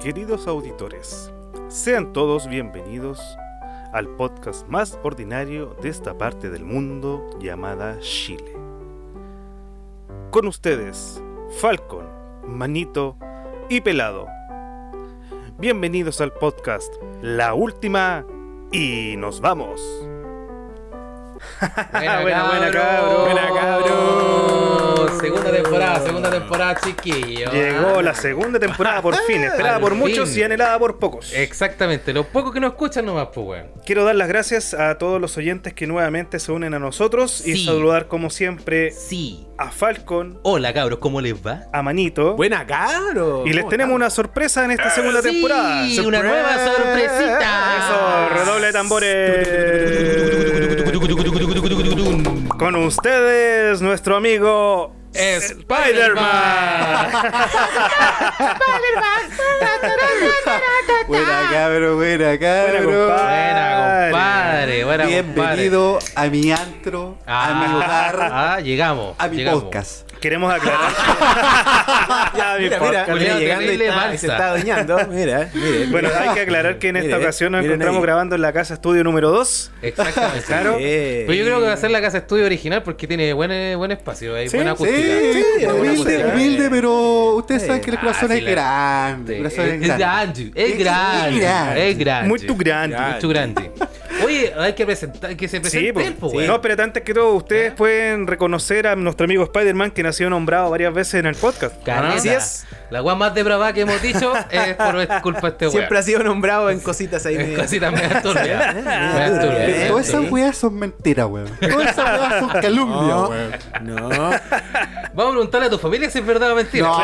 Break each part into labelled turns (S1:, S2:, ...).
S1: Queridos auditores, sean todos bienvenidos al podcast más ordinario de esta parte del mundo llamada Chile. Con ustedes, Falcon, Manito y Pelado. Bienvenidos al podcast La Última y nos vamos.
S2: Buena,
S1: Buena, buena,
S2: cabros.
S1: cabros.
S2: Buena, cabros. Segunda temporada, segunda temporada, chiquillo.
S1: Llegó
S2: Ah.
S1: la segunda temporada por fin, esperada
S2: Al
S1: por
S2: fin.
S1: muchos y anhelada por pocos.
S2: Exactamente, los pocos que no escuchan nomás, pues, weón.
S1: Quiero dar las gracias a todos los oyentes que nuevamente se unen a nosotros y
S2: Sí.
S1: saludar como siempre
S2: Sí.
S1: a Falcon,
S2: Hola, cabros, ¿cómo les va?
S1: a Manito.
S3: Buena, cabros.
S1: Y les
S3: ¿Cómo
S1: tenemos una
S3: estamos?
S1: sorpresa en esta segunda
S2: Sí,
S1: temporada.
S2: una nueva sorpresita.
S1: Eso, redoble de tambores. Con ustedes, nuestro amigo Spider-Man.
S3: Buena, cabros, buena, cabros.
S2: Buena, compadre. Buena,
S3: Bienvenido a mi antro,
S2: compadre. Ah,
S3: a mi hogar,
S2: Ah, llegamos.
S3: a mi
S2: llegamos.
S3: podcast.
S1: Queremos aclarar. Ya, mi
S3: Mira,
S1: podcast.
S3: mira,
S2: Julio,
S3: mira, llegando y
S2: terrible
S3: está-
S2: balsa.
S3: se está doñando. Mira, mire,
S1: Bueno,
S3: mire.
S1: hay que aclarar que en esta
S3: Miren,
S1: ocasión nos
S3: miren
S1: encontramos
S3: ahí.
S1: grabando en la casa estudio número 2.
S2: Exactamente.
S1: Claro.
S3: Bien.
S2: Pero yo creo que va a ser la casa estudio original porque tiene buen, eh, buen espacio, hay buena
S3: Sí,
S2: acústica.
S3: sí,
S2: Buena
S3: humilde,
S2: acústica.
S3: humilde, pero ustedes saben que el
S2: Ah,
S3: corazón
S2: sí,
S3: es
S2: la-
S3: grande.
S2: Sí,
S3: El
S2: Es,
S3: corazón es
S2: es
S3: grande.
S2: grande,
S3: Es
S2: es grande,
S3: grande.
S2: es grande.
S1: Muy tu grande.
S3: grande.
S2: Mucho grande. Oye, hay que presentar, que se presente
S1: Sí, po.
S2: él, pues. po,
S1: Sí.
S2: weón.
S1: No, pero antes que todo, ustedes pueden reconocer a nuestro amigo Spider-Man, quien ha sido nombrado varias veces en el podcast.
S2: Caleta.
S1: Así es.
S2: La weá más depravada que hemos dicho es por culpa de este weón.
S4: Siempre ha sido nombrado en cositas ahí.
S2: es
S4: medio-
S2: casi también turbias. Meas
S4: dura,
S2: turbias,
S4: eh.
S2: meas
S3: Todas esas
S2: turbias.
S3: weas son mentiras, weón. Todas esas weas son calumnias.
S4: No, no.
S2: Vamos a preguntarle a tu familia si es verdad o mentira.
S3: No,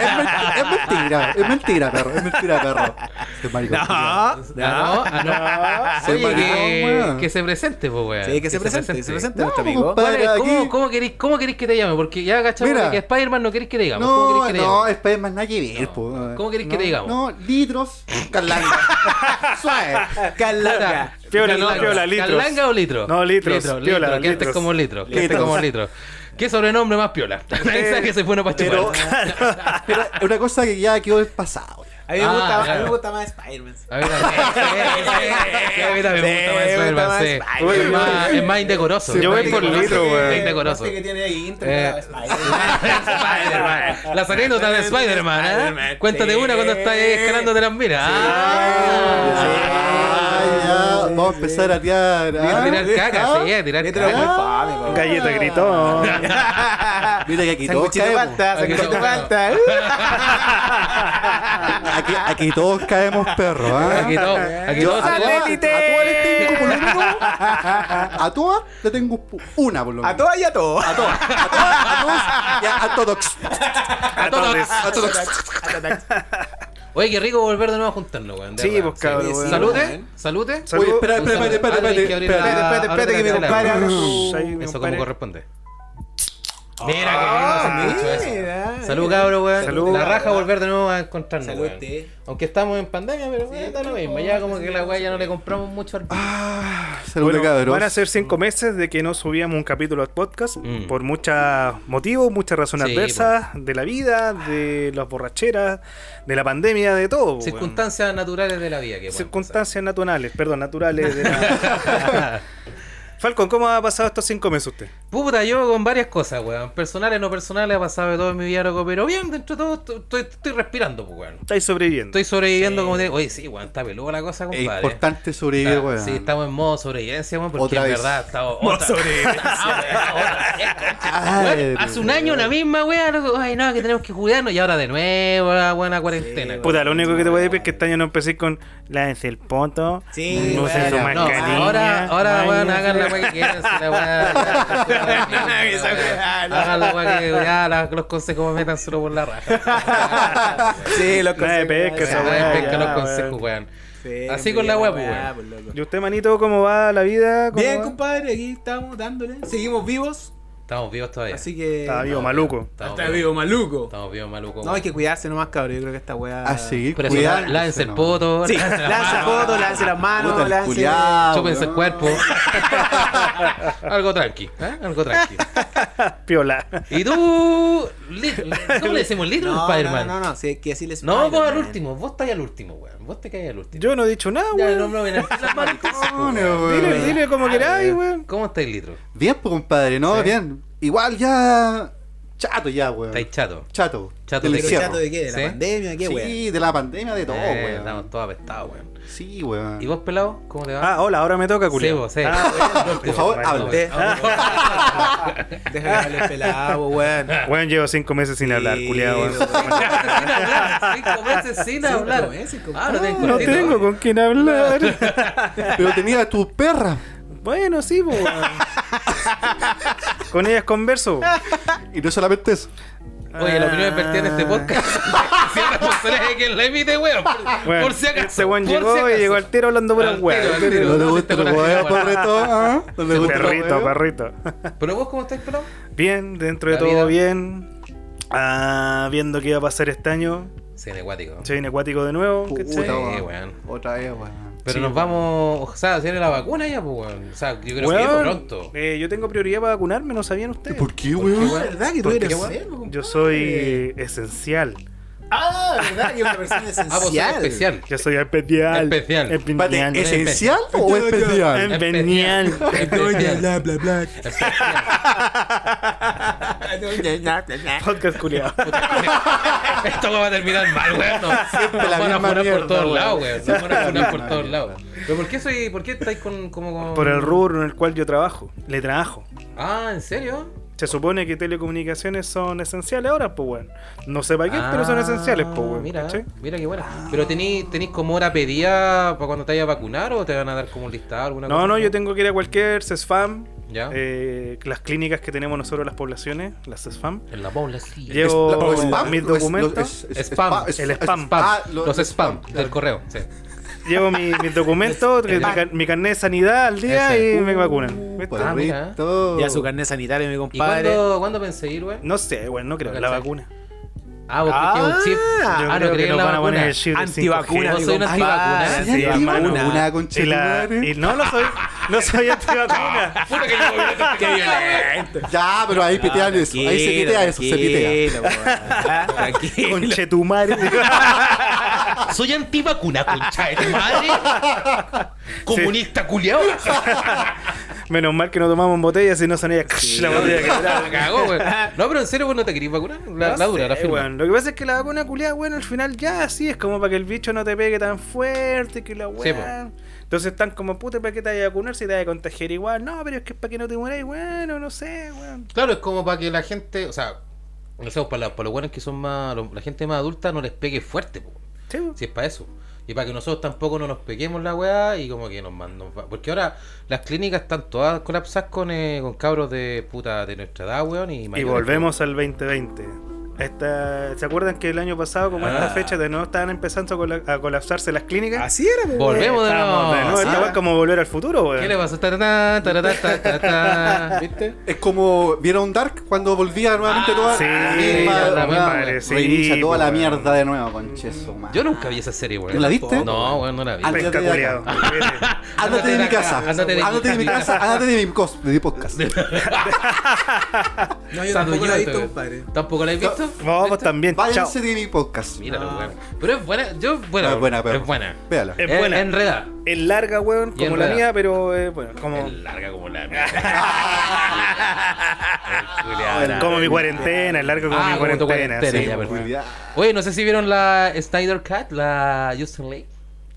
S3: es, menti- es mentira, es mentira, perro, es mentira, perro. Este maricón, culiao.
S4: No, no.
S2: Ah, no, ah, no.
S3: Se
S2: Oye, que,
S3: maricó, weón.
S2: que se presente, po, weón.
S4: Sí, que se presente, pues, que se presente nuestro
S3: No,
S4: amigo.
S3: compadre,
S2: ¿Cuál es?
S3: aquí-
S2: ¿Cómo, cómo querís, ¿Cómo querís que te llame? Porque ya cachamos
S3: Mira.
S2: que Spider-Man no querís que te digamos. ¿Cómo
S3: No,
S2: querís que te
S3: no,
S2: digamos?
S3: Spider-Man nada que ver, po.
S2: ¿Cómo querés que
S3: No,
S2: te digamos?
S3: No, litros, carlanga. Suave.
S4: Carlanga.
S1: Piola,
S2: Calanga.
S1: piola, litros.
S2: ¿Calanga o litro?
S1: No, litros,
S2: Litro,
S1: piola,
S2: litro, que este
S1: litros.
S2: es como un litro. Que este es
S3: Litros.
S2: como un litro. ¿Qué sobrenombre más piola? Nadie sabe que soy bueno para chupar.
S3: Pero, pero es una cosa que ya quedó en pasado. ya.
S4: A mí me
S2: Ah,
S4: gusta, a mí
S2: ya.
S4: me gusta más Spider-Man.
S2: A mí también. Sí, a mí también me gusta más
S4: Sí, me gusta
S2: Spider-Man,
S4: más
S2: sí.
S4: Spider-Man.
S2: Es más- Es más indecoroso.
S1: Sí,
S2: es
S1: yo
S2: más
S1: voy por
S2: indecoroso,
S1: litro,
S2: es
S1: weón.
S2: más indecoroso.
S4: que tiene ahí intro
S2: Eh.
S4: para Spider-Man.
S2: Spider-Man. Las anécdotas de Spider-Man, ¿eh?
S4: Spider-Man,
S2: Cuéntate
S4: sí.
S2: una cuando estás ahí escalando de las minas.
S3: Ay, ya,
S2: Ah.
S3: vamos a empezar a tirar.
S2: A
S3: ah.
S2: tirar caca, sí, a tirar
S4: Letra muy
S2: caca.
S4: fame, po.
S1: Galleta gritón.
S3: Mira que aquí todos
S4: Sanguchito de
S3: caemos.
S4: palta, sanguchito de palta.
S3: Aquí, aquí todos caemos perros, ¿ah?
S2: Aquí todo, aquí
S3: Yo
S2: todo
S3: a
S2: se puede.
S3: todas-
S4: ¡Satélite!
S3: a todas les tengo por lo menos- A todas le tengo pu- una por lo menos.
S4: A todas y a todos. A todas.
S3: A todas, a todos y a, a todos.
S1: A todos.
S3: A todos.
S2: Oye, qué rico volver de nuevo a juntarnos, weón. de
S1: Sí,
S2: verdad.
S1: pues cabrón.
S4: sí,
S1: weón.
S4: salud.
S2: Salute, salute.
S1: Salud.
S3: Oye, espera, espera, espera, espera,
S2: Ahora hay que
S3: espera.
S2: abrir la-
S4: Espérate, espérate,
S2: ahora
S4: espérate,
S2: hay
S4: que mi
S2: abrir la-
S4: compadre haga su-
S1: Ahí, mi
S2: Eso
S1: compadre.
S2: como corresponde. Mira que no se escuchó eso.
S4: Ah, Mira.
S2: Salud, cabros, weón.
S1: Salud.
S2: La raja volver de nuevo a encontrarnos,
S4: Salud,
S2: weón.
S4: té.
S2: Aunque estamos en pandemia, pero weón, está lo mismo. Ya como que la weá ya no le compramos mucho
S4: Ah,
S2: al
S3: Salud,
S1: Ah, Bueno,
S3: cabros.
S1: van a ser cinco meses de que no subíamos un capítulo al podcast
S2: Mm.
S1: por muchos motivos, muchas razones
S2: Sí,
S1: adversas de la vida, de las borracheras, de la pandemia, de todo. weón.
S2: Circunstancias naturales de la vida que pueden
S1: Circunstancias naturales, perdón, naturales de la... Falcon, ¿cómo ha pasado estos cinco meses usted?
S2: pasar. Puta, yo con varias cosas, weón. Personales, no personales, ha pasado de todo en mi vida, loco. Pero bien, dentro de todo, t- estoy, estoy respirando, pues, weón.
S1: ¿Estáis sobreviviendo?
S2: Estoy sobreviviendo como te Oye, sí, weón, está peluda la cosa,
S3: Es
S2: compadre.
S3: importante sobrevivir,
S2: Está-
S3: weón.
S2: Sí, estamos en modo sobrevivencia, weón, porque
S3: Otra
S2: en
S3: vez.
S2: verdad estamos.
S1: Modo
S2: otra-
S1: sobrevivencia.
S2: Ah, weón, otra vez, concha.
S3: Ay,
S2: Weón, Hace un año una misma, weón, loco. Ay, no, que tenemos que cuidarnos. Y ahora de nuevo, la buena cuarentena.
S4: Sí,
S1: Puta, lo único que te voy a decir es que este año no empecé con lance el poto,
S4: Sí,
S1: no
S4: bueno,
S1: se su
S4: no,
S1: mascarilla.
S2: ahora, ahora,
S1: Ay,
S2: weón,
S1: no
S2: hagan
S1: sé.
S2: la weá que quieran, si la weá-
S4: Esa weá, no.
S2: Hagan la weá que ya la- los consejos me metan solo por la raja.
S4: Sí, los
S1: Nadie pesca esa
S2: Esa weá,
S1: weá,
S4: Ah,
S2: pesca
S1: ya,
S2: los
S1: weón.
S2: consejos, weón.
S4: Sí,
S2: Así
S4: hombre,
S2: con la
S4: ya,
S2: wea,
S4: wea,
S2: pues,
S4: pues, loco.
S1: ¿Y usted, manito, cómo va la vida? ¿Cómo
S4: Bien,
S1: va?
S4: compadre, aquí estamos dándole. Seguimos vivos.
S2: Estamos vivos todavía.
S4: Así que.
S1: Estaba vivo maluco.
S2: Estamos
S4: Está
S2: vivos.
S4: vivo, maluco.
S2: Estamos vivos, maluco.
S4: No, hay que cuidarse nomás, cabrón. Yo creo que esta weá.
S3: A seguir
S2: Pero eso,
S3: cuidándose,
S2: lávense el
S3: Ah, ¿no?
S2: poto,
S4: Sí,
S2: lávense la
S4: lance
S2: mano,
S4: fotos, lance las
S1: Ah,
S3: Puta,
S4: manos,
S3: el
S4: lance.
S3: culiao,
S2: chúpense el
S3: weón.
S2: cuerpo. Algo tranqui, ¿eh? Algo tranqui.
S1: Piola.
S2: ¿Y tú? Lit- ¿Cómo le decimos Little
S4: No, no,
S2: Spider-Man?
S4: no, no, pues, sí, hay que decirle
S2: No, vos al
S4: Spider-Man.
S2: último, vos estás al último, weón. Vos te caes al último.
S1: Yo no he dicho nada,
S2: Ya,
S1: weón.
S2: no, no, ven, las maricones,
S3: Cojones,
S2: weón.
S3: weón.
S1: Dile, dile
S2: Ah,
S1: como queráis, weón.
S2: ¿Cómo estáis, Litro?
S3: Bien, pues, compadre, ¿no?
S2: Sí.
S3: Bien. Igual ya. Chato ya, weón.
S2: Estáis chato.
S3: Chato.
S2: Chato
S3: Del
S2: de-
S4: Pero
S3: encierro.
S4: chato de qué, de la
S2: Sí.
S4: pandemia, qué weá.
S3: Sí, de la pandemia, de todo,
S2: Eh,
S3: weón.
S2: Estamos todos apestados, weón.
S3: Sí, weón.
S2: ¿Y vos, pelado? ¿Cómo te va?
S1: Ah, hola, ahora me toca,
S2: sí,
S1: culiao. Ah,
S2: vos, sí.
S3: Por favor,
S1: bueno,
S3: habla.
S4: De- Deja que hable el pelado, weón.
S1: Weón, llevo cinco meses sin hablar, culiao. weón.
S4: Ah,
S2: Sin hablar, cinco meses sin
S4: Cinco
S2: hablar.
S4: meses,
S2: ah,
S4: compadre.
S2: no tengo
S1: No tengo con quién hablar.
S3: Pero tenía tu perra.
S1: Bueno, sí, po, weón. Con ellas converso.
S3: Y no solamente eso.
S2: Oye, la opinión vertida en este podcast. Si es responsabilidad de quien la emite, weón. Por,
S1: Weón,
S2: por si acaso.
S1: Este weón
S2: por
S1: llegó
S2: si
S1: y
S2: acaso.
S1: llegó al tiro hablando
S2: Al
S1: por
S2: tiro,
S1: weón.
S2: al tiro.
S3: No le
S2: no,
S3: gusta
S2: te
S3: el
S2: pones
S3: huevo,
S2: así, weón.
S3: perrito. ¿ah? No le gusta el
S1: Perrito,
S3: huevo.
S1: perrito.
S2: Pero vos, ¿cómo estáis, pelado?
S1: Bien, dentro de
S2: La
S1: todo
S2: vida.
S1: bien. Ah, viendo qué va a pasar este año.
S2: Sí, acuático.
S1: Se viene acuático de nuevo.
S3: Puta,
S1: ¿cachai?
S3: weón.
S2: weón.
S3: Otra vez, weón.
S2: Pero
S1: Sí,
S2: nos vamos. O sea, viene la vacuna ya, pues, weón. O sea, yo creo que
S1: Weón,
S2: pronto.
S1: eh, yo tengo prioridad para vacunarme, ¿no sabían ustedes?
S3: ¿Por qué,
S2: qué,
S3: weón?
S2: weón?
S4: ¿Verdad que tú
S2: ¿Por qué,
S4: eres
S2: weón?
S4: enfermo,
S1: Yo
S4: compadre?
S1: soy esencial.
S4: Ah, ¿verdad? que es una persona
S2: Ah, vos sos
S4: esencial.
S2: especial.
S1: Yo soy especial.
S2: Especial.
S1: Especial.
S3: Espérate, ¿Esencial o especial?
S1: Especial.
S2: Especial.
S4: bla, bla, bla.
S2: Especial.
S4: Ah,
S1: Podcast culiado.
S2: Esto va a terminar mal, weón. No, nos
S3: la
S2: van a
S3: misma
S2: funar por
S3: mierda,
S2: todos
S3: weón.
S2: lados, weón. Nos van a funar por
S3: misma
S2: todos
S3: mierda.
S2: lados. ¿Pero por qué soy, por qué estáis con, como con...
S1: Por el rubro en el cual yo trabajo. Le trabajo.
S2: Ah, ¿en serio?
S1: Se supone que telecomunicaciones son esenciales ahora, pues bueno. No sé para qué, pero son
S2: Ah,
S1: esenciales, pues bueno.
S2: Mira,
S1: ¿cachai?
S2: mira qué buena. Pero tenéis tenéis como hora pedida para cuando te vayas a vacunar o te van a dar como un listado, alguna cosa.
S1: No, no,
S2: así?
S1: yo tengo que ir a cualquier CESFAM.
S2: Ya.
S1: eh, las clínicas que tenemos nosotros, las poblaciones, las CESFAM.
S2: En la población.
S1: Llevo-
S3: ¿O spam?
S1: mis
S3: ¿O es-
S1: documentos.
S3: lo- es- es-
S2: Spam,
S3: es-
S1: el spam.
S2: Spam,
S3: Ah, lo-
S2: los
S3: lo-
S2: spam del correo. Sí.
S1: Llevo mi- mis documentos, mi, car- mi carnet de sanidad al día
S2: Ese.
S1: y me
S3: Uh,
S1: vacunan.
S3: pues
S1: ¿Viste?
S2: Ah, mira.
S3: Perrito.
S4: Ya su carnet sanitario, mi
S2: ¿Y
S4: compadre.
S2: cuándo, cuándo pensé ir, weón?
S1: No sé, bueno, no creo. La
S2: ¿Cachai?
S1: vacuna.
S2: Ah, vos
S4: Ah,
S2: crees que es un chip.
S4: yo
S1: Yo
S2: Ah, no
S1: creo
S2: crees
S1: que
S2: en
S1: nos
S2: la
S1: van a poner
S2: vacuna.
S1: el chip. 5G.
S4: Antivacuna,
S2: No
S4: mi
S2: soy un
S4: compadre.
S2: antivacuna,
S3: ¿eh?
S1: Sí,
S3: Antivacuna,
S1: hermano.
S3: concha
S1: y,
S3: de
S1: la-
S3: tu madre.
S1: y no, no soy, no soy antivacuna.
S2: Puta que no, weón, te-
S4: Qué violento.
S3: Ya, pero ahí pitean eso. Ahí se pitea eso, se pitea.
S1: Ah,
S4: pitea. Tranquilo.
S1: Conchetumare.
S2: Soy antivacuna, concha de tu madre. Comunista culiao.
S1: Menos mal que no tomamos botellas, si no son ellas. la botella que
S2: La cagó, weón. No, pero en serio, vos no te querís vacunar. La,
S1: No
S2: la dura,
S1: sé,
S2: la firma.
S1: weón. Lo que pasa es que la vacuna culiada, bueno, al final ya así es como para que el bicho no te pegue tan fuerte, que la weá.
S2: pues.
S1: Entonces están como, puta, ¿para qué te vas a vacunar si te vas a contagiar igual? No, pero es que es para que no te mueras, bueno, no sé, weón.
S2: Claro, es como para que la gente, o sea, no sé, para, la- para los buenos que son más, lo- la gente más adulta no les pegue fuerte, po,
S1: Sí, pues. weón.
S2: si es para eso. Y para que nosotros tampoco no nos peguemos la weá y como que nos mandan. Porque ahora las clínicas están todas colapsadas con, eh, con cabros de puta de nuestra edad, weón. Y,
S1: Y
S2: mayores.
S1: volvemos al 2020. Esta, ¿Se acuerdan que el año pasado, como a
S2: Ah.
S1: esta fecha, de nuevo estaban empezando a, cola- a colapsarse las clínicas?
S4: Así era, po, weón.
S2: Volvemos de nuevo.
S1: Estamos de nuevo,
S2: Sí,
S1: esta weá es como volver al futuro, weón.
S2: ¿Qué le pasó? Taratá, taratá, taratá. ¿Viste?
S3: Es como vieron Dark cuando volvía nuevamente toda
S1: Ah, Sí,
S3: la misma-
S2: la misma,
S3: weón.
S1: madre, sí, pues,
S3: Reinicia toda la
S1: weón.
S3: mierda de nuevo, concheso, man.
S2: Yo nunca vi esa serie, weón.
S3: ¿No la viste?
S2: No, weón, no la vi.
S3: Al-
S1: Pesca
S3: Ándate de
S1: culiao.
S3: acá. Ándate de mi casa.
S2: Ándate de mi
S3: Ándate de mi
S2: casa.
S3: casa. Ándate de mi cos- de mi podcast.
S4: No, yo
S2: Está
S4: tampoco
S2: dueño,
S4: la he visto,
S2: weón.
S4: compadre.
S2: ¿Tampoco la has visto?
S1: Vamos pues también, chao.
S3: Váyanse de mi podcast.
S2: Mira,
S4: No.
S2: weón. Pero es buena, yo, bueno,
S3: No, es buena, pero.
S2: es buena.
S3: Véala.
S1: Ah. Es
S2: Eh,
S1: buena.
S2: Enreda.
S1: Es larga, weón,
S2: Y es
S1: como la
S2: larga.
S1: mía, pero eh, bueno, como,
S2: Es larga como la mierda.
S3: Bueno,
S1: como mi cuarentena, es larga como
S2: Ah,
S1: mi
S2: como tu
S1: cuarentena.
S2: cuarentena,
S1: sí,
S2: ya,
S1: weón.
S2: perfecto.
S3: Ya.
S2: Oye, no sé si vieron la Snyder Cut, la Justin Lake.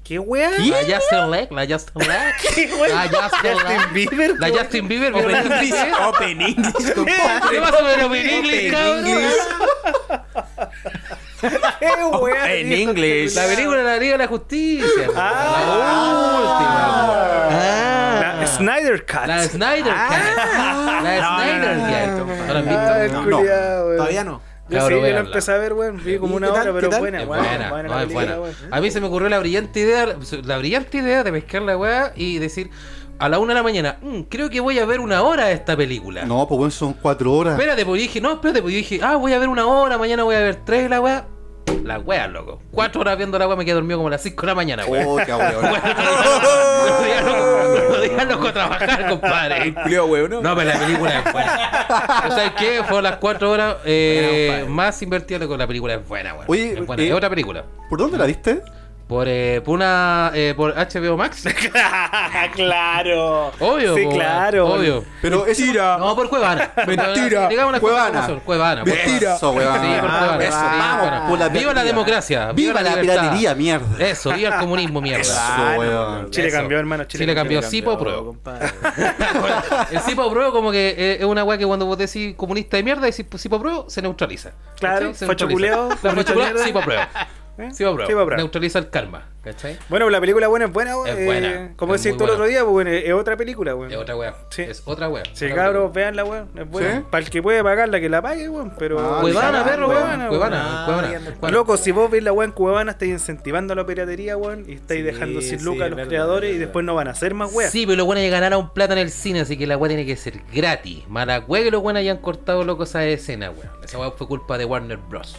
S1: ¿Qué weón?
S2: La Justin Lake, la Justin Lake. La Justin
S1: Justin
S2: Lake.
S1: Bieber.
S2: La
S1: weón.
S2: Justin Bieber.
S4: Open
S2: ¿verdad?
S4: English. Open English,
S2: ¿Qué
S4: compadre.
S2: pasa con el Open English, cabrón?
S1: Eh, weón.
S4: En English.
S2: La película de la Liga de la Justicia.
S4: Ah,
S1: La Snyder Cut. Ah,
S2: La última. La Snyder Cut. La Snyder
S4: no,
S2: Cut.
S4: no, no,
S2: ¿No la han visto?
S1: Ay,
S3: No,
S1: culiao, weón.
S4: Todavía no.
S1: Yo sí, yo
S2: Cabrón,
S1: la
S2: véanla.
S1: empecé a ver, weón. Vi como
S4: ¿Y
S1: una
S4: qué tal?
S1: hora, pero
S4: ¿Qué tal?
S1: buena,
S2: Es
S1: weón.
S2: buena, no, es
S1: película,
S2: buena.
S1: weón.
S2: A mí se me ocurrió la brillante idea, la brillante idea de mezclar la weá y decir, a la una de la mañana, "Mm, creo que voy a ver una hora de esta película.
S3: No, pues bueno, son cuatro horas.
S2: Espérate, porque dije, no, espérate, porque dije, ah, voy a ver una hora, mañana voy a ver tres, la weá. La weá, loco. Cuatro horas viendo la weá, me quedé dormido como a las cinco de la mañana, weá.
S3: Oh, qué weón.
S2: No digas loco, no digas loco a trabajar, compadre.
S5: Culeo, weón, ¿no?
S2: No, pero la película es buena. ¿Tú ¿Sabes qué? Fueron las cuatro horas eh, más invertidas con la película. Es buena, weón.
S3: Oye,
S2: es buena.
S3: eh,
S2: Es otra película.
S3: ¿Por dónde la viste?
S2: Por, eh, por una. eh, por HBO Max.
S1: Ah, claro.
S2: Obvio.
S1: Sí,
S2: po, weón.
S1: claro.
S2: Obvio.
S3: Pero es
S5: Mentira.
S2: No, por Cuevana.
S5: Mentira.
S2: Digamos las cosas como
S3: Cuevana.
S2: son. Cuevana. por
S3: Mentira.
S2: Cuevana.
S3: Eso, weón.
S2: Sí, por
S3: Ah,
S2: Cuevana. Sí,
S3: eso, vamos,
S2: Cuevana.
S3: por
S2: Viva
S3: la
S2: la
S3: piratería.
S2: democracia.
S3: Viva la
S2: libertad.
S3: piratería, mierda.
S2: Eso, viva el comunismo, mierda.
S4: Ah,
S3: Eso, weón.
S1: Chile
S2: Eso.
S1: cambió, hermano. Chile,
S2: Chile cambió, sí, po, prueba. El Cipo Apruebo como que eh, es una weá que cuando vos decís comunista de mierda, decís pues, Cipo Apruebo, se neutraliza.
S1: Claro,
S2: ¿Cachai? Se
S1: facho
S2: neutraliza.
S1: culeo,
S2: Claro, facho culeo,
S1: mierda.
S2: Cipo Apruebo.
S1: ¿Eh?
S2: Cipo Apruebo.
S1: Sí, po, prueba.
S2: Neutraliza el karma, ¿cachai?
S1: Bueno, la película buena es buena.
S2: Es
S1: eh,
S2: buena,
S1: como
S2: es
S1: decís
S2: muy
S1: tú el
S2: buena.
S1: otro día, pues, bueno, es otra película, weón.
S2: Es otra weá.
S1: Sí.
S2: Es otra weá.
S1: Sí,
S2: Otra
S1: cabros, veanla, weón. Es buena.
S3: ¿Sí?
S1: Para el que puede pagarla, que la pague, weón. Pero.
S3: Ah,
S2: weá. Cuevana,
S3: Cuevana,
S2: perro, weón.
S1: weón.
S2: Cuevana,
S4: Ah,
S2: Cuevana.
S4: bien,
S2: Cuevana.
S1: Loco, si vos veis la weá en Cuevana, estáis incentivando la piratería, weón. Y estáis
S4: Sí,
S1: dejando sin
S4: sí,
S1: lucas a
S4: es
S1: los
S4: verdad,
S1: creadores
S4: es
S1: y
S4: verdad.
S1: después no van a hacer más weas.
S2: Sí, pero los buenos ya ganaron plata en el cine, así que la weá tiene que ser gratis. Mala weá que los buenos hayan cortado, loco, esa escena, weón. Esa weá fue culpa de Warner Bros.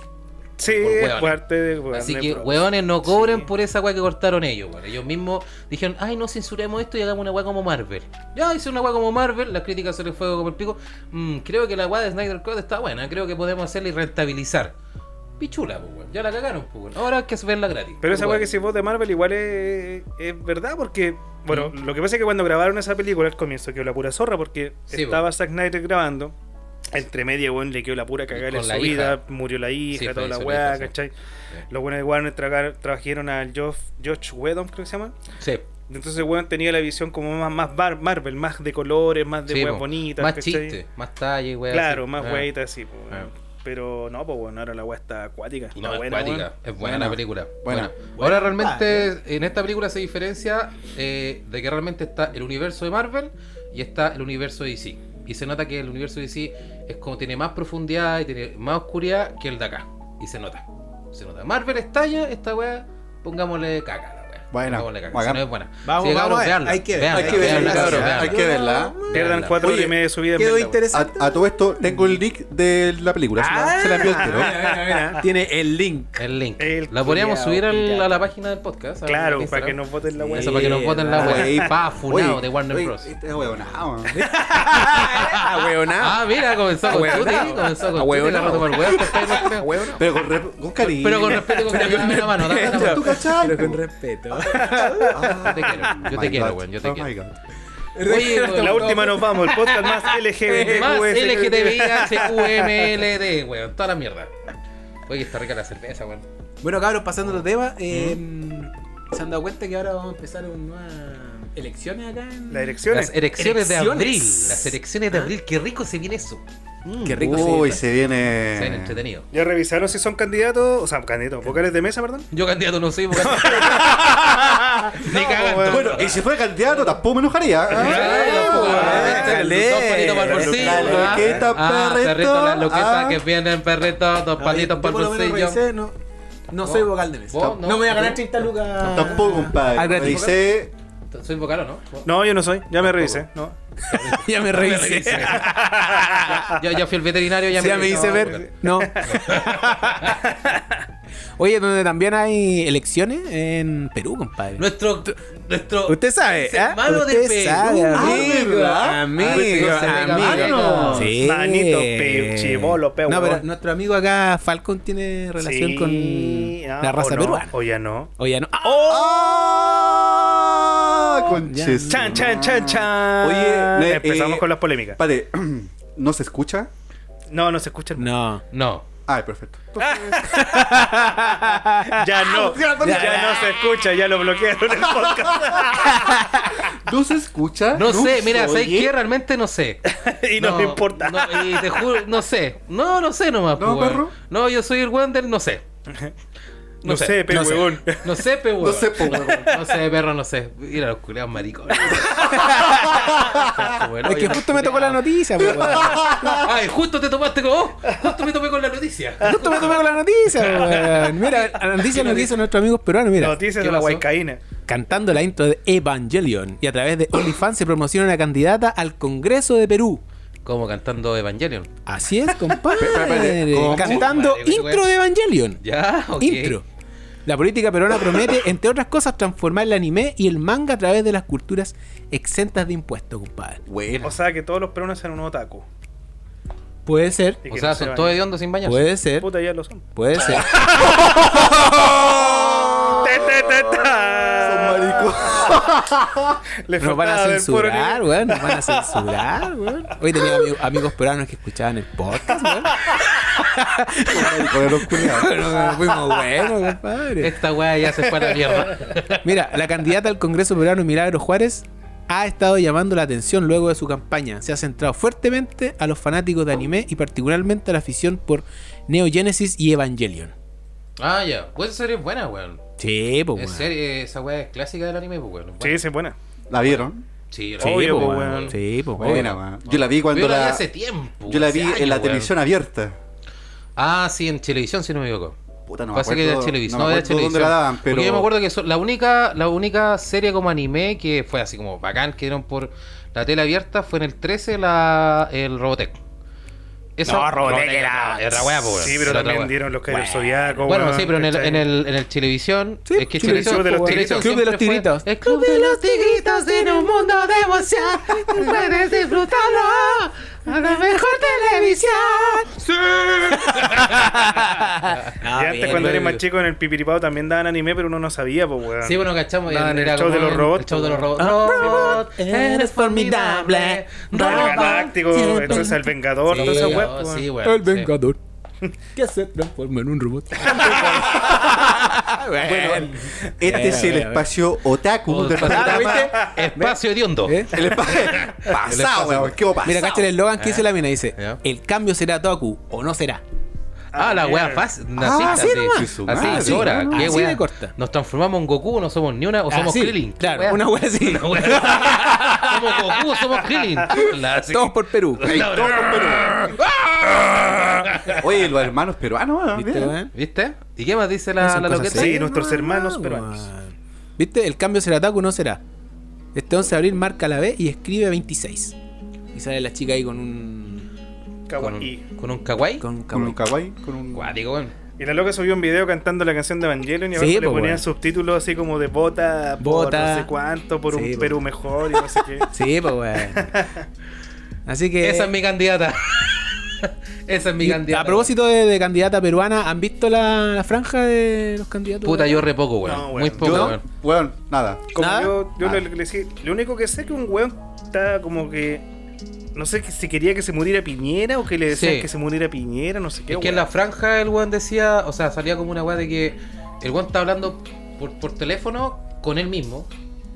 S1: Sí,
S2: por
S1: es
S2: hueones.
S1: parte de weón.
S2: pues, Así
S1: de
S2: que,
S1: pro.
S2: weones, no cobren
S1: Sí.
S2: por esa weá que cortaron ellos, weón. Ellos mismos dijeron, ay, no censuremos esto y hagamos una weá como Marvel. Ya hice una weá como Marvel, las críticas se les fue como el pico. Mm, creo que la weá de Snyder Code está buena, creo que podemos hacerla y rentabilizar. Pichula, pues, weón. Ya la cagaron, pues, weón. Ahora hay que verla gratis.
S1: Pero esa weá que
S2: Weón.
S1: si vos de Marvel igual es, es verdad, porque. Bueno,
S2: Mm.
S1: lo que pasa es que cuando grabaron esa película al comienzo quedó la pura zorra, porque
S2: Sí,
S1: estaba Zack Snyder grabando. Entre medio, weón, le quedó la pura cagada en
S2: Con
S1: su
S2: la
S1: vida,
S2: hija.
S1: murió la hija,
S2: Sí,
S1: toda la
S2: falleció la
S1: weá,
S2: hija, sí.
S1: ¿cachai?
S2: Sí.
S1: Los buenos de Warner tragar- trajeron al Geoff, George Whedon, creo que se llama.
S2: Sí.
S1: Entonces, weón, tenía la visión como más, más bar- Marvel, más de colores, más de
S2: Sí,
S1: weas
S2: po.
S1: bonitas,
S2: Más
S1: ¿cachai?
S2: chiste, más talla y weá.
S1: Claro,
S2: así.
S1: más
S2: Ah.
S1: weitas así, po, weón.
S2: Ah.
S1: Pero no, pues bueno, ahora la weá está acuática. Está
S2: No, es
S1: buena,
S2: cuática,
S1: weón.
S2: es buena
S3: Buena.
S2: la película.
S3: Buena.
S2: Buena. Ahora realmente en esta película se diferencia eh, de que realmente está el universo de Marvel y está el universo de DC. Y se nota que el universo de DC es como tiene más profundidad y tiene más oscuridad que el de acá. Y se nota. Se nota. Marvel estalla, esta weá, pongámosle caca. a la weá.
S3: Buena,
S2: Pongámosle caca.
S3: bacán.
S2: Si no es buena.
S4: Vamos,
S2: Sí,
S4: vamos a ver,
S2: veanla,
S4: hay que ver,
S2: veanla,
S3: Hay que verla,
S2: veanla,
S3: cabrón,
S2: veanla,
S3: Hay que verla.
S1: Pierdan
S2: veanla.
S1: cuatro horas
S5: Oye,
S1: y media de su vida en
S4: Quedó
S1: verla, weón.
S4: interesante.
S3: A, a todo esto tengo el link de la película. se
S4: Ah,
S3: la- se la envió entero.
S1: Ah.
S4: Tiene el link.
S2: El link.
S1: El
S2: la podríamos
S4: culiao
S2: subir al-
S4: pirata.
S2: a la página del podcast. al
S1: Claro, para
S2: Instagram.
S1: que nos voten la weá.
S2: Eso para que nos voten la
S3: Oye,
S2: wea. Pa, funado
S3: oye,
S2: de Warner
S3: oye,
S2: Bros.
S3: Este es huevonao, man.
S5: Ah, weón,
S2: Ah, mira, comenzó con
S5: Ahueonao.
S2: Tuti, comenzó con Tuti,
S5: Ahueonao.
S2: la retomó el weón, después no creo.
S5: Weón,
S3: Pero con, rep- con cariño.
S2: Pero con respeto, con cariño, dame una mano, dame una mano.
S3: ¿Tú cachai?
S4: Pero con respeto.
S3: Ah,
S2: te quiero, yo te
S3: my
S2: quiero,
S3: God.
S2: weón, yo te
S3: Oh
S2: quiero.
S3: my God.
S2: Oye, weón,
S1: La última nos vamos, el podcast más LGBT.
S2: Más
S1: QS.
S2: LGTBI, HQMLD, weón, toda la mierda. Oye, está rica la cerveza, weón.
S4: Bueno, cabros, pasando los temas, eh, se han dado cuenta que ahora vamos a empezar unas nuevas elecciones acá en.
S1: Las elecciones.
S2: Las erecciones de
S4: Erecciones.
S2: abril, las elecciones de abril, qué rico se viene eso.
S4: Qué rico
S3: Uy,
S4: se
S3: se viene.
S2: Se ven entretenido.
S1: Ya revisaron si son candidatos, o sea, candidatos, vocales de mesa, perdón.
S2: Yo candidato no soy, porque- Ni cagando.
S3: Bueno, y si fuera candidato tampoco me enojaría. Ah,
S2: pues, Dos palitos para el bolsillo.
S3: La loqueta,
S2: Ah,
S3: perrito,
S2: La loqueta
S3: ah.
S2: que vienen, perrito. Dos palitos
S4: Yo
S2: para
S4: por
S2: el
S4: lo menos
S2: bolsillo.
S4: revisé, no, no soy vocal de mesa.
S2: ¿Vos? No.
S4: No, me voy a ganar 30 lucas.
S3: Tampoco,
S4: Ah,
S3: compadre.
S4: gratis.
S3: Dice.
S2: Soy vocal o no? Ah,
S1: No, yo no soy, ya me revisé. No.
S4: ya me revisé.
S2: Ya, ya fui el veterinario, ya
S4: Ya me hice
S2: no,
S4: ver.
S2: vocal.
S4: No. Oye, donde también hay elecciones en Perú, compadre.
S2: Nuestro. Nuestro.
S4: Usted sabe,
S2: Ese
S4: ¿eh?
S2: malo de
S4: Usted
S2: Perú.
S4: sabe,
S2: Ah,
S4: amigo,
S3: ¿verdad?
S4: amigo,
S2: Ah, pues, no se
S4: amigo.
S2: pega mano.
S4: Sí.
S1: Manito, pe- chibolo, pe,
S4: No, pero
S1: huevón.
S4: nuestro amigo acá, Falcon, tiene relación
S1: Sí,
S4: con
S1: ah,
S4: la raza
S1: o no,
S4: peruana.
S1: O ya no. ¡Oh!
S4: Oye, no. Ah,
S3: ¡Ah! Conches.
S1: Chan, chan, chan, chan.
S3: Oye, le-
S1: empezamos
S3: eh,
S1: con las polémicas.
S3: Padre, ¿no se escucha?
S1: No, no se escucha. el-
S4: No.
S2: No.
S3: Ah, perfecto.
S1: Ya no. Ya no se escucha, ya lo bloquearon el podcast.
S3: ¿No se escucha?
S2: No sé,
S3: se
S2: mira, ¿sabes
S3: oye?
S2: qué? Realmente no sé.
S1: Y no, me importa.
S2: no, y te juro, no sé. No, no sé nomás.
S3: ¿No,
S2: pues, weón.
S3: perro?
S2: No, yo soy el weón del no sé.
S1: No sé, pe,
S4: no sé.
S1: huevón.
S2: No sé, pe, weón.
S3: No sé, po, weón.
S2: No sé, perro, no sé. Mira los culeados maricones.
S4: Es que justo me tocó la noticia, po, weón.
S2: Ay, justo te tomaste con. oh, justo me tomé con la noticia.
S4: Justo me tocó la noticia, po, weón. Mira, la noticia nos dice nuestros amigos peruanos, mira.
S1: Noticias
S2: ¿Qué
S1: de la
S2: pasó?
S1: Huaycaína.
S4: cantando la intro de Evangelion y a través de OnlyFans se promociona una candidata al Congreso de Perú.
S2: Como cantando Evangelion.
S4: Así es,
S5: espérate,
S4: compadre.
S5: ¿cómo?
S4: Cantando
S2: Compadre,
S4: intro de Evangelion.
S2: Ya, ok.
S4: Intro. La política peruana promete, entre otras cosas, transformar el anime y el manga a través de las culturas exentas de impuestos, compadre.
S5: Bueno.
S1: O sea, que todos los peruanos sean un otaku.
S4: Puede ser,
S1: Y
S2: O
S1: que
S2: sea,
S1: no se
S2: son
S1: bañen.
S2: todos hediondos sin bañarse.
S4: puede ser,
S1: Puta, ya lo son.
S4: puede ser.
S1: Te, te, te, ta.
S2: Ah.
S1: Le
S4: Nos van a
S1: faltaba ver puro
S4: censurar,
S1: nivel.
S4: weón. Nos van a censurar, weón. Hoy tenía ami- amigos peruanos que escuchaban el podcast, weón.
S3: Joder, los culiados.
S4: Pero nos fuimos buenos, compadre.
S2: Esta weá ya se fue a la mierda.
S4: Mira, la candidata al Congreso Peruano Milagro Juárez ha estado llamando la atención luego de su campaña. Se ha centrado fuertemente a los fanáticos de anime y particularmente a la afición por Neo Genesis y Evangelion.
S2: ah, ya. Pues esa serie es buena, weón.
S4: Sí,
S3: Oh,
S4: pues,
S2: Es
S4: weón.
S2: serie, esa weá es clásica del anime, pues, weón.
S1: Sí, sí, es buena.
S3: ¿La vieron?
S2: Sí,
S4: Sí,
S1: Obvio,
S4: pues,
S1: pues,
S4: weón.
S1: weón.
S4: Sí, pues, weón.
S3: Buena, weón. Yo la vi cuando
S2: Yo la vi
S3: la.
S2: hace tiempo.
S3: Yo la
S2: hace
S3: vi
S2: años,
S3: en la
S2: weón.
S3: televisión abierta.
S2: Ah, sí, en televisión, si no me equivoco.
S3: Puta, no me
S2: Pasa que de
S3: acuerdo.
S2: Televisa,
S3: no
S2: no,
S3: me
S2: de
S3: acuerdo dónde
S2: Televisa.
S3: la daban,
S2: Porque
S3: pero.
S2: yo me acuerdo que so- la única la única serie como anime que fue así como bacán que dieron por la tele abierta fue en el 13 la el Robotech. Esa,
S4: No, Robotech era-
S2: era weá, po, weón.
S1: Sí, pero
S2: Era otra
S1: también
S2: weá.
S1: dieron los callos zodiacos.
S2: Bueno,
S1: weón,
S2: sí, pero en el,
S1: ¿cachai?
S2: en el, en el televisión.
S4: Sí,
S2: es que Chilevisión-
S4: Chilevisión,
S1: Club de los
S2: Chilevisión
S4: Tigritos. Club de los
S2: siempre fue
S4: Tigritos.
S2: El club de los tigritos en un mundo de emoción. Puedes disfrutarlo a la mejor televisión.
S1: Y antes, cuando
S2: Ah, bien,
S1: eres más
S2: bien.
S1: chico, en el Pipiripao también daban anime, pero uno no sabía, pues, weón.
S2: Sí, bueno, cachamos.
S1: Daban el
S2: era
S1: show
S2: como
S1: de los
S2: el-
S1: robots,
S2: El show de los
S1: po.
S2: robots. Robot, eres formidable.
S1: Los
S2: Robot,
S1: Galácticos,
S4: siempre.
S1: entonces el Vengador, toda esa weá, pues,
S2: sí,
S1: weón.
S2: weón,
S4: El
S2: sí.
S4: Vengador. Que se transforma en un robot. bueno,
S3: Este es el
S4: Bueno,
S3: espacio otaku del
S2: Claro,
S3: programa.
S2: ¿viste? Espacio hediondo.
S4: ¿Eh?
S3: El espacio. Pasado, weón. ¿Qué pasado?
S4: Mira, cacha el eslogan que dice la mina. Dice,
S2: Ya.
S4: el cambio será Toku o no será.
S2: Ah, la weá fácil. Así,
S3: Ah,
S2: así,
S3: sí, nomás.
S2: así,
S3: Sí, su
S2: así,
S3: madre.
S2: ahora,
S4: Así
S2: qué
S4: de
S2: weá.
S4: corta.
S2: Nos transformamos en Goku, no somos ni una, o somos
S4: Así,
S2: Krillin.
S4: Claro,
S2: Weá.
S4: una wea así.
S2: Weá. somos Goku, somos Krillin. La- sí.
S4: Todos por Perú.
S2: La-
S3: Oye, los hermanos peruanos, weón,
S4: ¿Viste,
S3: mira.
S4: weón?
S2: ¿Viste? ¿Y qué más dice la,
S4: Son
S2: la
S4: cosas
S2: loqueta?
S1: Sí,
S4: serias,
S1: nuestros
S4: no,
S1: hermanos
S4: weón.
S1: peruanos.
S4: ¿Viste? El cambio será Toku o no será. Este 11 de abril marca la B y escribe 26. Y sale la chica ahí con un...
S2: Con,
S1: Kawaii.
S2: un- con un kawaii.
S4: Con un
S3: Con un
S4: cabrón.
S3: kawaii, con un.
S2: Cuático, weón.
S1: Y la loca subió un video cantando la canción de Evangelion y
S4: Sí,
S1: abajo le
S4: pues,
S1: ponían
S4: weón.
S1: subtítulos así como de bota, por no
S4: Bota.
S1: sé cuánto, por
S4: Sí,
S1: un
S4: pues.
S1: Perú mejor y no sé qué.
S4: Sí, pues weón. Así que...
S2: Esa es mi candidata. Esa es mi
S4: Y
S2: candidata.
S4: A propósito de, de candidata peruana, ¿han visto la, la franja de los candidatos?
S2: Puta, yo re poco, weón.
S1: No, weón.
S2: Muy poco,
S3: Yo,
S2: weón.
S3: weón, nada.
S1: Como
S4: ¿Nada?
S1: yo, yo
S3: Ah.
S1: le, le decía, lo único que sé es que un weón está como que. No sé que- si quería que se muriera Piñera o que le decían
S2: Sí.
S1: que se muriera Piñera, no sé qué.
S2: Es
S1: weón.
S2: que en la franja el weón decía, o sea, salía como una weá de que el weón está hablando por, por teléfono con él mismo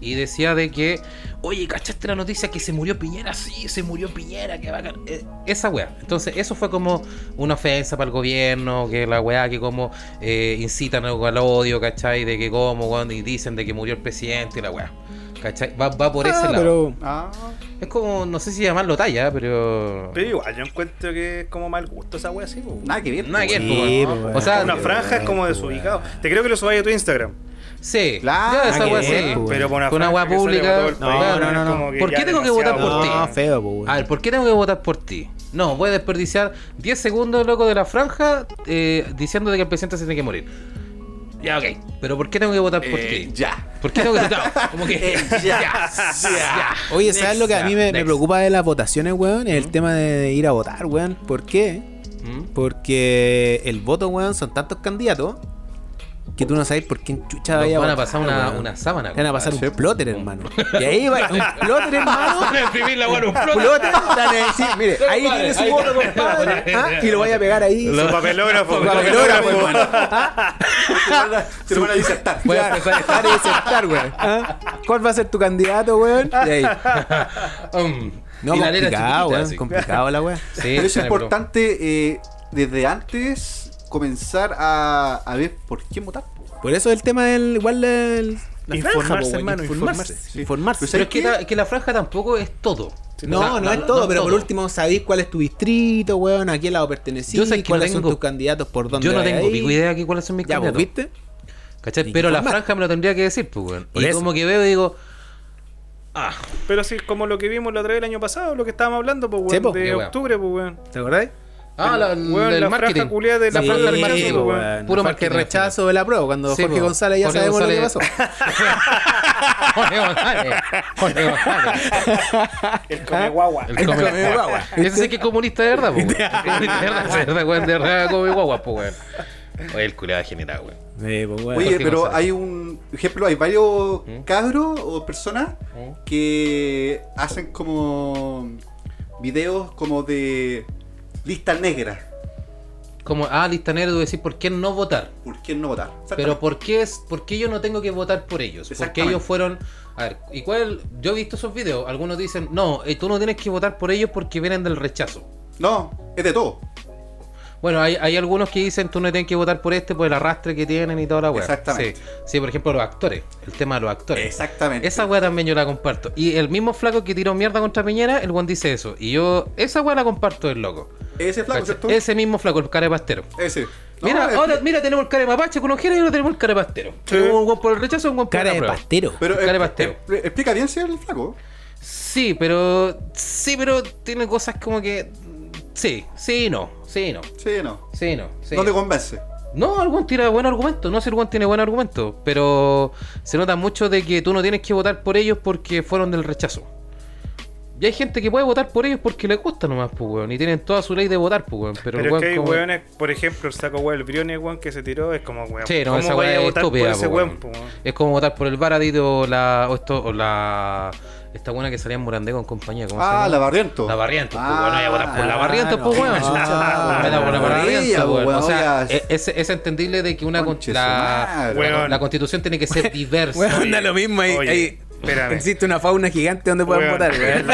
S2: y decía de que, oye, ¿cachaste la noticia que se murió Piñera? Sí, se murió Piñera, que bacán. Eh, Esa weá. Entonces, eso fue como una ofensa para el gobierno, que la weá que como eh, incitan al al odio, ¿cachai? De que como, weón, y dicen de que murió el presidente y la weá. ¿Cachai? Va, va por ese
S4: Ah,
S2: lado.
S4: pero-
S3: Ah,
S2: Es como, no sé si llamarlo talla, pero...
S1: Pero igual, yo encuentro que es como mal gusto esa wea así, po.
S3: nada que ver.
S2: Nada que
S3: weón.
S2: ver, po,
S4: Sí, pues,
S2: weón.
S4: po,
S2: O sea,
S1: Una franja es como desubicado. Te creo que lo subáis a tu Instagram.
S2: Sí,
S3: Claro,
S2: ya, esa
S4: nada
S2: weá
S4: que
S2: sí.
S4: ver, po.
S1: Pero por una
S2: Con una
S1: franja
S2: wea
S1: que sale
S2: pública,
S1: por todo el
S4: no,
S1: país,
S4: no, no,
S1: es
S4: no.
S1: como que
S2: ¿Por qué
S1: ya
S2: tengo que votar
S1: demasiado,
S2: por ti?
S4: No,
S1: weón.
S4: feo, pues weón.
S2: A ver, ¿por qué tengo que votar por ti? No, voy a desperdiciar 10 segundos, loco, de la franja eh, diciendo de que el presidente se tiene que morir. Ya, ok. Pero ¿por qué tengo que votar por
S3: Eh,
S2: ti?
S3: Ya.
S2: ¿Por qué tengo que votar? Como que...
S3: Eh, ya.
S2: ya.
S4: Oye, ¿sabes
S2: Next,
S4: lo que a mí me, me
S2: next.
S4: preocupa de las votaciones, weón? Es el tema de, de ir a votar, weón. ¿Por qué?
S2: ¿Mm?
S4: Porque el voto, weón, son tantos candidatos que tú no sabes por quién chucha
S2: Nos
S4: vaya
S2: van a
S4: votar,
S2: pasar una,
S4: weón.
S2: una sábana.
S4: Van a pasar
S3: Sí.
S4: un plotter, hermano. Y ahí va un plotter, hermano.
S2: Van a imprimir la weá, un plot.
S4: Plotter, dale, sí, mire, ahí
S2: Compadre,
S4: tiene su
S2: ahí
S4: voto,
S2: está.
S4: compadre. ¿ah? Y lo vaya a pegar ahí.
S1: Su papelógrafo.
S4: Con papelógrafo, hermano.
S3: Se lo van a- Se lo van a disertar.
S2: Voy a empezar a
S4: Para de aceptar, weón. ¿Ah? ¿Cuál va a ser tu candidato, weón? Y ahí.
S2: Mm.
S4: No,
S2: Y la letra chiquitita,
S4: complicado, weón.
S2: así.
S4: Complicado la weón.
S2: Sí,
S3: Pero es
S2: dale, bro.
S3: importante eh, desde antes comenzar a, a ver por quién votar. po.
S4: Por eso el tema del igual del la
S1: Informarse,
S4: franja, po, weón,
S1: hermano, informarse.
S3: Sí.
S4: informarse.
S3: Pero
S2: Pero
S3: ¿sabes
S2: es que
S3: qué?
S2: la, que la franja tampoco es todo.
S4: no,
S2: O sea,
S4: no, es todo,
S2: no
S4: pero por último sabéis cuál es tu distrito, weón, a qué lado pertenecís,
S2: Yo sé que no
S4: cuáles son
S2: tengo-
S4: tus candidatos, por dónde
S2: Yo no
S4: vais
S2: tengo
S4: ahí.
S2: pico idea de cuáles son mis
S4: Ya, vos,
S2: candidatos.
S4: ¿viste?
S2: ¿Cachai?
S4: Y
S2: Pero
S4: qué
S2: la
S4: formato.
S2: franja me lo tendría que decir, pues, weón.
S4: Por
S2: Y
S4: eso.
S2: como que veo y digo,
S1: Pero sí, como lo que vimos la otra vez el año pasado, lo que estábamos hablando, pues,
S4: Sí,
S1: weón,
S4: po.
S1: de
S2: Qué weón.
S1: octubre, pues, weón.
S4: ¿Te acordáis?
S2: ah, la,
S1: Weón,
S2: el
S1: la
S2: marketing.
S1: franja culiada del
S2: la
S1: Sí,
S2: franja del
S1: po,
S2: marketing,
S1: weón.
S2: weón. Puro
S4: Porque
S2: marketing.
S4: rechazo de la prueba cuando
S2: Sí,
S4: Jorge
S2: po.
S4: González ya
S2: Jorge
S4: sabemos lo que
S2: González-
S4: pasó.
S2: Jorge González. Jorge González.
S1: El come guagua.
S2: El come
S5: come guagua.
S2: Ese sí que es comunista de verdad, po, weón. Comunista de verdad, de verdad, weón. De verdad, come guagua, po, weón. Oye, el culiado general, weón.
S4: Sí, po, weón.
S3: Oye,
S2: Jorge
S3: pero
S2: González.
S3: hay un por ejemplo, hay varios
S2: ¿Mm?
S3: cabros o personas
S2: ¿Mm?
S3: que hacen como videos como de lista negra.
S2: Como, ah, listanero, debo decir por qué no votar.
S3: ¿Por quién no votar?
S2: Pero ¿por qué, es, ¿por qué yo no tengo que votar por ellos? Porque
S3: Exactamente.
S2: ellos fueron... A ver, ¿y cuál? Yo he visto esos videos. Algunos dicen, no, eh, tú no tienes que votar por ellos porque vienen del rechazo.
S3: No, es de todo.
S2: Bueno, hay, hay algunos que dicen, tú no tienes que votar por este por el arrastre que tienen y toda la weá.
S3: Exactamente.
S2: Sí, sí, por ejemplo, los actores. El tema de los actores.
S3: Exactamente.
S2: Esa weá también yo la comparto. Y el mismo flaco que tiró mierda contra Piñera, el weón dice eso. Y yo, esa weá la comparto del loco.
S3: Ese flaco,
S2: ¿Cachai?
S3: ¿cierto?
S2: Ese mismo flaco, el carepastero.
S3: Ese. No,
S2: mira,
S3: es-
S2: ahora, mira, tenemos el carepamapache con ojera y ahora tenemos el carepastero. Tenemos un weón por el rechazo y un weón por
S4: Cara
S2: la
S4: de
S2: prueba.
S4: pastero.
S3: Pero
S2: Cara de
S3: eh,
S2: pasteo.
S3: eh, explica bien si es el flaco.
S2: Sí, pero. Sí, pero tiene cosas como que. Sí, sí y no. Sí y no.
S3: Sí, no.
S2: Sí y no. Sí. y
S3: No te
S2: no.
S3: convence.
S2: No, el weón tira buen argumento. No sé, el weón tiene buen argumento. Pero se nota mucho de que tú no tienes que votar por ellos porque fueron del rechazo. Y hay gente que puede votar por ellos porque les gusta nomás, pues, weón. Y tienen toda su ley de votar, pues, weón. Pero,
S1: Pero,
S2: el
S1: es
S2: weón
S1: que hay
S2: como-
S1: weones, por ejemplo, el saco weón, el briones, weón, que se tiró, es como, weón,
S2: Sí, no,
S1: ¿cómo
S2: esa
S1: vaya
S2: weá
S1: a
S2: es
S1: votar
S2: estúpida,
S1: por ese
S2: po,
S1: weón,
S2: weón?
S1: po, weón?
S2: Es como votar por el Baradit o la. O, esto, o la. Esta buena que salía en Morandé con compañía. ¿cómo se
S3: Ah,
S2: llama?
S3: la barriento. Ah,
S2: La Barrientos, pues, weón, no voy a votar por la Barrientos, pues,
S4: no,
S2: weón.
S4: no,
S2: Ah, voy a votar por la
S3: no,
S2: Barrientos, pues, weón.
S3: no,
S2: O
S3: pues, weón,
S2: sea,
S3: oiga,
S2: e- es, es entendible de que una con-
S3: Conche su
S2: la,
S3: madre.
S1: Weón.
S2: la constitución tiene que ser diversa.
S4: Weón, da lo mismo. Ahí,
S1: Oye,
S4: ahí-
S1: espérame.
S4: existe una fauna gigante donde puedan
S1: Weón.
S4: votar, weón.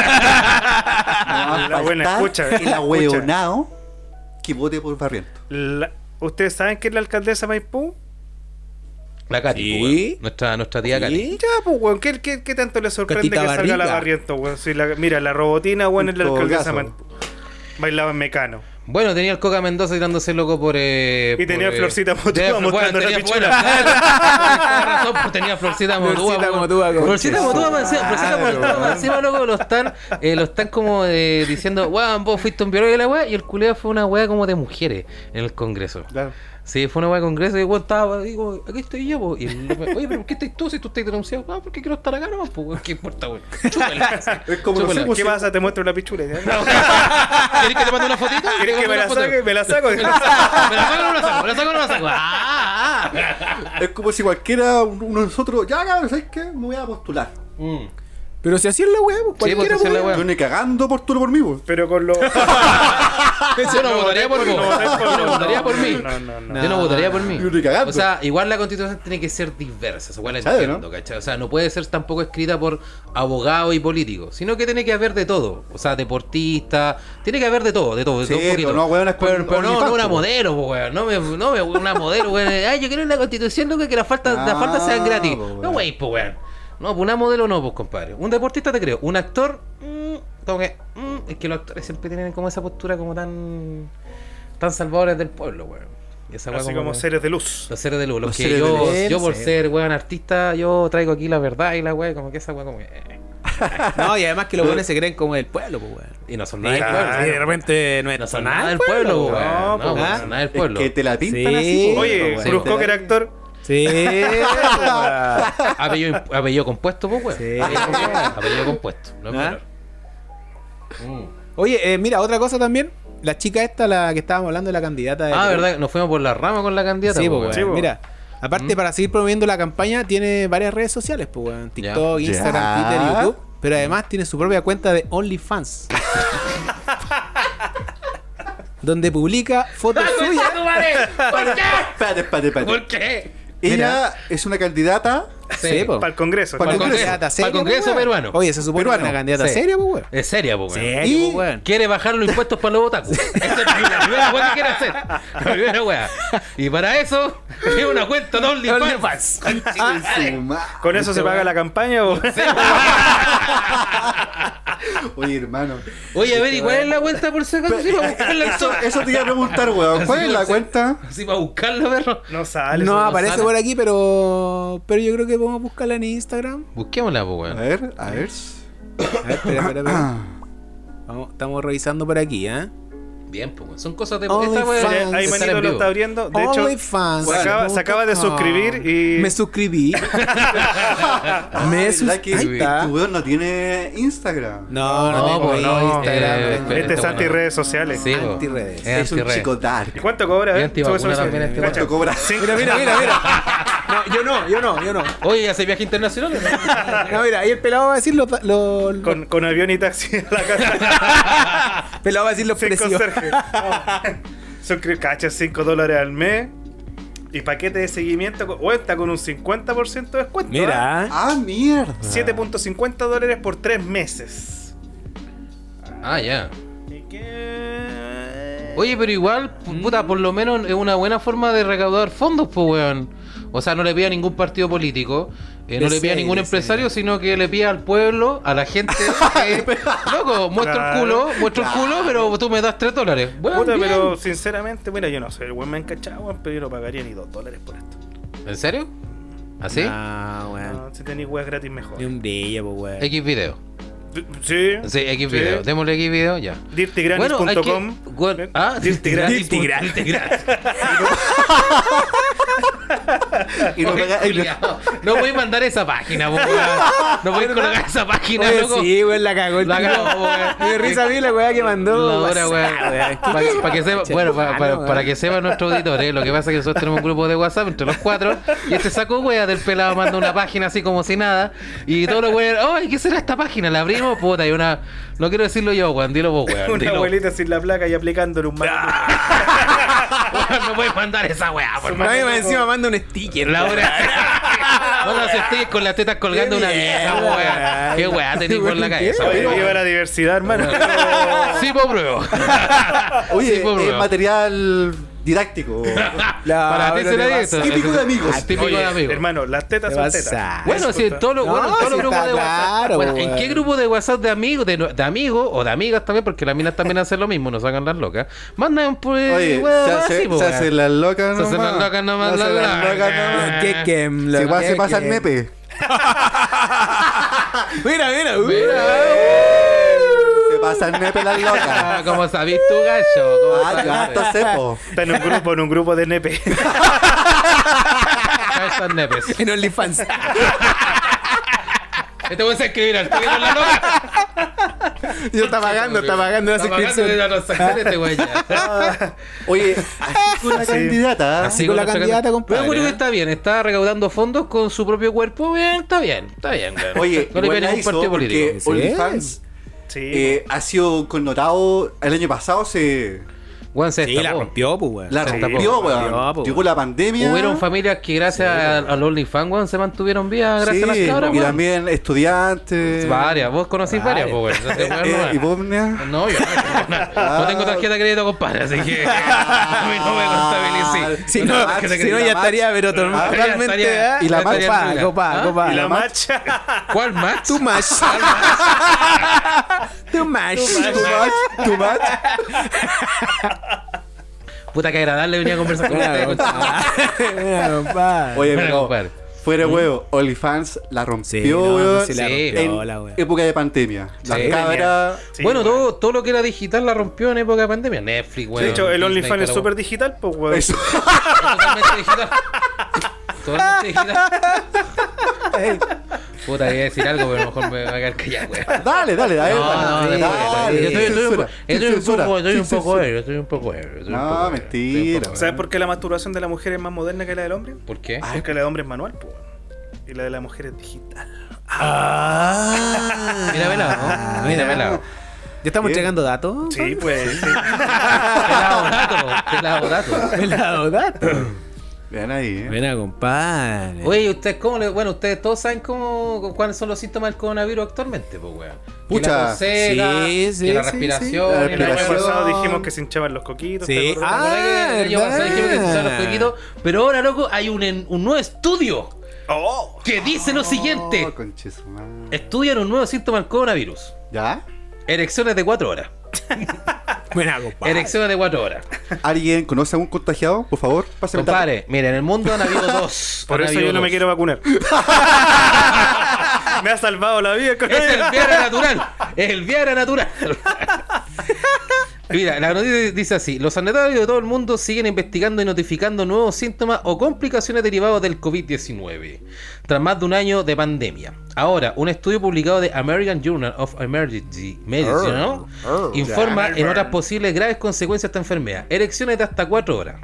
S3: No,
S1: La buena,
S3: faltar
S1: escucha,
S3: El
S1: escucha.
S3: ahueonao que vote por barriento.
S1: La- ¿Ustedes saben quién es la alcaldesa de Maipú?
S2: La Katy,
S4: Sí.
S2: pues, weón. nuestra, nuestra tía Katy.
S1: Ya, pues, weón, ¿qué, qué, qué tanto le sorprende
S4: Catita
S1: que salga la
S4: Barriga.
S1: barriento, weón? Si la- mira, la robotina, weón, es la
S3: Un
S1: alcaldesa de
S3: colgazo.
S1: Maipú. Bailaba en mecano.
S2: Bueno, tenía el Coca Mendoza tirándose loco por. Eh,
S1: Y tenía
S2: por, eh,
S1: Florcita Motúa
S2: tenía- bueno,
S1: mostrando la
S2: tenía-
S1: pichula.
S2: bueno, claro, tenía razón, pues, tenía Florcita Motúa.
S4: Florcita
S2: weón.
S4: Motúa, con-
S2: Florcita
S4: Conche
S2: Motúa,
S4: su
S2: más encima- Florcita
S4: madre,
S2: Motúa,
S4: weón.
S2: más encima, loco, lo están, eh, lo están como eh, diciendo, weón, vos fuiste un violador de la weá. Y el culeo fue una weá como de mujeres en el Congreso.
S3: Claro.
S2: Sí, fue una weá de Congreso y el weón estaba, digo, aquí estoy yo, po. Y el loco, oye, pero ¿por qué estás tú si tú estás denunciado? Ah, porque quiero estar acá, no, pues, weón, ¿qué importa, weón? Chúpala.
S3: Es como
S2: Chúpala.
S3: no sé, pues,
S1: ¿Qué
S3: si-
S1: pasa? Te muestro la pichula. ¿ya?
S2: ¿Querés que te mande una fotito?
S1: ¿Quieres que me la saque? ¿Me la saco?
S2: Me la saco, me la saco, no la saco, me la saco, no la saco. Ah, ah, ah.
S3: Es como si cualquiera uno de nosotros. Ya, cabrón, ¿sabes qué? Me voy a postular.
S2: Mm.
S4: Pero si así es la weá, pues,
S2: Sí, pues,
S4: cualquiera
S2: así es la
S4: puede.
S2: weá.
S3: Yo ni cagando postulo por mí, pues. vos.
S1: Pero con los...
S2: Yo no votaría por
S1: No,
S2: vos. Yo no votaría por mí.
S1: No, no, no.
S2: Yo no votaría por mí.
S3: Yo ni cagando.
S2: O sea, igual la constitución tiene que ser diversa, igual la
S3: ¿Sabe,
S2: entiendo,
S3: no?
S2: ¿cachai? O sea, no puede ser tampoco escrita por abogados y políticos, sino que tiene que haber de todo. O sea, deportista, tiene que haber de todo, de todo, de
S3: Sí,
S2: todo un
S3: pero
S2: poquito.
S3: no, weón, es con
S2: pero, pero no,
S3: OnlyFans,
S2: no una
S3: po.
S2: modelo, po, weón. No me, no me- una modelo, weón. Ay, yo quiero en la constitución, loco, que las faltas, las
S3: Ah,
S2: faltas sean gratis.
S3: po, weón.
S2: No, wey, pues weón. No, pues una modelo no, pues compadre. Un deportista te creo. Un actor, mm, como que, mm, es que los actores siempre tienen como esa postura como tan tan salvadores del pueblo, weón. Y esa weá
S1: Así como
S2: que-
S1: seres de luz.
S2: Los seres de luz. Los
S4: Los
S2: que
S4: seres
S2: yo,
S4: de luz.
S2: yo por
S4: Sí.
S2: ser, weón, artista, yo traigo aquí la verdad y la weá, como que esa weá como que... eh.
S4: No, y además que los buenos se creen como del pueblo, pues, weón.
S2: Y no son nada del pueblo.
S4: Ah, Y de repente no
S2: No
S4: es
S2: son nada del pueblo, weón. No,
S1: No,
S2: pues,
S4: ah.
S2: no son nada del
S3: Es
S2: pueblo.
S3: que te la pintan
S4: Sí.
S3: así. po,
S1: Oye,
S3: weón.
S1: Bruce
S3: Te la-
S1: Cocker, actor.
S4: Sí. pues, weón.
S2: Apellido, imp- apellido compuesto, pues, weón.
S4: Sí.
S2: Apellido compuesto. No es
S4: ¿Ah?
S2: menor. Mm.
S4: Oye, eh, mira, otra cosa también. La chica esta, la que estábamos hablando, de la candidata de
S2: Ah, ¿verdad? Nos fuimos por la rama con la candidata,
S4: Sí,
S2: po, weón.
S4: pues, weón.
S1: Sí, po.
S4: Mira, aparte para seguir promoviendo la campaña, tiene varias redes sociales, pues, weón. TikTok,
S3: Ya.
S4: Instagram,
S3: Ya.
S4: Twitter, YouTube. Pero además tiene su propia cuenta de OnlyFans. donde publica fotos suyas.
S2: ¿Por qué?
S3: Espérate, espérate, espérate.
S2: ¿Por qué?
S3: Ella es una candidata.
S4: Sí, po.
S1: Para el Congreso.
S2: Para
S3: Para el
S2: el
S3: Congreso.
S2: Congreso,
S4: Candidata seria,
S2: Para el Congreso
S4: pues, weón.
S2: peruano.
S4: Oye, se supone
S3: Peruano.
S4: que es una candidata
S2: Sí.
S4: seria, pues, weón.
S2: Es seria, po, weón.
S4: Seria,
S3: Y-
S4: pues, weón.
S2: Quiere bajar los impuestos para los otakus. Esa es la primera weá que quiere hacer. La primera weá. Y para eso, tiene una cuenta de OnlyFans.
S3: Ah, su ma-
S2: Este
S1: ¿Con eso se paga la campaña? o-
S3: Oye, hermano.
S2: Oye, a ver, ¿y cuál es la vuelta por si acaso? Sí,
S3: eh,
S2: para buscarla.
S3: Eso, eso te iba a preguntar, weón. ¿Cuál es la cuenta?
S2: Sí, para buscarla, perro.
S1: No sale.
S4: no
S1: eso.
S4: aparece
S2: sale.
S4: por aquí, pero pero yo creo que podemos buscarla en Instagram.
S2: Busquémosla, pues,
S3: A
S2: weón.
S3: ver, a ver. Ah.
S4: A ver, espera, espera, espera. Vamos, estamos revisando por aquí, ¿eh?
S2: Bien, pues, weón. Son cosas de.
S4: Only
S2: Esta weón.
S4: fans.
S2: es-
S1: Ahí
S2: sale
S1: Manito
S2: en
S1: lo
S2: vivo.
S1: está abriendo. De hecho,
S4: OnlyFans.
S1: se acaba- se acaba de suscribir y-
S4: Me suscribí. me
S3: Ah, ¿Verdad que
S4: suscribí. Ahí está.
S3: tu weón no tiene Instagram?
S2: No,
S4: No, no, tengo
S2: pues, no,
S4: Instagram.
S2: eh,
S4: no.
S2: pero
S1: este es
S2: bueno.
S1: anti-redes sociales.
S2: Sí, weón.
S4: Antirredes.
S3: es un
S2: antirredes.
S3: chico dark.
S1: ¿Y cuánto cobra?
S2: Y
S1: eh?
S2: antivacuna
S1: Sube, sube, sube.
S2: también este
S1: Cacha.
S3: ¿Cuánto cobra?
S1: Cinco-
S4: Mira, mira, mira, mira. No, yo no, yo no, yo no.
S2: Oye, ¿hace viaje internacional?
S4: No, mira, ahí el pelado va a decir los, los- los-
S1: Con, con avión y taxi a la casa.
S4: pelado va a decir los
S1: Sin
S4: precios.
S1: conserje. Suscri- Cacha, 5 dólares al mes. Y paquete de seguimiento con- bueno, está con un 50% de descuento. ¿ah?
S4: Mira,
S3: Ah, mierda.
S1: 7.50 dólares por 3 meses.
S2: Ah, ya.
S1: ¿Y qué?
S2: Oye, pero igual, pu- puta, por lo menos es una buena forma de recaudar fondos, pues, weón. O sea, no le pida a ningún partido político, eh, no le pida a
S4: Desee,
S2: ningún
S4: desee.
S2: empresario, sino que le pida al pueblo, a la gente. que- loco, muestra
S1: Claro.
S2: el culo, muestra el culo, pero tú me das 3 dólares. Weón,
S1: Puta,
S2: bien.
S1: pero sinceramente, mira, yo no sé, el weón me ha encachado, weón, pero yo no pagaría ni 2 dólares por esto.
S2: ¿En serio? ¿Ah, ¿Así?
S4: No, Ah,
S2: Ah.
S4: weón.
S1: No, si tenéis weas gratis mejor.
S4: Ni un brillo, pues, weón.
S2: X video.
S1: Sí.
S2: Sí, X video. Démosle X video, ya.
S1: Dirtygranis.com.
S2: hay que- bueno, ah,
S1: Dirtygranis.
S2: Dirtygranis.
S3: Y no pega- y no-
S2: Culiao. No voy a mandar esa página, po, weón. No voy a colocar esa página,
S4: Oye,
S2: loco.
S4: sí, weón, la cagó el
S2: La
S4: tío.
S2: cagó, weón.
S4: Me dio risa a mí la weá que mandó.
S2: La hora,
S4: WhatsApp,
S2: weón.
S4: weón.
S2: Pa- pa' que sepa- bueno, pa- pa-
S4: weón.
S2: para que sepa nuestro auditor, eh, lo que pasa es que nosotros tenemos un grupo de WhatsApp entre los cuatro y este saco wea del pelado manda una página así como si nada y todos los weones, ¡ay, qué será esta página! La abrimos, puta, y una. No quiero decirlo yo, weón, dilo vos, weón.
S1: Una
S2: dilo. Ah,
S1: abuelita sin la placa y aplicándole un mal.
S2: Weón, no puedes mandar esa weá, por
S4: No,
S2: favor.
S4: y más encima manda un sticker.
S2: La hora. No las estés con las tetas colgando
S4: Qué
S2: una vieja,
S4: mierda,
S2: weón. Qué weá tenéis por la cabeza,
S1: Oye,
S2: weón.
S1: lleva la diversidad, hermano. Pero-
S2: Sí, po, pruebo.
S3: Oye,
S2: Sí, pues,
S3: es
S2: weón.
S3: material didáctico.
S4: La-
S2: Para ti
S4: pero
S2: será
S4: te
S2: esto.
S4: vas-
S3: Típico de amigos.
S2: Ah, Típico
S1: Oye,
S2: de amigos.
S1: Hermano, las tetas
S4: Te
S1: son
S4: vas
S1: tetas.
S4: a-
S2: Bueno, si en todos los
S4: No,
S2: bueno, en todos los
S4: si
S2: grupos
S4: está
S2: de WhatsApp.
S4: claro,
S2: bueno, ¿en
S4: weón.
S2: qué grupo de WhatsApp de amigos, de, de amigos o de amigas también? Porque las minas también hacen lo mismo, no sacan las locas. Mandan pues.
S3: Oye,
S2: weón,
S3: se, hace,
S2: así, po,
S3: se
S2: weón.
S3: hacen las locas
S2: Se
S3: nomás.
S2: hacen las locas nomás,
S3: Se hacen
S2: las
S3: las locas
S2: locas.
S3: nomás.
S4: Lo que que- lo
S3: Se pasa-
S4: que
S3: Se pasa el
S4: que-
S3: nepe.
S4: Mira, mira. uh.
S3: Se pasa el nepe las
S2: Ah,
S3: locas.
S2: como sabís tú, gacho. como
S3: Ah,
S2: sabís,
S3: ya, hasta cepo.
S1: Está en un grupo, en un grupo de nepe.
S2: acá están nepes.
S4: En OnlyFans.
S2: Este voy a escribir al tiro en la loca.
S4: Yo está pagando, está pagando la
S2: Está pagando
S4: suscripción.
S2: la transacción este güey ya.
S3: Oye, así con la
S1: Sí.
S3: candidata.
S4: Así con la
S2: nuestra
S4: candidata,
S2: candidata.
S4: compadre,
S2: Pero bueno,
S4: ¿eh?
S2: está bien, está recaudando fondos con su propio cuerpo. Bien, está bien, está bien, güey.
S3: Oye,
S2: no le
S3: igual
S2: pide
S3: la
S2: ningún
S3: hizo
S2: partido político.
S3: porque
S4: Sí.
S3: OnlyFans
S1: Sí.
S3: eh, ha sido connotado el año pasado, se
S2: Güey, se
S4: Sí, la
S2: destapó.
S4: rompió, pues, weón.
S3: la
S1: Sí,
S3: rompió,
S1: po.
S4: No,
S3: weón.
S4: po.
S3: Llegó la pandemia.
S2: Hubieron familias que gracias a- al OnlyFans, weón, se mantuvieron vivas
S3: Sí,
S2: gracias a las cabras,
S3: y
S2: weón.
S3: también estudiantes.
S2: Varias, vos conocís varias,
S4: Varias.
S2: po, weón. Entonces,
S3: Eh,
S2: weón,
S3: ¿Y
S2: no,
S3: vos, Ah. Nea?
S2: No, yo no, no, no tengo tarjeta de crédito, compadre, así que a mí no me
S3: Ah,
S2: contabilicí.
S4: Si no,
S3: la Max,
S4: si no
S3: y la
S4: ya
S3: Max.
S4: estaría, pero
S2: Ah,
S4: to-
S2: ya
S4: totalmente.
S2: estaría.
S4: ¿eh?
S3: Y la
S4: Ya estaría
S2: Max.
S4: nula. copa,
S2: ¿Ah?
S4: copa.
S1: y la marcha.
S3: Ah.
S2: ¿Cuál más?
S4: Too much. Too much.
S3: Too much, too much.
S2: Puta que agradable venía a conversar con
S4: Mira,
S2: ustedes. concha.
S4: compadre. Mira, compadre.
S3: Oye,
S2: Bueno,
S3: pero
S2: compadre. Mm.
S3: fuera de huevo, OnlyFans la
S4: Sí,
S3: rompió,
S4: no,
S3: weón.
S4: no se la
S2: Sí.
S4: rompió
S3: en
S4: la weá.
S3: época de pandemia. Las
S2: Sí.
S3: cabras.
S1: Sí,
S2: bueno,
S1: weón.
S2: todo, todo lo que era digital la rompió en época de pandemia. Netflix, weón.
S1: De hecho, el
S2: Disney,
S1: OnlyFans es
S2: todo,
S1: súper digital, pues, weón.
S3: Eso.
S2: weón. Totalmente digital. Totalmente digital. Puta, quería decir algo, pero a lo mejor me va a quedar callado, weón.
S3: Dale, dale, dale.
S2: No, no,
S3: dale,
S2: no, no,
S3: dale,
S2: yo estoy- estoy un
S3: sin
S2: po-
S3: censura, sin
S2: estoy un
S3: censura,
S2: poco- estoy
S3: sin
S2: un poco
S3: censura.
S2: ebrio, estoy un poco ebrio. estoy un
S3: No,
S2: poco ebrio,
S3: mentira,
S2: estoy un poco ebrio.
S1: ¿Sabes por qué la masturbación de la mujer es más moderna que la del hombre?
S2: ¿Por qué?
S1: Ah,
S3: Ah,
S1: Es que la de hombre es manual, pues. weón. Y la de la mujer es digital.
S4: Ah.
S2: Mira, velado, ¿no? Mira, velado.
S4: ¿Ya estamos
S3: Bien.
S4: entregando datos?
S1: Sí, pues. sí.
S2: Pelado dato, pelado dato.
S4: Pelado datos.
S3: Vean ahí, eh.
S4: Mira, compadre.
S2: Oye, ¿ustedes cómo le- Bueno, ustedes todos saben cómo, cuáles son los síntomas del coronavirus actualmente, pues, weón. Que
S3: Pucha.
S2: la reseca,
S4: Sí,
S2: que
S4: sí,
S2: la
S4: sí, sí.
S2: respiración,
S3: La
S2: y
S1: El año
S3: respiración.
S1: pasado dijimos que se hinchaban los coquitos.
S4: Sí.
S1: ¿te acordás?
S4: Ah,
S2: ¿Verdad que el año pasado dijimos que se usaban los
S4: ¿verdad?
S2: coquitos? Pero ahora, loco, hay un, en- un nuevo estudio
S1: ¡Oh!
S2: que dice lo siguiente.
S3: Oh, conches, madre.
S2: Estudian un nuevo síntoma del coronavirus.
S3: ¿Ya?
S2: Erecciones de 4 horas.
S4: Buena, compadre.
S2: Erecciones de 4 horas.
S3: ¿Alguien conoce a algún contagiado? Por favor, pásame el dato.
S2: Compadre, mira, en el mundo han habido dos.
S1: Por
S2: han
S1: eso
S2: habido
S1: yo no me
S2: dos.
S1: quiero vacunar. me ha salvado la vida. con
S2: Es el Viagra natural. Es el Viagra natural. Mira, la noticia dice así: Los sanitarios de todo el mundo siguen investigando y notificando nuevos síntomas o complicaciones derivados del COVID-19, tras más de un año de pandemia. Ahora, un estudio publicado de American Journal of Emergency Medicine ¿no? informa en otras posibles graves consecuencias de esta enfermedad: erecciones de hasta 4 horas.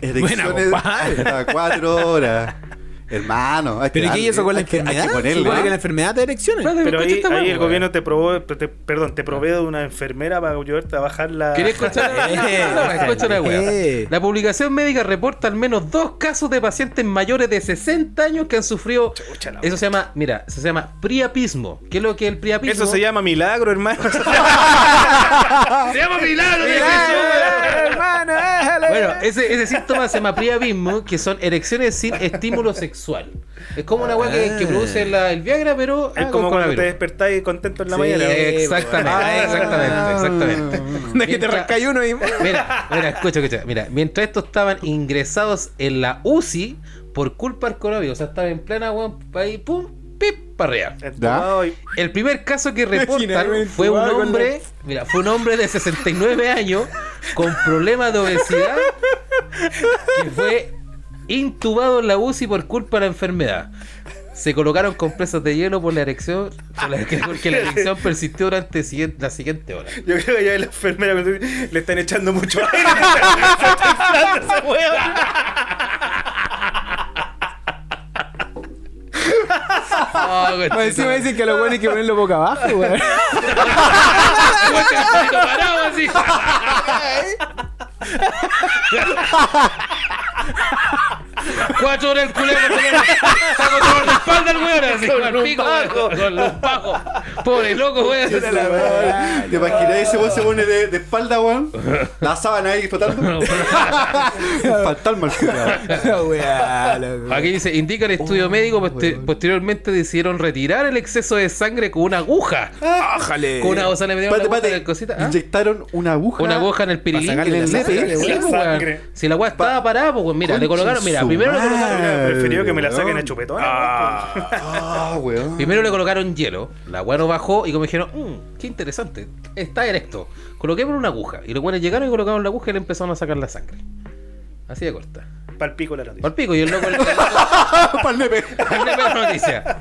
S3: Erecciones
S4: Buena,
S3: hasta cuatro horas. Hermano, hay que
S4: ¿Pero qué
S3: darle,
S4: hay eso con la
S3: hay que- hay que
S4: enfermedad?
S3: ponerle,
S4: Supone que la
S3: ¿no?
S4: enfermedad te erecciona.
S1: Pero ahí,
S2: Escucha esta
S1: ahí el
S2: weá, weón.
S1: gobierno te probó, te- perdón, te provee de una enfermera para ayudarte a bajar la.
S2: ¿Querés escuchar la weá? Escucha la
S4: Eh.
S2: weá. La publicación médica reporta al menos dos casos de pacientes mayores de 60 años que han sufrido.
S1: Chucha la
S2: Eso se llama, mira, eso se llama priapismo. ¿Qué es lo que es el priapismo?
S1: Eso se llama milagro, hermano.
S2: ¡Se llama milagro! de Jesús, weón. Bueno, ese, ese síntoma se llama priapismo, que son erecciones sin estímulo sexual. Es como una weá que, que produce la- el Viagra, pero. ah,
S1: Ah. es
S2: con
S1: como cuando te Ah.
S2: coronavirus.
S1: despertáis contento en la
S4: Sí,
S1: mañana.
S2: Exactamente, exactamente, exactamente.
S4: De que te
S2: Mientras-
S4: rascáis uno y.
S2: Mira, mira, escucha, escucha. Mira, mientras estos estaban ingresados en la UCI por culpa del coronavirus, o sea, estaban en plena, weón, ahí, pum, pip, para arriba.
S1: Entubado y-
S2: El primer caso que
S4: Imagina,
S2: reportan
S4: weón,
S2: fue un
S4: entubado con
S2: hombre, mira, fue un hombre de 69 años con problemas de obesidad que fue intubado en la UCI por culpa de la enfermedad. Se colocaron compresas de hielo por la erección, por la- porque la erección persistió durante siguien- la siguiente hora.
S1: Yo creo que ya la enfermera cuando dice, le están echando mucho aire. se está inflando esa hueá.
S2: Ah, weón,
S4: Más encima dicen que lo bueno es que ponerlo boca abajo, weón.
S2: parado así. Cuatro horas el culero Saco todo la espalda el weón así con el pico weón, Con los pajos Pobre loco
S3: Puta la
S2: weón
S3: weá. ¿Te imaginas ese weón se pone de, de espalda, weón? La sábana ahí explotando. Un fantasma al culo.
S4: La weá, loco.
S2: Aquí dice, indica el
S4: Oh,
S2: estudio médico, poster- posteriormente decidieron retirar el exceso de sangre con una aguja.
S4: Ájale.
S2: Con una, o sea, le metieron
S3: Pate,
S2: una aguja en
S3: pate,
S2: el cosita. ¿ah?
S3: Inyectaron una aguja.
S2: Una aguja en el pirilín.
S4: Para sacarle
S2: en el
S4: la
S2: nete.
S4: sangre,
S1: la
S2: Sí, pues, weón.
S1: sangre.
S2: Si la weá estaba parada, pues weón, mira, le colocaron, mira, primero le colocaron
S1: Hubiera preferido que me la saquen a
S3: chupetón.
S1: chupetones.
S3: Ah, weón.
S2: Primero le colocaron hielo, la weá no bajó y como dijeron, mmm, qué interesante, está erecto. Coloquemos una aguja. Y los buenos llegaron y colocaron la aguja y le empezaron a sacar la sangre. Así de corta.
S1: pues, Palpico la noticia.
S2: Al pico, y el loco le
S3: Pa'l nepe.
S2: la noticia.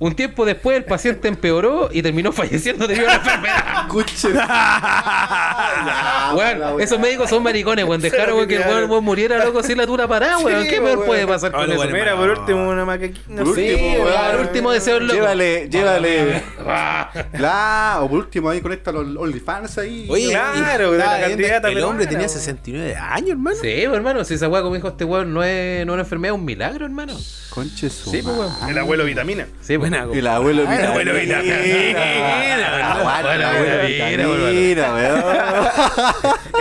S2: Un tiempo después el paciente empeoró y terminó falleciendo debido a la enfermedad.
S3: Escuche. Ah,
S2: Weón,
S3: la weá.
S2: esos médicos son maricones, weón. Dejaron weón, que el weón weón muriera loco sin la dura parada, weón. ¿Qué
S3: weón,
S2: peor
S3: weón.
S2: puede pasar con
S1: Ah,
S4: Ahora,
S2: eso?
S4: weón,
S1: Mira, por último, una macaquina.
S3: Por
S1: Sí.
S3: último, weón.
S2: el último deseo del loco.
S3: Llévale, llévale.
S2: Ah.
S3: La, o por último ahí conecta los OnlyFans ahí.
S4: Oye,
S1: Claro,
S4: y-
S1: de la
S4: estaba
S1: cantidad
S4: viendo, El
S1: también,
S4: hombre
S1: bueno.
S4: tenía 69 años, hermano.
S2: Sí, pues, hermano, si esa weá, como dijo este weón, no es, no es una enfermedad, es un milagro, hermano.
S3: Conche su
S2: Sí, pues, weón.
S3: madre.
S1: El abuelo vitamina.
S2: Sí, pues.
S3: El abuelo mira. El
S1: abuelo mira.
S3: Aguanta,
S2: El
S3: el
S2: abuelo
S3: abuelo
S2: mira,
S3: mira,
S2: weón.
S3: weón.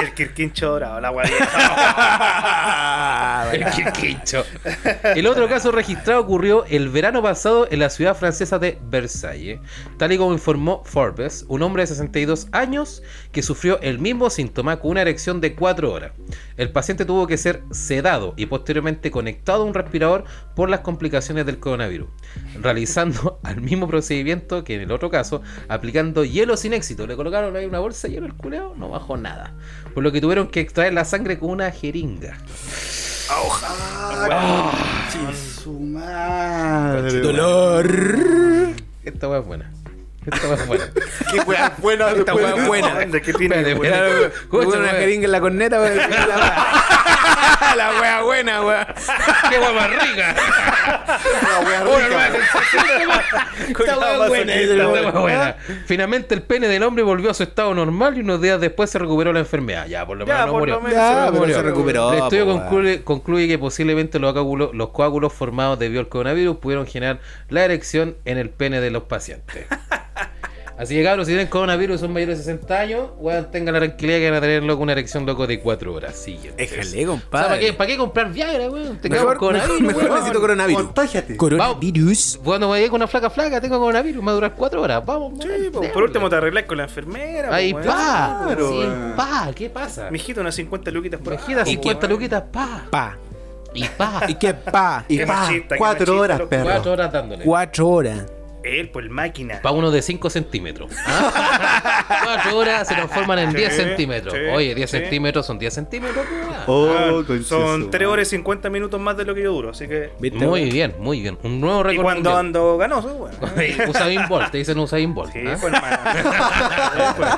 S1: El quirquincho dorado, la guayeta.
S2: El quirquincho. El otro caso registrado ocurrió el verano pasado en la ciudad francesa de Versalles. Tal y como informó Forbes, un hombre de 62 años que sufrió el mismo síntoma con una erección de 4 horas. El paciente tuvo que ser sedado y posteriormente conectado a un respirador por las complicaciones del coronavirus, realizando al mismo procedimiento que en el otro caso, aplicando hielo sin éxito. Le colocaron ahí una bolsa de hielo al culeo, no bajó nada. Por lo que tuvieron que extraer la sangre con una jeringa.
S3: Conche su madre.
S4: Dolor.
S2: Esta weá es buena. Esta weá es buena.
S3: Qué weá buena.
S4: Esta
S3: después
S4: weá
S3: de-
S4: buena.
S1: Anda, ¿Qué tiene?
S2: Espérate,
S1: güey?
S2: espérate.
S4: Como
S2: Escucha,
S4: una
S2: weón.
S4: jeringa en la corneta, weón. La wea buena, weón.
S2: ¡Qué weá más rica!
S3: La weá
S2: Una
S3: rica.
S2: nueva sensación.
S4: Esta wea buena.
S2: Esta
S4: esa
S2: weá
S4: weá.
S2: es buena. Finalmente el pene del hombre volvió a su estado normal y unos días después se recuperó la enfermedad. Ya, por lo menos
S1: Ya,
S2: no
S1: por
S2: murió.
S1: lo menos.
S4: Ya,
S1: Se
S4: pero
S1: murió.
S4: se recuperó.
S2: El estudio
S4: po, weón.
S2: concluye, concluye que posiblemente los coágulos, los coágulos formados debido al coronavirus pudieron generar la erección en el pene de los pacientes. Así que cabros, si tienen coronavirus y son mayores de 60 años, weón, tengan la tranquilidad que van a tener loco una erección loco de 4 horas. Sí,
S4: Éjale,
S2: O sea, ¿para qué,
S4: compadre.
S2: para qué comprar Viagra, weón? Tengamos
S4: Mejor,
S2: coronavirus.
S4: mejor, mejor
S2: weón.
S4: necesito coronavirus.
S3: Contágiate.
S4: Coronavirus.
S2: Cuando me llegue una flaca flaca, tengo coronavirus, me va a durar 4 horas. Vamos,
S1: Sí,
S2: weón,
S1: po, por
S2: démosle.
S1: último te arreglás con la enfermera. po,
S2: Ahí,
S1: weón.
S2: pa.
S3: Claro,
S2: sí,
S3: weón.
S2: pa, ¿qué pasa?
S1: Mijito, unas 50 luquitas por
S2: Mejida, 50 luquitas, pa.
S4: Pa.
S2: Y pa.
S4: ¿Y qué pa?
S3: Y
S1: Qué
S3: pa,
S1: machista, qué
S3: cuatro
S1: machista,
S3: horas,
S1: loco.
S3: perro.
S2: 4 horas dándole.
S4: Cuatro horas.
S1: Él, pues máquina.
S2: Para uno de 5 centímetros. 4 horas se transforman en 10
S1: Sí,
S2: centímetros.
S1: sí,
S2: Oye, 10
S1: sí.
S2: centímetros son 10 centímetros. weón.
S3: Oh,
S1: Ah, Weón, son 3 horas y 50 minutos más de lo que yo duro, así que.
S4: ¿Viste,
S2: Muy
S4: weón?
S2: bien, muy bien. Un nuevo
S1: Y
S2: récord.
S1: cuando
S2: mundial.
S1: ando ganoso, weón.
S2: Usain Bolt, te dicen Usain Bolt.
S1: Sí,
S2: ¿ah?
S1: pues, hermano.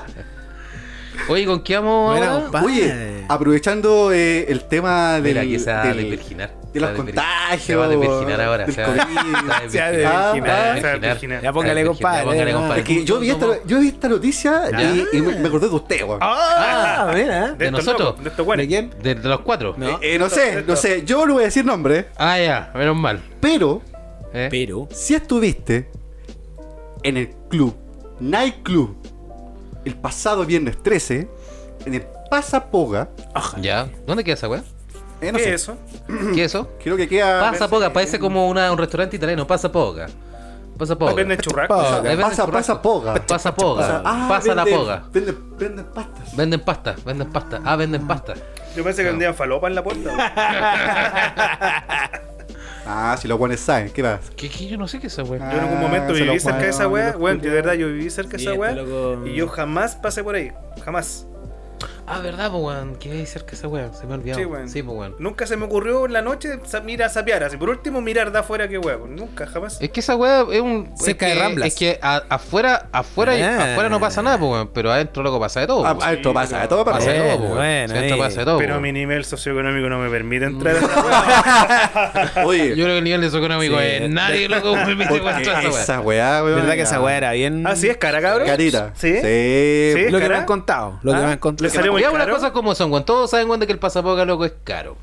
S2: Oye, ¿con qué vamos
S4: Mira,
S2: ahora?
S4: compadre.
S3: Oye, aprovechando eh, el tema del,
S2: Mira, que se va a
S3: del-
S2: desvirginar.
S3: de
S2: Se va
S3: los
S2: a desvirgin-
S3: contagios.
S2: Se va a desvirginar ahora.
S3: del
S2: Se va,
S3: COVID.
S2: se va a
S4: Se va
S2: desvirginar,
S4: a
S1: desvirginar, se
S2: se va a
S1: Ah, va a desvirginar.
S4: Ya póngale,
S2: Se va a
S4: compadre,
S2: desvirginar, póngale,
S4: ya.
S2: compadre.
S3: Es que yo vi esta, yo vi esta noticia y, y me, me acordé de usted, weón.
S4: Ah, mira.
S1: De, estos
S2: nosotros?
S1: locos, de estos güeyes.
S4: ¿De quién?
S2: De, de los cuatro.
S4: No.
S3: Eh, no sé, no sé. Yo no voy a decir nombre,
S2: Ah, ya, menos mal.
S3: pero
S2: ¿eh?
S4: Pero.
S3: si estuviste en el club, nightclub, el pasado viernes 13, en el Pasapoga,
S2: Ya. ¿Dónde queda esa weá?
S3: eh, no
S1: ¿Qué
S3: sé,
S1: es eso?
S2: ¿Qué es eso?
S3: creo Ah, que queda...
S2: Pasa poca, parece como una, un restaurante italiano. Pasa poca. Pasa poca.
S1: ¿Venden churrascos?
S4: Poga.
S2: Ahí venden
S3: Pasa-
S2: churrascos.
S3: Pasapoga.
S2: Pasa poca.
S3: Ah,
S2: Pasa la
S3: venden-
S2: poga.
S3: Venden, venden pastas.
S2: Venden pasta, venden pasta. Ah, venden pasta.
S1: Yo pensé que vendían falopa en la puerta. weón.
S3: Ah, si los guanes saben, ¿qué pasa?
S2: ¿Qué, qué? Yo no sé qué es esa weá.
S1: Yo en algún
S3: Ah,
S1: momento
S3: se
S1: viví
S3: lo
S1: cerca de esa
S3: guardaron,
S1: weá.
S3: lo
S1: Weón, de
S3: culiaron.
S1: verdad, yo viví cerca de
S4: Y
S1: esa
S4: este
S1: weá.
S2: mm.
S4: loco-
S1: Y yo jamás pasé por ahí. Jamás.
S2: Ah, verdad, po, weón. Que hay cerca esa weá. Se me ha olvidado.
S1: Sí, weón.
S2: po, weón.
S1: Nunca se me ocurrió en la noche sa- mira sapear, así por último mirar de afuera qué huevo. Nunca, jamás.
S2: Es que esa weá es un.
S4: Cerca
S2: es
S4: de
S2: que,
S4: Ramblas.
S2: Es que a- afuera, afuera, y-
S4: Ah.
S2: afuera no pasa nada, po, weón. Pero adentro, loco, pasa de todo.
S3: Ah,
S2: po.
S3: ah, esto pasa, esto pasa.
S2: pasa de todo, po,
S4: Bueno,
S2: weón.
S4: bueno,
S2: Si adentro
S4: ahí.
S2: pasa de todo. po,
S1: Pero
S2: weón.
S1: mi nivel socioeconómico no me permite entrar a esa weá.
S3: Oye,
S2: Yo creo que el nivel de socioeconómico
S4: Sí.
S2: es nadie loco permite
S3: porque
S2: weón, toda esa weá.
S3: esa weá, weón.
S4: ¿Verdad que
S3: ya.
S4: esa weá era bien?
S1: Ah, sí, es cara, cabrón.
S3: Carita.
S1: Sí.
S3: Sí. Eh.
S1: Sí.
S4: Eh, Lo que me
S1: cara?
S4: han contado. Lo que
S1: Ah,
S4: me han contado.
S1: le salió muy
S2: Digamos las
S1: caro.
S2: cosas como son, weón. Todos saben, weón, de que el pasapoca, loco, es caro.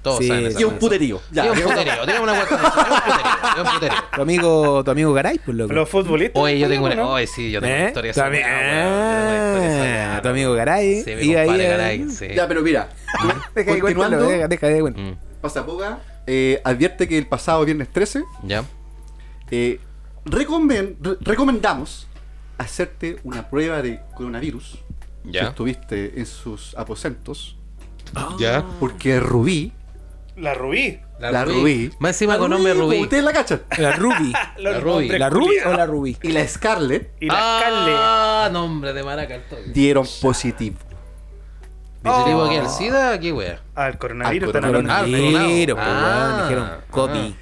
S2: Todos
S4: Sí,
S2: saben. esa
S3: Y un
S2: weá.
S3: puterío. Ya,
S2: Y un
S3: digamos-
S2: puterío. Tenemos una weá. con eso, es un puterío, es un puterío.
S4: Tu amigo, tu amigo Garay, pues loco.
S1: Los futbolistas.
S2: Oye, yo tengo
S1: ¿no?
S2: una. Oye, sí, yo tengo una
S4: ¿Eh?
S2: historia
S4: Tu, ami-
S2: sobre- ah, weón, yo tengo una historia sobre-
S4: Ah, tu amigo Garay.
S2: Sí, mi
S4: iba ahí
S2: compadre
S4: a-
S2: Garay, sí.
S3: Ya, pero mira.
S4: Deja de
S3: Continuando.
S4: cuéntalo, deja, deja de cuéntalo.
S2: Mm,
S3: Pasapoga eh, advierte que el pasado viernes 13
S2: Ya.
S3: eh, recomen- re- recomendamos hacerte una prueba de coronavirus que
S2: Ya.
S3: estuviste en sus aposentos
S2: Ya.
S3: porque Rubí,
S1: La Rubí.
S3: la Rubí,
S2: Más encima con nombre
S3: pues,
S2: Rubí.
S3: Ustedes la cachan.
S4: La Ruby.
S1: Los
S2: Rubí.
S1: nombres
S4: ¿La Ruby o
S1: culiados.
S4: la Ruby?
S3: Y la Scarlett
S1: Y la Carle.
S2: Ah, nombre de maraca al toque.
S3: dieron positivo. Oh.
S2: ¿Dice tipo que el SIDA? ¿Qué wea?
S1: Ah, el coronavirus.
S3: Al
S1: están hablando.
S2: Ah,
S4: Coronavirus, pues,
S2: ah,
S4: weón, dijeron copy.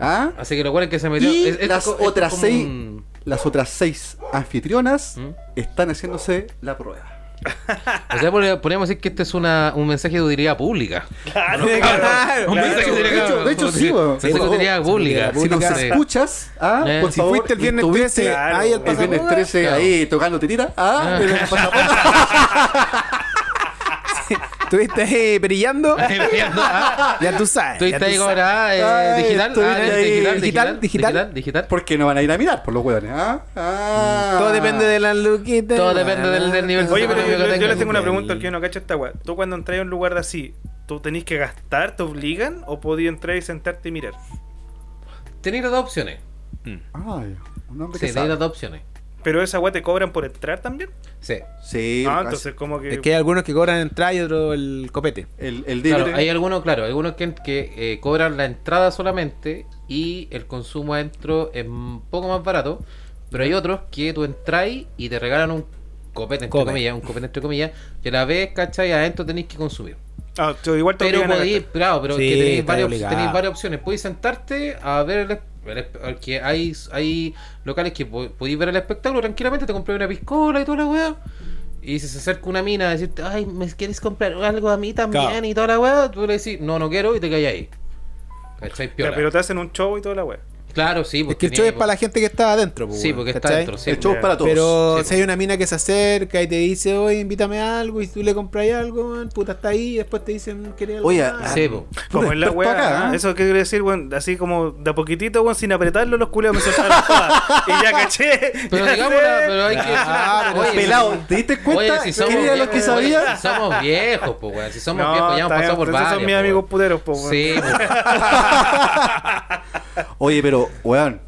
S3: ¿ah?
S2: Así que lo cual es que se metió.
S3: Y
S2: es- es
S3: las
S2: co- es
S3: otras
S2: como
S3: seis
S2: un-
S3: las otras seis anfitrionas
S2: ¿Mm?
S3: están haciéndose la prueba.
S2: O sea, podría- podríamos decir que este es una, un mensaje de utilidad pública.
S1: Claro,
S4: Ah, Claro,
S1: claro.
S2: Un mensaje
S3: de
S2: utilidad-
S3: hecho- de hecho, sí, weón.
S2: Un mensaje de utilidad
S4: Sí,
S2: pública.
S3: Si nos
S4: Pública.
S2: Sí.
S3: escuchas, ah,
S2: Eh.
S3: por
S4: Si
S3: favor,
S4: fuiste el viernes
S3: estuviste
S4: 13,
S1: claro,
S4: ahí el
S1: el
S3: el
S4: pasaporte.
S3: viernes 13
S2: Claro.
S3: ahí tocándote tira, ah,
S2: Ah.
S3: en el pasaporte.
S4: Estuviste ahí eh, brillando.
S2: Ah,
S4: Ya tú sabes. ya
S2: Estuviste
S4: tú
S2: ahí como
S4: sabes.
S2: era eh,
S3: Ay,
S2: digital,
S3: estoy
S2: ah,
S3: ahí.
S2: digital,
S4: Digital,
S2: digital,
S4: digital.
S2: digital, digital.
S3: Porque no van a ir a mirar por los hueones, ¿ah? Ah.
S4: Todo depende de las luquitas.
S2: Todo depende del- del nivel
S1: Oye, pero yo,
S2: Yo
S1: yo- yo les
S2: tengo
S1: tengo una
S4: el-
S1: pregunta que yo no cacho esta weá. Tú cuando entras a un lugar de así, ¿tú tenés que gastar? ¿Te obligan? ¿O podías entrar y sentarte y mirar?
S2: Tenéis las dos opciones.
S4: Mm.
S3: Ay, un hombre
S2: Sí,
S3: que
S2: tenéis
S3: sabe.
S2: las dos opciones.
S1: ¿Pero esa weá te cobran por entrar también?
S2: Sí.
S3: Sí,
S1: Ah,
S3: casi.
S1: entonces como que...
S4: Es que hay algunos que cobran entrada y otros el copete.
S3: el, el día que
S2: Claro,
S3: te-
S2: hay algunos, claro, algunos que, que, eh, cobran la entrada solamente y el consumo adentro es un poco más barato, pero hay otros que tú entras y te regalan un copete entre
S4: Copete.
S2: comillas, un copete entre comillas, que a la vez, ¿cachai? Adentro tenéis que consumir.
S1: Ah, tú igual te
S2: Pero
S1: obligan a
S2: podéis,
S1: gastar.
S2: claro, pero
S4: Sí,
S2: que tenéis
S4: está
S2: varias,
S4: obligado.
S2: tenéis varias opciones. Podéis sentarte a ver el, el- el- que hay, hay locales que po- podéis ver el espectáculo tranquilamente, te compré una piscola y toda la weá. Y si se acerca una mina a decirte, ay, ¿me quieres comprar algo a mí también?
S4: Claro.
S2: Y toda la weá, tú le decís, no, no quiero, y te callas ahí. ¿Cachai?
S1: Ya,
S2: Piola.
S1: pero te hacen un show y toda la weá.
S2: Claro, sí.
S4: es que el show es para la gente que está adentro. pues,
S2: pues, Sí,
S4: weón,
S2: porque está
S4: ¿cachai?
S2: dentro. Sí,
S3: el show
S2: pues.
S3: es para todos.
S4: Pero
S2: Sí,
S4: si hay una mina que se acerca y te dice, oye, invítame a algo, y tú le compras algo, weón, puta, está ahí, y después te dicen, ¿querés algo?
S3: Oye, ah,
S4: más?".
S2: Sí, po.
S1: Como en la
S4: experto
S1: weá,
S4: acá,
S1: ah,
S4: ¿eh?
S1: eso quiere decir, weón, así como de a poquitito, weón, sin apretarlo, los culeos me soltaron todas. Y ya caché.
S2: Pero
S1: ya
S2: digamos,
S1: sé.
S2: pero hay que decir.
S4: Ah,
S2: oye,
S3: Pelado, ¿te diste
S2: Oye,
S3: cuenta?
S2: si somos
S3: ¿Quién era lo
S2: viejos,
S3: que
S2: oye,
S3: sabía?
S2: si somos viejos, po, weón. Si somos
S1: No,
S2: viejos, ya hemos
S1: está bien,
S2: pasado por
S1: por eso
S2: varios.
S1: son mis amigos puteros, po, weón.
S2: Sí, po.
S3: Oye, pero, weón,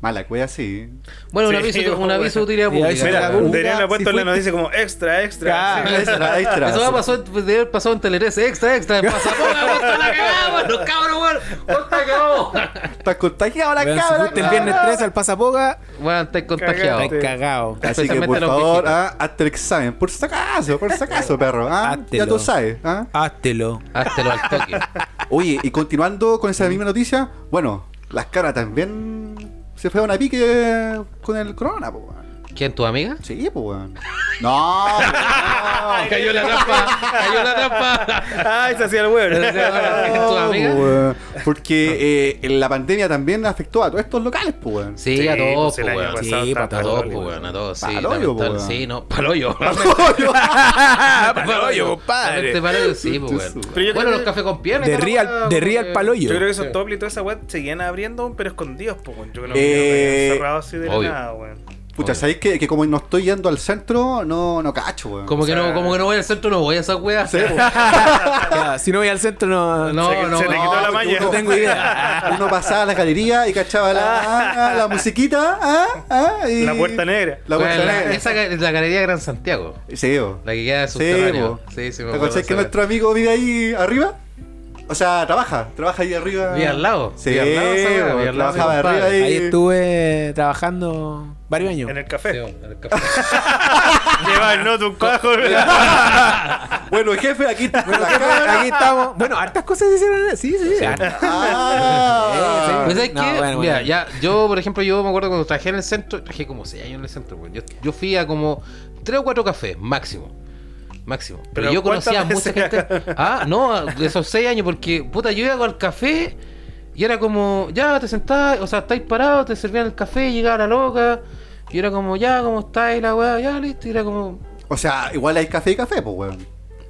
S3: mala cueva sí.
S2: Bueno, un
S1: Sí,
S2: aviso, un
S1: weón.
S2: aviso de utilidad
S4: Y ahí
S2: pública.
S4: se
S1: Mira,
S4: la busca,
S1: deberían haber
S4: si
S1: puesto en la
S4: fuiste-
S1: noticia como extra, extra.
S4: Claro.
S1: sí.
S3: Extra, extra.
S2: Eso va a pasar, debe haber pasado en Teleres, extra, extra, en pasaporte, puta la cagada, weón, los cabros, weón, ¿cuánto acabó?
S3: Estás contagiado la
S4: Weón, si
S3: cabra.
S4: fuiste el viernes 3 al pasapoga,
S2: Weón, estás contagiado.
S1: Cagaste.
S3: este-
S4: estás cagado.
S3: Así que,
S2: Especialmente
S3: por
S2: los
S3: favor,
S2: viejitos.
S3: ah, hazte el examen. Por si acaso, por si acaso, perro. ah, Ya
S4: Hátelo.
S3: tú sabes. ah.
S4: Háztelo.
S2: Háztelo al toque.
S3: Oye, y continuando con esa misma noticia, bueno, las cabras también se fueron a pique con el corona, po, weón.
S2: ¿Quién, tu amiga?
S3: Sí, po, weón. No, weón.
S2: Cayó la trampa, cayó la trampa. Oh,
S1: Ay, se hacía el weón.
S2: ¿Quién, tu
S3: No, po,
S2: amiga?
S3: weón. Porque eh, la pandemia también afectó a todos estos locales, po, weón.
S2: Sí, a
S1: Sí,
S2: todos,
S1: pues, el
S2: po,
S1: año
S2: weón.
S1: pasado
S2: Sí,
S4: Sí,
S1: estaba
S4: pa'
S2: A
S1: todo pues,
S2: todos,
S1: el
S2: po, weón, a todos, sí.
S3: Pa'l hoyo, po,
S2: lamentable-
S3: weón.
S2: Sí, no, pues, paloyo.
S4: Paloyo, compadre.
S2: Paloyo, sí, po, weón.
S1: Pero yo
S2: Bueno,
S1: creo
S2: los
S1: que-
S2: café con piernas.
S4: De real, de real
S1: Yo
S4: paloyo.
S1: creo que esos toples y toda esa weá seguían abriendo, pero escondidos, po, weón. Yo creo
S3: Eh,
S1: que cerrados así de la
S2: obvio.
S1: nada, weón.
S3: Pucha, ¿sabéis que, que como no estoy yendo al centro, no, no cacho, weón.
S2: Como que
S1: O sea-
S2: no, como que no voy al centro, no voy a esas weas.
S3: Sí, po.
S4: Ya, si no voy al centro, no.
S2: No,
S1: se,
S2: no,
S1: se te quitó
S2: no,
S1: la
S3: porque
S1: malla.
S4: no tengo idea.
S3: Uno pasaba a la galería y cachaba la, la musiquita, ah, ah, y-
S1: La puerta negra.
S3: La puerta
S2: Weón, la-
S3: negra.
S2: Esa es la galería Gran Santiago.
S3: Sí, po.
S2: La que queda
S3: Sí,
S2: subterráneo.
S3: po.
S2: Sí, sí, me
S3: ¿Te
S2: acuerdo
S3: acordás
S2: esa
S3: que
S2: wea.
S3: nuestro amigo vive ahí arriba? O sea, trabaja, trabaja ahí arriba.
S2: Vive al lado.
S3: Sí,
S2: Vive al lado esa wea,
S3: bo,
S2: vive al lado de mi
S3: trabajaba
S2: compadre.
S3: arriba ahí.
S4: Ahí estuve trabajando varios años.
S1: En el
S2: Sí,
S1: café.
S2: bueno, en el café.
S1: Lleva el noto un cuajo.
S3: Bueno, jefe, aquí está.
S4: Bueno, jefe, aquí estamos. Bueno, hartas cosas se hicieron. Sí, sí. hartas.
S3: Ah.
S2: Pues, ¿sabes
S4: No,
S2: qué?
S4: bueno,
S2: Mira,
S4: bueno.
S2: ya, yo, por ejemplo, yo me acuerdo cuando trabajé en el centro, trabajé como 6 años en el centro, weón. Yo, yo fui a como 3 o 4 cafés, máximo. Máximo. Pero,
S1: Pero
S2: yo conocía a
S1: ¿cuántas
S2: mucha gente.
S1: veces
S2: Ah, no, a- de esos 6 años, porque, puta, yo iba al café y era como, ya, te sentás, o sea, estáis parados, te servían el café, llegaba la loca. Y era como, ya, ¿cómo estáis? La weá, ya, listo. Y era como,
S3: O sea, igual hay café y café, pues, weón.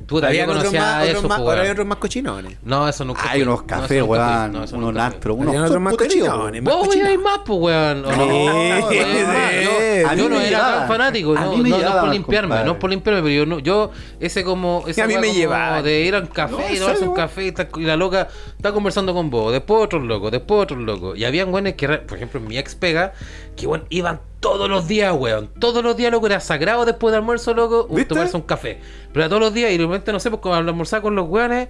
S2: puta, yo
S4: Habían otros
S2: conocía
S4: más-
S2: a eso,
S4: otros más-
S2: po,
S4: ahora hay
S2: weón.
S4: otros más cochinones.
S2: No, eso nunca.
S3: Hay
S2: fui.
S3: unos
S2: No,
S3: cafés,
S2: eso nunca fui.
S3: weón.
S2: No, eso
S3: unos
S2: nunca fui.
S3: astros,
S4: Habían
S3: unos
S4: otros más
S3: puta chicos,
S4: cochinones. más
S2: Vos
S4: cochino.
S2: hay más, pues, weón. ¿o
S3: No,
S2: no?
S3: no,
S4: sí,
S2: weón,
S4: sí.
S2: no,
S3: A mí
S2: yo no
S3: me
S2: era
S3: llevaban.
S2: tan fanático,
S3: A
S2: no,
S3: mí me
S2: no, no es por
S3: llevaban,
S2: limpiarme,
S3: compadre.
S2: no es por limpiarme, pero yo no, yo ese como ese
S4: a mí me llevaban.
S2: de ir a un café
S3: No,
S2: y
S3: ¿en
S2: tomarse
S3: serio,
S2: un
S3: weón?
S2: café y, estar- y la loca está conversando con vos, después otro loco, después otro loco. Y habían weones que, re- por ejemplo, en mi ex pega, que weón, iban todos los días, weón, todos los días, loco, era sagrado después del almuerzo, loco, un-
S3: ¿Viste?
S2: tomarse un café. Pero era todos los días, y de repente, no sé, pues como almorzaba con los weones,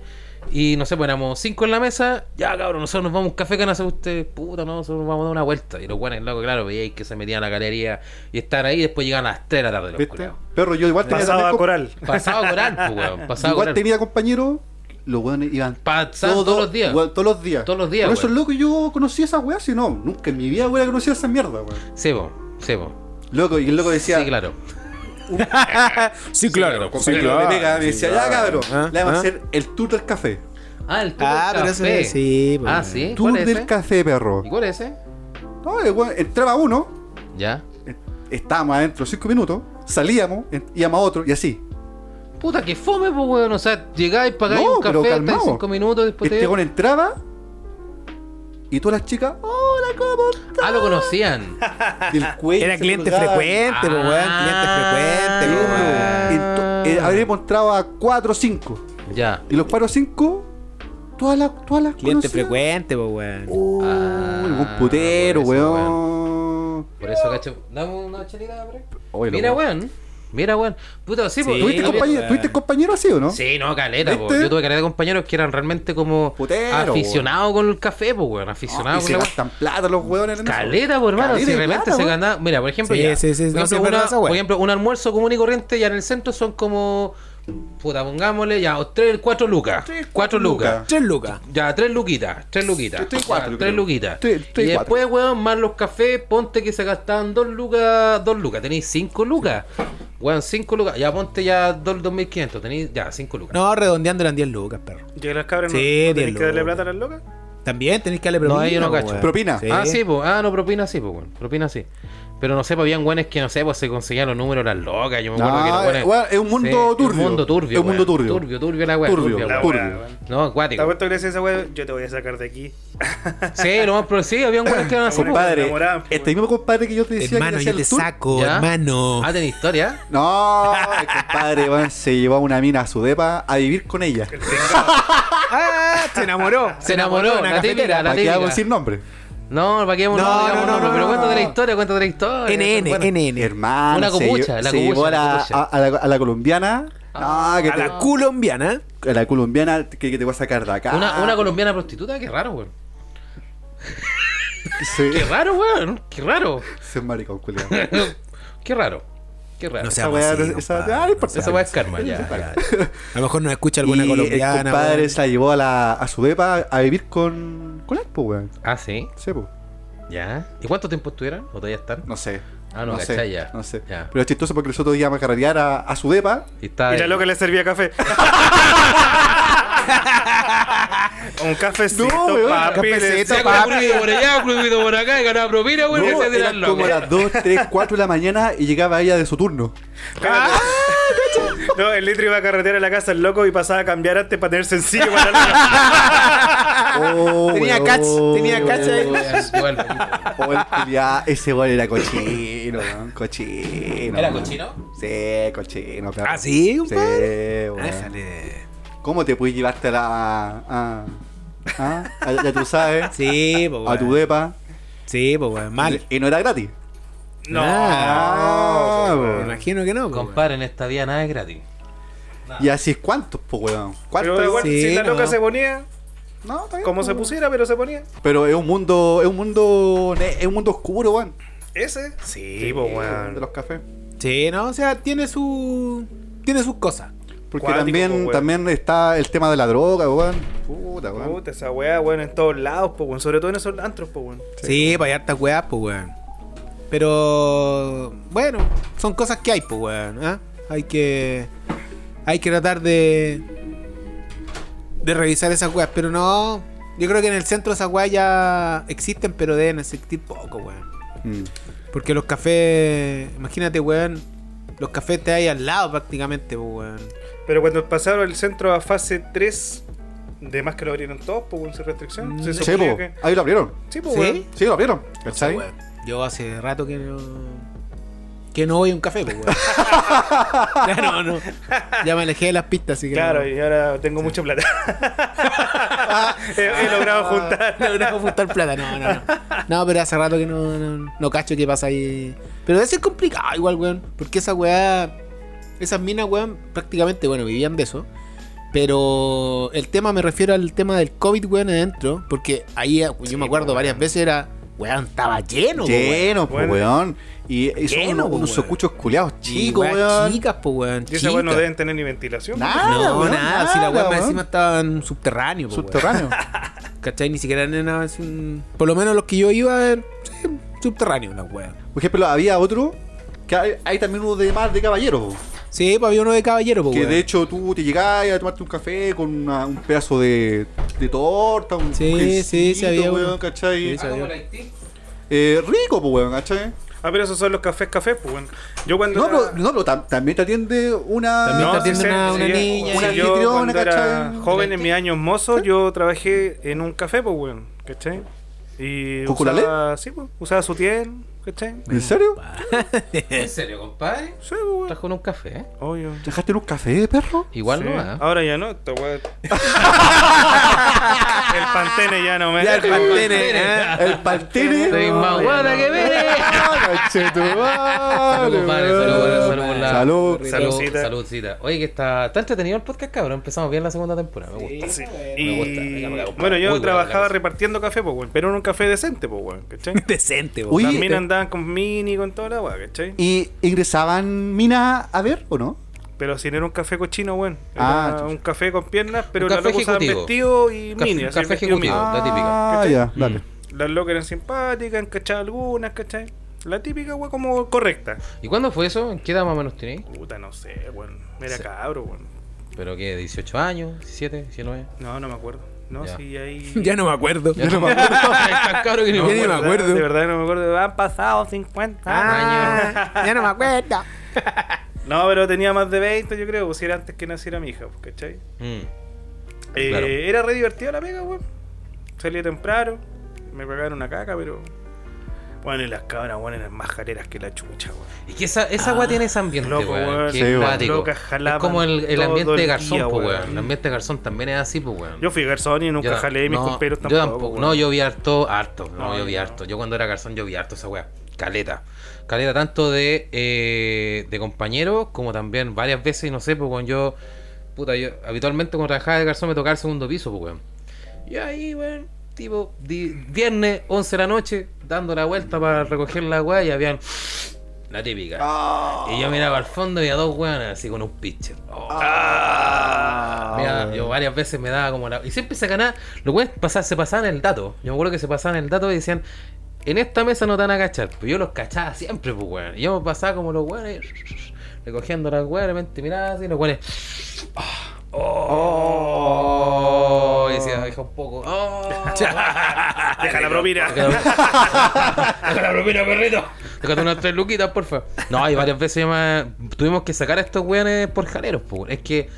S2: y no sé, pues éramos cinco en la mesa. Ya, cabrón, nosotros nos vamos a un café que no hace usted. Puta, no, nosotros nos vamos a dar una vuelta. Y los buenos, loco, claro, veíais que se metían a la galería y estaban ahí. Después llegaban a las 3 de la tarde, los
S3: ¿Viste?
S2: culiados.
S3: Perro, yo igual tenía,
S1: Pasaba
S3: también
S1: a
S3: com-
S1: coral.
S2: Pasado coral, pues, weón. Pasado
S3: igual
S2: coral.
S3: tenía compañeros. Los weones iban
S2: Pasaban todos los días.
S3: weón, todos los días.
S2: Todos los días,
S3: Por eso,
S2: weón.
S3: loco, yo conocí esa weá. Si no, nunca en mi vida hubiera conocido esa mierda, weón.
S2: Sebo, sebo.
S3: Loco, y el loco decía,
S2: Sí, claro.
S4: Sí, claro. Sí,
S3: Pero
S4: claro.
S3: me pega, me decía, ya cabrón,
S4: Ah,
S3: le vamos
S4: ah.
S3: a hacer el tour del café.
S2: Ah, el tour
S4: Ah,
S2: del
S4: pero
S2: café.
S4: eso sí, pues.
S2: Ah, sí.
S3: Tour
S2: ¿Cuál es
S3: del
S2: ese?
S3: café, perro.
S2: ¿Y cuál es ese?
S3: No, el weón, entraba uno,
S2: Ya.
S3: eh, estábamos adentro cinco minutos, salíamos, en- íbamos a otro y así.
S2: Puta, que fome, pues, weón. O sea, llegáis, pagáis
S3: No,
S2: un
S3: pero
S2: café, estáis
S3: calmao.
S2: 5 minutos, después
S3: Este
S2: te.
S3: weón entraba y todas las chicas, hola, ¿cómo estás?"
S2: Ah, lo conocían.
S3: Del cuello
S4: Era
S3: se
S4: cliente
S3: colgaban.
S4: frecuente, pues,
S2: Ah.
S4: weón. Cliente
S3: Sí,
S4: frecuente, pues,
S3: weón.
S4: weón.
S3: Ento- eh, habríamos entrado a cuatro o cinco.
S2: ya.
S3: Y los cuatro o cinco, todas las, todas las
S4: Cliente
S3: conocía.
S4: frecuente, pues, weón.
S3: Oh,
S2: Ah,
S3: el buen putero,
S2: por eso,
S3: weón.
S2: Por eso, cacho. Dame una chelita, hombre.
S3: Oye, lo
S2: Mira,
S3: weón.
S2: weón. Mira, weón. Puta, sí,
S4: Sí.
S2: pues.
S3: ¿Tuviste,
S4: Sí,
S3: compañero,
S4: weón.
S3: ¿Tuviste compañero así o no?
S2: Sí, no, caleta, po.
S3: ¿Viste?
S2: Yo tuve caleta de compañeros que eran realmente como
S3: Putero,
S2: aficionados con el café, pues, weón. Aficionados
S3: y
S2: con
S3: se
S2: la
S3: gastan plata los huevones en eso.
S2: Caleta, pues, hermano.
S3: Caleta
S2: si
S3: de
S2: realmente
S3: plata,
S2: se
S3: weón.
S2: ganaba. Mira, por ejemplo,
S4: Sí,
S2: ya.
S4: sí, sí,
S2: por,
S4: no
S2: ejemplo,
S4: se pierda
S2: una-
S4: esa weá.
S2: por ejemplo, un almuerzo común y corriente ya en el centro son como. Puta, pongámosle ya, o tres, cuatro lucas.
S3: Tres,
S2: cuatro
S3: cuatro
S2: lucas.
S3: lucas.
S4: Tres lucas.
S2: Ya, tres luquitas, tres luquitas.
S3: Tres,
S2: Ya,
S3: cuatro,
S2: tres
S3: creo.
S2: luquitas.
S3: Tres, tres,
S2: y después,
S3: cuatro.
S2: weón, más los cafés, ponte que se gastaban dos lucas, dos lucas. Tenéis cinco lucas. Weón, cinco lucas. Ya ponte ya dos, dos mil quinientos. Tenéis ya cinco lucas.
S4: No, redondeando eran 10 lucas, perro.
S1: ¿Y las cabras
S4: Sí,
S1: no, no
S4: bien
S1: tenés que darle
S4: loco.
S1: plata a las locas?
S4: También tenéis que darle
S2: No,
S4: propina.
S2: ahí yo no
S4: po,
S2: cacho.
S4: weón.
S3: Propina.
S2: Ah, sí, pues. Ah, no, propina sí, pues, weón. Propina sí. Pero no sé, pues habían güenes que no sé, pues se conseguían los números, las locas. Yo me acuerdo que
S3: Ah,
S2: los güenes-
S3: weón, es un mundo turbio.
S2: Un mundo turbio.
S3: Es un mundo
S2: weón.
S3: turbio.
S2: Turbio, turbio la weá.
S3: Turbio,
S2: turbia,
S3: la
S2: weón.
S3: turbio.
S1: weá, weón.
S2: No,
S1: ¿Te
S2: acuático.
S1: apuesto que le decía esa weá? Yo te voy a sacar de aquí.
S2: Sí, lo más probable. Sí, había un güenes que eran así. pues.
S3: Compadre,
S1: enamorado, pues,
S3: este mismo compadre que yo te decía
S4: Hermano,
S3: que le hacía
S4: yo te
S3: el tour.
S4: saco,
S2: ¿Ya?
S4: hermano.
S2: Ah, tenés historia.
S3: No, el compadre weón, se llevó a una mina a su depa a vivir con ella.
S4: Ah, se enamoró.
S2: Se enamoró,
S4: una
S2: la
S4: cafetera.
S2: típica, la
S3: Para que hago
S2: típica.
S3: sin nombre.
S2: No, para qué
S4: No, no,
S2: digamos
S4: no,
S2: nombre,
S4: no,
S2: Pero
S4: no,
S2: cuéntate
S4: no.
S2: la historia, cuéntate la historia.
S4: NN,
S2: Bueno.
S4: NN.
S3: Hermano,
S2: Una
S3: se
S2: copucha,
S3: lle-
S2: la
S3: se
S2: copucha,
S3: llevó a
S2: la
S3: la,
S2: copucha.
S3: a- a la- a la colombiana. Ah, que
S1: a
S3: te-
S4: La colombiana.
S3: a la colombiana que, que te voy a sacar de acá.
S2: Una, una colombiana prostituta, qué raro, weón.
S3: Sí,
S2: Qué raro, weón. Qué raro.
S3: ese maricón, culiao.
S2: qué raro. Qué raro.
S4: No se
S3: Esa
S4: llama
S3: weá,
S4: así,
S3: no- esa-
S4: compadre.
S3: ah, no importa.
S2: Esa weá es karma, ya. ya.
S4: A lo mejor nos escucha alguna
S3: Y
S4: colombiana.
S3: El compadre
S4: weón.
S3: se la llevó a, la, a su depa a vivir con. con él, pues, weón.
S2: Ah, sí.
S3: Sí, pues.
S2: Ya. ¿Y cuánto tiempo estuvieran? ¿O todavía están?
S3: No sé.
S2: Ah, no,
S3: sé.
S2: cachai, ya.
S3: No sé.
S2: Ya.
S3: Pero es chistoso porque nosotros íbamos a carretear a, a su depa.
S2: Y está.
S1: Y la loca le servía café. Un cafecito,
S3: No, weón,
S1: papi. le
S3: cafecito,
S1: decía.
S2: Se ha ocurrido por allá, ocurrido por acá, y ganaba propina, weón. y
S3: No,
S2: ese era
S3: eran
S2: el
S3: como
S2: loco.
S3: a las 2, 3, 4 de la mañana y llegaba ella de su turno. Ah,
S1: Cállate. No, el litro iba a carretera a la casa el loco y pasaba a cambiar antes para tener sencillo para la loca.
S3: Oh,
S4: Tenía
S3: weón.
S4: catch, tenía catch ahí.
S2: Igual, igual.
S3: Oh, el culiao, ese weón era cochino, weón, cochino.
S2: ¿Era
S3: weón.
S2: cochino?
S3: Sí, cochino, perro.
S4: Ah, sí,
S3: Sí,
S4: compadre.
S3: weón.
S4: Ah, Déjale.
S3: ¿Cómo te puedes llevarte a la. a. a. a- ya tú sabes.
S4: Sí, po,
S3: A tu
S4: weón.
S3: depa.
S4: Sí, po, weón. Mal.
S3: Y, y no era gratis.
S1: No.
S4: Ah,
S1: po,
S4: Me
S1: weón.
S4: imagino que no, po, weón.
S2: Compadre, en esta vida nada es gratis.
S3: Y así es cuántos, po, weón. ¿Cuántos?
S1: Pero igual,
S4: Sí,
S1: si la
S4: no.
S1: loca se ponía,
S3: No, está bien,
S1: como
S3: po,
S1: se
S3: weón.
S1: pusiera, pero se ponía.
S3: Pero es un mundo. es un mundo. ne- es un mundo oscuro, weón. Eh,
S1: Ese. Sí, po,
S3: De
S1: weón.
S3: los cafés.
S4: Sí, no, o sea, tiene su. Tiene sus cosas.
S3: Porque
S1: Cuático, po,
S3: también,
S1: weón.
S3: también está el tema de la droga, weón. Puta, weón.
S1: Puta, esa weá, weón, en todos lados, po, weón. Sobre todo en esos antros, po, weón.
S4: Sí, para hay hartas weas, pues, weón. Pero. Bueno, son cosas que hay, pues, weón. ¿ah? Hay que. Hay que tratar de. De revisar esas weas, pero no. Yo creo que en el centro esas weas ya existen, pero deben existir poco, weón.
S3: Mm.
S4: Porque los cafés. Imagínate, weón. Los cafés te hay al lado prácticamente, pues, weón.
S1: Pero cuando pasaron el centro a fase 3, de más que lo abrieron todos, po, weón, sin restricción. Se
S3: Mm. Sí,
S1: suponía
S3: po.
S1: que-
S3: Ahí lo abrieron.
S1: Sí, po,
S4: ¿Sí?
S1: weón.
S3: Sí, lo abrieron. ¿Cachai?
S4: Pues, Weón, Yo hace rato que no. Que no voy a un café, pues, weón. ya no, no. Ya me alejé de las pistas, así que.
S1: Claro,
S4: no.
S1: y ahora tengo mucha plata. he, he
S4: Ah.
S1: logrado juntar.
S4: No, no, juntar plata, no, no, no. No, pero hace rato que no, no, no cacho qué pasa ahí. Pero debe ser complicado igual, weón. Porque esa weá. Esas minas, weón, prácticamente, bueno, vivían de eso. Pero el tema, me refiero al tema del COVID, weón, adentro. Porque ahí, eh, yo me acuerdo varias veces era. Weón, estaba lleno, po, weón.
S3: Lleno, po,
S1: Bueno.
S3: weón. Y, y son
S4: Lleno,
S3: unos,
S4: po,
S3: unos
S4: weón.
S3: socuchos culeados
S4: Y
S3: chicos,
S4: weas
S3: weón.
S4: Chicas, po, weón.
S1: Y esa weá no
S4: chicas.
S1: deben tener ni ventilación.
S3: Nada,
S4: no,
S3: weón,
S4: nada, si la weá más
S3: weón.
S4: encima estaba en subterráneo, po, weón.
S3: Subterráneo.
S4: ¿Cachai? Ni siquiera eran nada, así un- Por lo menos los que yo iba, eh, sí, subterráneo, la weá.
S3: Por ejemplo, había otro que hay, hay también uno de mar de caballero. po,
S4: Sí, pues había uno de caballero, pues.
S3: que
S4: weón.
S3: de hecho tú te llegabas a tomarte un café con una- un pedazo de, de torta, un
S4: Sí, sí, sí,
S3: quesito,
S4: había
S3: weón,
S4: uno.
S3: ¿cachai?
S4: Sí, sí.
S3: Eh, rico, pues, weón, ¿cachai?
S1: Ah, pero esos son los cafés, cafés, pues, weón. Yo cuando.
S3: No,
S1: era-
S4: pues,
S3: pero, no, pero tam- también te atiende una.
S4: También te
S1: sí
S4: atiende
S1: sé,
S4: una-
S1: sí,
S4: una
S1: yo-
S4: niña,
S1: sí,
S3: una
S1: yo
S3: anfitriona,
S1: cuando era
S3: ¿cachai?
S1: joven en mis años mozos, yo trabajé en un café, pues, weón. ¿Cachai? Y.
S3: ¿Cuculalé?
S1: Usaba, sí, pues. Usaba su tiel, ¿cachai?
S3: ¿En serio?
S2: ¿En serio, compadre?
S1: Sí, pues, weón.
S2: Estás con un café, ¿eh?
S1: Obvio.
S3: ¿Dejaste en un café, perro?
S2: Igual
S1: Sí. Ah,
S2: no ¿eh? va.
S1: Ahora ya no, esta weá. el pantene ya no me.
S4: Ya, el pantene, ¿eh?
S3: El pantene.
S2: Soy más guada que ve.
S3: Salud,
S2: Salud, compadre, salud, salud, salud por la-
S3: Salud.
S1: Saludcita.
S2: Saludcita. Oye, que está, está entretenido el podcast, cabrón. Empezamos bien la segunda temporada. Me gusta.
S1: Sí.
S2: Me gusta, me
S1: Y
S2: cago, me cago,
S1: bueno, yo
S2: muy buena la
S1: trabajaba
S2: cosa.
S1: repartiendo café, pues, weón. Pero en un café decente, pues, weón. ¿Cachai?
S4: Decente, pues,
S3: Uy,
S4: weón.
S1: Las
S3: Oye,
S1: minas
S3: eh.
S1: andaban con mini, con toda la weá, ¿cachai?
S3: ¿Y ingresaban mina a ver o no?
S1: Pero si no era un café cochino, weón.
S3: Ah,
S1: Era
S3: chucha.
S1: un café con piernas, pero
S2: Un
S1: las
S2: café
S1: locas usaban
S2: ejecutivo.
S1: vestido y
S2: Café-
S1: mini.
S2: un
S1: así,
S2: café
S1: vestido
S2: ejecutivo.
S1: mini.
S2: la típica. Mm.
S3: Ah,
S1: ¿Cachai?
S3: ya, dale.
S1: Las locas eran simpáticas, cachaban algunas, ¿cachai? La típica, weón, como correcta.
S2: ¿Y cuándo fue eso? ¿En qué edad más o menos tenéis?
S1: Puta, no sé, weón. Era cabro, weón.
S2: ¿Pero qué? ¿18 años? ¿17? ¿19?
S1: No, no me acuerdo. No,
S2: Ya.
S1: sí, ahí.
S4: Ya no me acuerdo.
S2: Ya no me acuerdo. Tan cabro que ni me
S4: Ya ni me
S2: acuerdo.
S1: De verdad-
S4: acuerdo.
S1: De verdad no me acuerdo. Han pasado 50
S2: Ah.
S1: años.
S4: ya no me acuerdo.
S1: No, pero tenía más de 20, yo creo. Pues era antes que naciera mi hija, pues, ¿cachai?
S2: Mm.
S1: Eh,
S2: Claro.
S1: Era re divertida la pega, weón. Salía temprano, me pagaron una caca, pero. Bueno, y las cabras, weón, eran más jaleras que la chucha, weón.
S2: Y que esa, esa weá tiene ese ambiente,
S1: Ah, loco,
S2: weón.
S1: weón.
S2: que
S3: Sí,
S2: es
S3: weón.
S2: cuático.
S1: Locas
S2: Es
S1: jalaban
S2: como el, el
S1: todo
S2: ambiente
S1: el
S2: de garzón,
S1: día,
S2: po,
S1: weón.
S2: weón. El ambiente de garzón también es así, pues, weón.
S1: Yo fui garzón y nunca
S2: Yo-
S1: jalé mis
S2: no,
S1: compañeros
S2: Yo
S1: tampoco.
S2: tampoco.
S1: weón.
S2: No, yo vi harto, harto. No,
S1: No,
S2: yo vi
S1: yo no.
S2: harto. Yo cuando era garzón, yo vi harto esa weá. Caleta. Caleta tanto de, eh, de compañeros como también varias veces, no sé, pues, weón. Yo, puta, yo habitualmente cuando trabajaba de garzón me tocaba el segundo piso, pues, weón. Y ahí, weón, tipo, di- viernes, 11 de la noche, dando la vuelta para recoger la weá y habían. La típica. Y yo miraba al fondo y a dos weones así con un pitcher. Oh. Mira, yo varias veces me daba como la. Y siempre se ganaba. Los weones pasa- se pasaban el dato. Yo me acuerdo que se pasaban el dato y decían. En esta mesa no te van a cachar. Pues yo los cachaba siempre, pues weón. Y yo me pasaba como los weones. Recogiendo las weas, de repente miraba así, los weones. ah, Oh, y decía, deja un poco. Oh,
S1: Deja la propina.
S2: Deja la propina, perrito. Déjate unas tres luquitas, porfa. No, y varias veces yo me- tuvimos que sacar a estos weones por jaleros, pues. Es que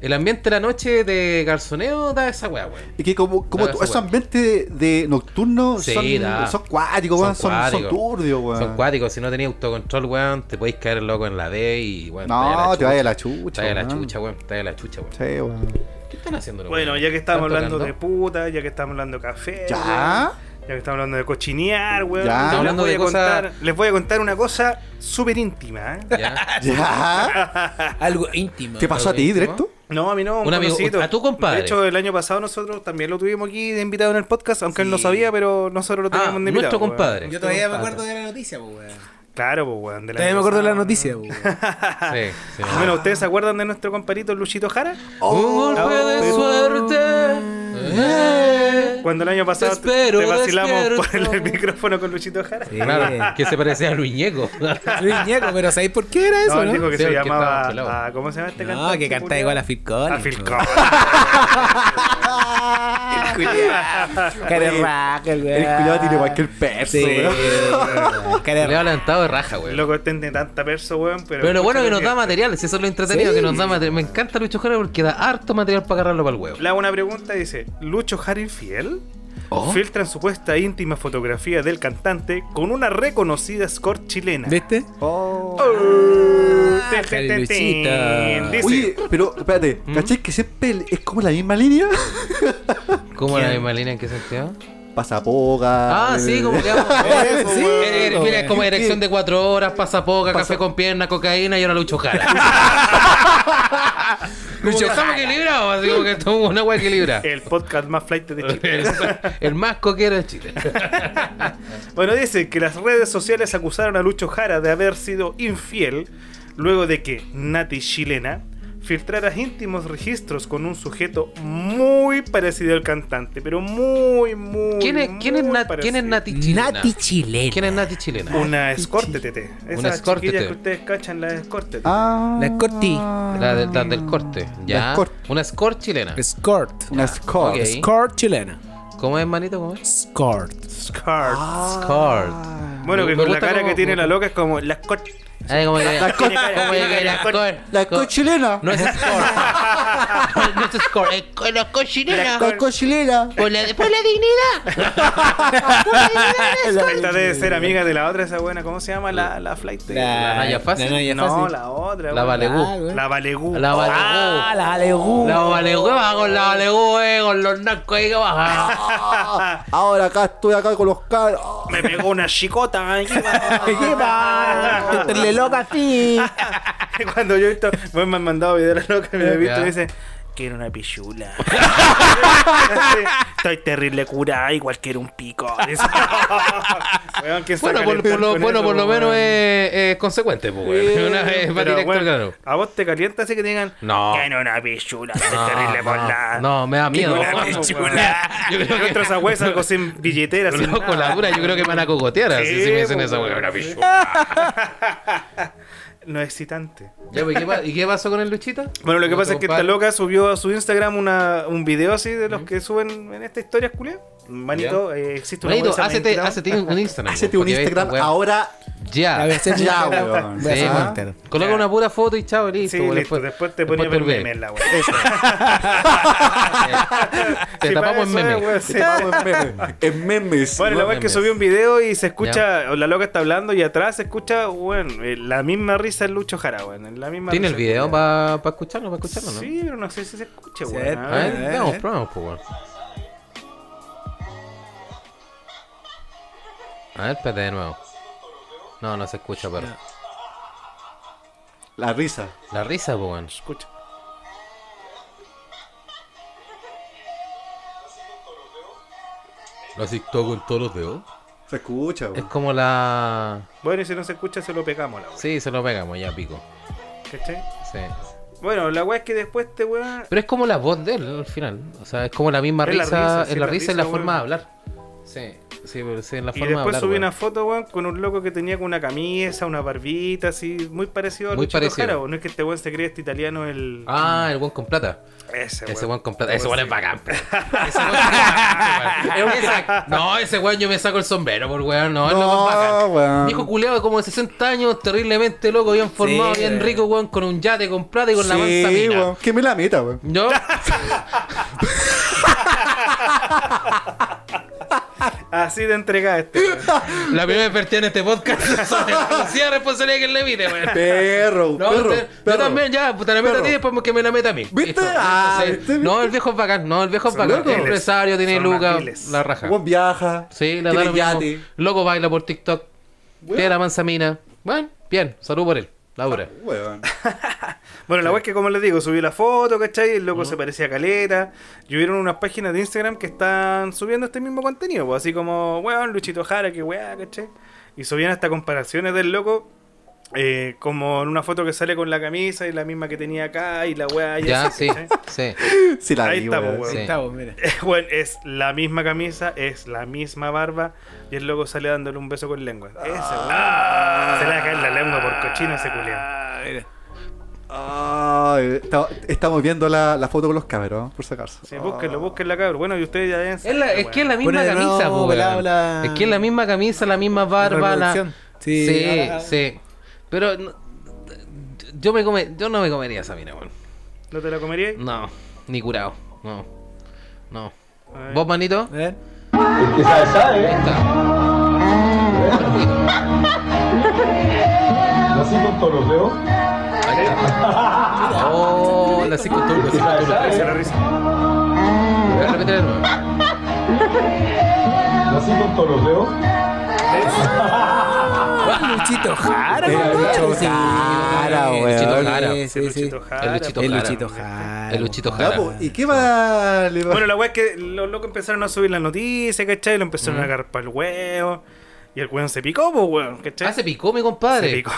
S2: el ambiente de la noche de garzoneo da esa wea, weón.
S3: Es que como, como
S2: Claro, esa
S3: tú- esos
S2: weá.
S3: ambientes de, nocturnos
S2: Sí, da.
S3: son, son cuáticos, weón,
S2: Son
S3: son, son,
S2: cuáticos.
S3: turbios, weón.
S2: Son cuáticos, si no tenías autocontrol, weón, te podéis caer loco en la D y weón.
S3: No, te vaya la
S2: Te
S3: chucha.
S2: vaya la
S3: weón.
S2: chucha, weón. Te vaya la chucha, weón.
S3: Sí, weón.
S2: ¿Qué están haciendo los
S1: Bueno,
S2: weones?
S1: ya que estamos
S2: ¿Están
S1: hablando de
S2: tocando?
S1: puta, ya que estamos hablando de café,
S3: Ya.
S1: weón, ya que estamos hablando de cochinear, weón.
S3: Ya.
S1: les
S2: Hablando
S1: voy
S2: de
S1: a
S2: cosas-
S1: contar- Les voy a contar una cosa súper íntima, ¿eh?
S2: Ya.
S3: Ya.
S4: Algo íntimo.
S3: ¿Te pasó a ti directo?
S1: No, a mí no.
S2: Un amigo,
S1: conocido.
S2: a tu compadre.
S1: De hecho, el año pasado nosotros también lo tuvimos aquí de invitado en el podcast, aunque él no
S4: Sí.
S1: sabía, pero nosotros lo
S2: Ah,
S1: teníamos de invitado.
S2: nuestro
S1: weón.
S2: compadre.
S4: Yo todavía me acuerdo de la noticia, pues, weón.
S1: Claro, pues, weón. del
S4: Todavía
S1: año
S4: me acuerdo de la
S1: pasado,
S4: noticia, pues, weón.
S2: Sí, sí.
S1: weón. Bueno, ¿ustedes se acuerdan de nuestro compadrito Luchito Jara?
S2: Un golpe Ah,
S1: eh,
S2: de suerte.
S1: Cuando el año pasado te,
S2: espero
S1: te vacilamos por
S2: despierto.
S1: el, micrófono con Luchito Jara.
S4: Sí.
S2: Claro, que se parecía a Luñeco.
S4: Soy ñeco, pero ¿sabéis por qué era eso,
S1: no,
S4: no?
S1: él dijo que
S2: Sí,
S1: se
S2: el que estaba
S1: llamaba.
S2: a otro lado.
S1: ah, ¿Cómo se llama este
S4: No,
S1: cantante?
S4: que canta
S1: culiao?
S4: igual a Phil Collins. pues,
S1: A Phil
S4: po.
S1: Collins.
S4: El culiao. Cara de raca, el weón.
S3: El culiado tiene cualquier perso,
S4: Sí,
S3: weón.
S4: weón. Cara de
S2: Le ha
S4: raca.
S2: levantado de raja, güey.
S1: Loco, este tiene tanta perso, weón. Pero,
S2: Pero lo bueno es que nos
S1: escúchalo
S2: da materiales, eso es lo entretenido,
S4: Sí.
S2: que nos da material. Me encanta Lucho Jara porque da harto material para agarrarlo para el huevo.
S1: bien. Le hago una pregunta y dice: ¿Lucho Jara infiel?
S2: Oh.
S1: Filtran supuesta íntima fotografía del cantante con una reconocida score chilena.
S4: ¿Viste?
S3: Oh.
S1: Tin, tin, tin, tin.
S4: Luchito.
S1: Dice,
S3: Oye, pero espérate,
S2: ¿Mm?
S3: ¿cachai que siempre es como la misma línea?
S2: ¿Cómo
S1: ¿Quién?
S2: la misma línea en qué sentido?
S3: Pasapoga.
S2: Ah, sí, como que vamos.
S4: Eso,
S2: Sí,
S4: weón.
S2: eh, eh, mira, es como
S3: ¿Qué?
S2: erección de cuatro horas, pasa poca,
S3: Pasa-
S2: café con pierna, cocaína y ahora Lucho Jara. Lucho Jara. Estamos equilibrados, así como que estamos una hueá equilibrada.
S1: el podcast más flight de Chile.
S2: El, el más coquero de Chile.
S1: Bueno, dice que las redes sociales acusaron a Lucho Jara de haber sido infiel luego de que Nati Chilena filtrara íntimos registros con un sujeto muy parecido al cantante, pero muy, muy.
S2: ¿Quién es, quién es,
S1: muy
S2: Nat- quién es
S1: parecido.
S2: Nati Chilena?
S4: chilena.
S2: ¿Quién es Nati Chilena?
S1: Una escorte, tete.
S2: Una
S1: Esas
S2: escorte,
S1: chiquillas
S2: tete.
S1: que ustedes cachan, las escorte.
S3: Ah.
S4: La Scorti.
S2: La, de- la del corte. Ya.
S3: La escort.
S2: Una score chilena.
S4: Escort.
S3: Una escort.
S2: Ok.
S4: Escort chilena.
S2: ¿Cómo es, manito? ¿Cómo es?
S4: Escort.
S1: Escort.
S3: Ah.
S2: Escort.
S1: Bueno,
S2: Ah. Me-
S1: que con
S2: me
S1: la
S2: gusta
S1: cara
S2: cómo-
S1: que tiene
S2: cómo-
S1: la loca es como la escort.
S2: Ay, ¿cómo que-
S1: La
S2: ¿Cómo
S1: escort.
S2: que
S1: La
S2: la
S1: escort.
S2: escort?
S3: La escort chilena.
S2: No es score. No es score. Es co- la escort chilena.
S1: La
S3: La escort chilena.
S2: Por la, por la dignidad.
S1: Esta debe ser amiga de la otra, esa buena. ¿Cómo se llama la, la flight?
S2: La Naya Fácil.
S4: La Naya
S1: no,
S4: Fácil.
S1: la otra.
S2: La
S1: weón.
S2: Valegú.
S4: Ah, weón.
S1: La Valegú.
S2: La Valegú.
S4: Ah, la
S3: Uh.
S4: Alegú.
S2: La valegú, va con la valegú, eh, con los narcos ahí que baja.
S3: Ah, ahora acá estoy acá con los caros. Ah.
S1: Me pegó una chicota. ¿eh? ay, qué va.
S4: Lleva. Entrale loca así.
S1: Cuando yo he visto, bueno, me han mandado videos de la loca, me lo he visto
S2: Ya.
S1: y dice, quiero una pichula. Sí, Estoy terrible curada, igual que era un pico. Dice, Weón, ¿quién
S2: Bueno,
S1: saca
S2: por, por
S1: el
S2: lo,
S1: con
S2: bueno,
S1: eso,
S2: por lo
S1: weón?
S2: menos es, es consecuente, pues, weón. Una vez va
S1: Pero,
S2: directo
S1: weón,
S2: al grano.
S1: A vos te calienta así que te digan,
S2: No.
S1: quiero una pichula. Estoy terrible por la...
S2: No, no, me da miedo.
S1: Quiero una
S2: Yo
S1: pichula.
S2: creo
S1: Yo
S2: que-
S1: entro a esa wea y salgo sin billetera. sin
S2: Loco,
S1: nada.
S2: la dura, yo creo que me van a cogotear así
S1: Sí,
S2: si me dicen
S1: po,
S2: esa
S1: weón.
S2: weá. una pichula.
S1: no es excitante.
S2: Ya, pues, ¿y, qué pa- ¿Y qué pasó con el Luchita?
S1: Bueno, lo que
S2: ¿Cómo
S1: pasa
S2: te
S1: es que esta
S2: compara?
S1: loca subió a su Instagram una, un video así de los que suben en esta historia, culia. Manito, eh, existe una
S2: Manito,
S1: bolsa en
S2: hácete,
S1: Instagram.
S2: hácete un Instagram.
S3: Hacete un
S2: porque veas esta
S3: Instagram
S2: weá.
S3: ahora.
S4: La voy a
S2: Ya.
S4: hacer
S3: Ya,
S4: mi-
S3: weón.
S4: Voy a hacer
S2: Sí,
S4: mi
S2: man.
S4: Instagram.
S2: Coloca
S1: Ya.
S2: una pura foto y chao, listo.
S1: Sí,
S2: weón,
S1: listo. Después te ponía a ver un
S2: después te
S1: meme en la wea.
S2: olvidas. Te
S1: Sí, para
S2: tapamos en
S1: eso es,
S2: meme.
S1: wea, sí.
S3: Vamos en memes. En memes.
S1: Bueno, la
S2: Igual
S1: wea es que
S2: memes.
S1: subió un video y se escucha, o la loca está hablando y atrás se escucha, bueno, eh, la misma risa de Lucho Jara, weón. La misma
S2: ¿Tiene el
S1: risa
S2: video
S1: culia.
S2: para escucharlo? ¿Para escucharlo, no? ¿Ah?
S1: Sí, pero no sé si se escucha,
S4: Sí,
S1: weón.
S2: A ver,
S4: A ver,
S2: veamos,
S4: eh.
S2: probamos, pues, weón. A ver, espérate de nuevo. No, no se escucha, pero.
S3: La risa.
S2: La risa, pues, weón.
S1: Escucha.
S2: Lo asistó con todos los dedos.
S3: Se escucha,
S2: Es
S3: weón.
S2: como la.
S1: Bueno, y si no se escucha, se lo pegamos, la wea.
S2: Sí, se lo pegamos ya, pico.
S1: ¿Cachai?
S2: Sí.
S1: Bueno, la wea es que después este weón.
S2: Pero es como la voz de él al final. O sea, es como la misma
S1: Es la
S2: risa.
S1: risa,
S2: es
S1: sí,
S2: la
S1: la
S2: risa y la
S1: risa,
S2: forma de
S1: weón.
S2: hablar. Sí, sí, pero sí, en la
S1: Y
S2: forma de
S1: después
S2: hablar.
S1: subí
S2: weón.
S1: una foto, weón, con un loco que tenía con una camisa, una barbita, así, muy parecido a
S2: Muy
S1: Luchito
S2: parecido.
S1: Jara, weón. No es que este weón se cree este italiano el.
S2: Ah, el buen con plata.
S1: ese
S2: Ese weón con plata. Ese
S1: Este Weón,
S2: weón es
S1: sí.
S2: bacán. pero. Ese weón es bacán, weón. Es un crack. No, ese weón yo me saco el sombrero por weón. No, es lo más bacán.
S3: weón.
S2: Hijo culeado como de 60 años, terriblemente loco, bien formado,
S4: Sí,
S2: bien
S4: weón.
S2: rico, weón, con un yate, con plata y con la mansa
S3: Sí,
S2: mina.
S3: weón. Que me la meta, weón.
S2: ¿No?
S1: Así de entregada este weón.
S2: La primera vez vertida en este podcast sobre la exclusiva responsabilidad que él le pide, weón.
S3: Perro,
S2: No,
S3: perro,
S2: usted-
S3: perro.
S2: yo también, ya, puta, la meta a ti
S3: Perro.
S2: después que me la meta a mí.
S3: ¿Viste?
S2: Listo.
S3: Ah,
S2: Entonces,
S3: ¿viste?
S2: No, el viejo es bacán, no, el viejo es
S1: Son
S2: bacán.
S1: unos
S2: Es empresario, tiene
S1: giles. Son unos
S2: lucas,
S1: giles.
S2: la raja.
S3: Weón viaja.
S2: Sí, la da
S3: tiene
S2: lo mismo.
S3: yate.
S2: Loco baila por TikTok. Tiene la mansa mina. Bueno, bien, salud por él. Laura.
S3: Ah, Weón.
S1: Bueno, la wea es que, como les digo, subí la foto, ¿cachai? El loco se parecía a Caleta. Y hubieron unas páginas de Instagram que están subiendo este mismo contenido, pues, así como, weón, Luchito Jara, que weá, ¿cachai? Y subían hasta comparaciones del loco. eh, como en una foto que sale con la camisa y la misma que tenía acá y la weá y
S2: Ya,
S1: así,
S2: sí,
S1: ¿cachai?
S2: sí.
S3: Sí, la
S1: Ahí
S3: vi,
S1: estamos,
S3: weón.
S1: weón.
S2: Sí.
S4: Ahí estamos, mira.
S1: Bueno, es la misma camisa, es la misma barba y el loco sale dándole un beso con lengua. Ese, weón. Se le va a caer la lengua por cochino ese culiao.
S4: Ah, mira.
S3: Ay, esta- estamos viendo la, la foto con los cameros, por si acaso.
S1: Sí, búsquenlo, búsquenla, cabrón. Bueno, y ustedes ya deben
S2: Es, la- es
S1: weón.
S2: que es la misma
S4: Pone de
S2: camisa,
S4: nuevo,
S2: po,
S4: pelado,
S2: weón.
S4: la-
S2: Es que es la misma camisa, la misma barba, la.
S4: reproducción.
S2: Sí,
S4: Sí,
S2: sí.
S4: ah, ah.
S2: Pero no- yo me come, yo no me comería esa mina, weón.
S1: ¿No te la comerías?
S2: No, ni curado. No. No.
S1: Ay.
S2: ¿Vos, manito?
S4: A ver.
S2: Ahí está.
S6: Nací con torofeo.
S2: Ahí está. Oh, la cinco turbo, la cinco turbo.
S1: Se la risa.
S2: Voy a repetir de nuevo.
S6: Nací con torofeo.
S4: Ah, Luchito Jara, weón.
S3: Lucho
S4: Sí,
S3: Jara,
S4: sí,
S3: weón.
S2: Luchito Jara.
S4: Sí, sí,
S1: El
S4: sí.
S1: Luchito Jara.
S2: El Luchito
S4: El
S2: Jara.
S4: Luchito Jara. pues,
S2: El Luchito
S3: Ya,
S2: Jara.
S3: Ah, po, ¿Y qué va? le va-
S1: Bueno, la weá es que los locos empezaron a subir las noticias, ¿cachai? Lo empezaron a agarrar para el huevo. Y el weón se picó, pues weón, ¿cachai?
S2: Ah, se picó mi compadre.
S1: Se picó.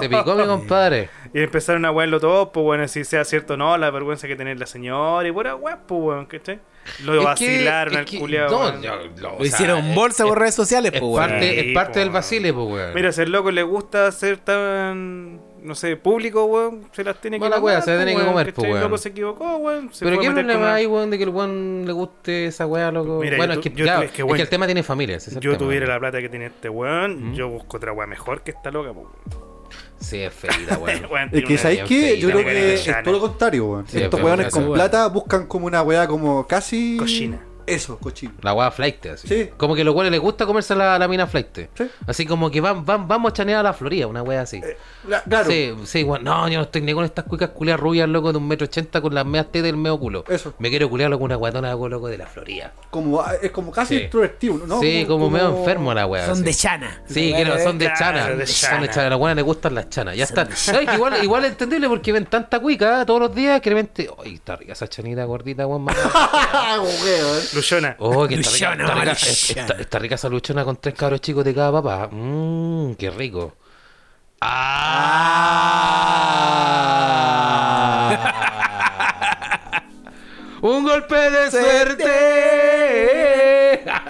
S2: Se picó mi compadre.
S1: Y empezaron a huearlo todo, pues bueno, si sea cierto o no, la vergüenza que tener la señora y pura weá, pues weón, ¿cachai? Lo
S2: Es que-
S1: vacilaron
S2: es
S1: al
S2: que-
S1: culiao,
S2: no,
S1: weón.
S2: yo- lo- o
S4: Lo
S2: sea,
S4: hicieron
S2: es-
S4: bolsa por
S2: es-
S4: redes sociales, pues,
S2: Es
S4: po, weón.
S2: parte,
S1: Sí,
S2: es parte
S1: po,
S2: del
S1: weón.
S2: vacile, pues, weón.
S1: Mira, si al loco le gusta ser tan, no sé, público, weón, se las tiene que
S2: Mala weá, se las tiene que
S1: weón,
S2: comer,
S1: ¿cachai?
S2: pues, weón.
S1: El loco se equivocó, weón. Se
S2: Pero
S1: fue
S2: qué
S1: a meter con
S2: problema
S1: una-
S2: hay, weón, de que el weón le guste esa weá, loco.
S1: Mira,
S2: bueno,
S1: yo
S2: es que,
S1: tu- yo
S2: claro,
S1: tu- es que,
S2: es
S1: weón,
S2: que el tema tiene familia. ese es el
S1: Yo
S2: tema, ¿Mm?
S1: tuviera
S2: weón.
S1: la plata que tiene este weón, yo busco otra weá mejor que esta loca, pues. weón.
S2: Sí, es feita, weón.
S1: Weón,
S3: Es
S1: tiene
S3: que,
S1: una-
S2: bien
S3: ¿sabéis qué?
S2: feita,
S3: Yo creo
S1: weón.
S3: que es
S1: Chana.
S3: todo lo contrario, weón.
S2: eh. Sí,
S3: Estos
S2: pero
S3: weones
S2: eso,
S3: con
S2: weón.
S3: plata buscan como una weá como casi...
S1: Cochina.
S3: Eso, cochina.
S2: La weá flight, así.
S3: Sí.
S2: Como que los weones les gusta comerse la, la mina flight.
S3: Sí.
S2: Así como que van, van, vamos a chanear a la Florida, una weá así.
S1: Eh,
S3: La- Eh, Claro.
S2: Sí, sí, weón. No, yo no estoy ni con estas cuicas culias rubias, loco, de un metro ochenta con las meas tetas del medio culo.
S3: Eso.
S2: Me quiero culiar con una guatona, loco, de la Florida.
S3: Como, es como casi
S2: Sí.
S3: introvertido, ¿no?
S2: sí, como, medio enfermo la weá.
S4: Son
S2: así.
S4: de Chana.
S2: Sí, quiero, son de
S1: Claro,
S2: chana.
S1: de
S2: Son
S1: chana.
S2: de chana. A las buenas les gustan las chanas. Ya está. No, es que igual, igual es entendible porque ven tanta cuica ¿eh? todos los días que de repente. ¡Ay, está rica esa chanita gordita, weón! más".
S3: Ah, weón.
S1: Luchona.
S2: ¡Oh, que está rica!
S4: Luchona,
S2: Está rica,
S4: Luchona.
S2: está- está rica esa luchona con tres cabros chicos de cada papá. Mmm, qué rico. ¡Ah! ¡Un golpe de suerte!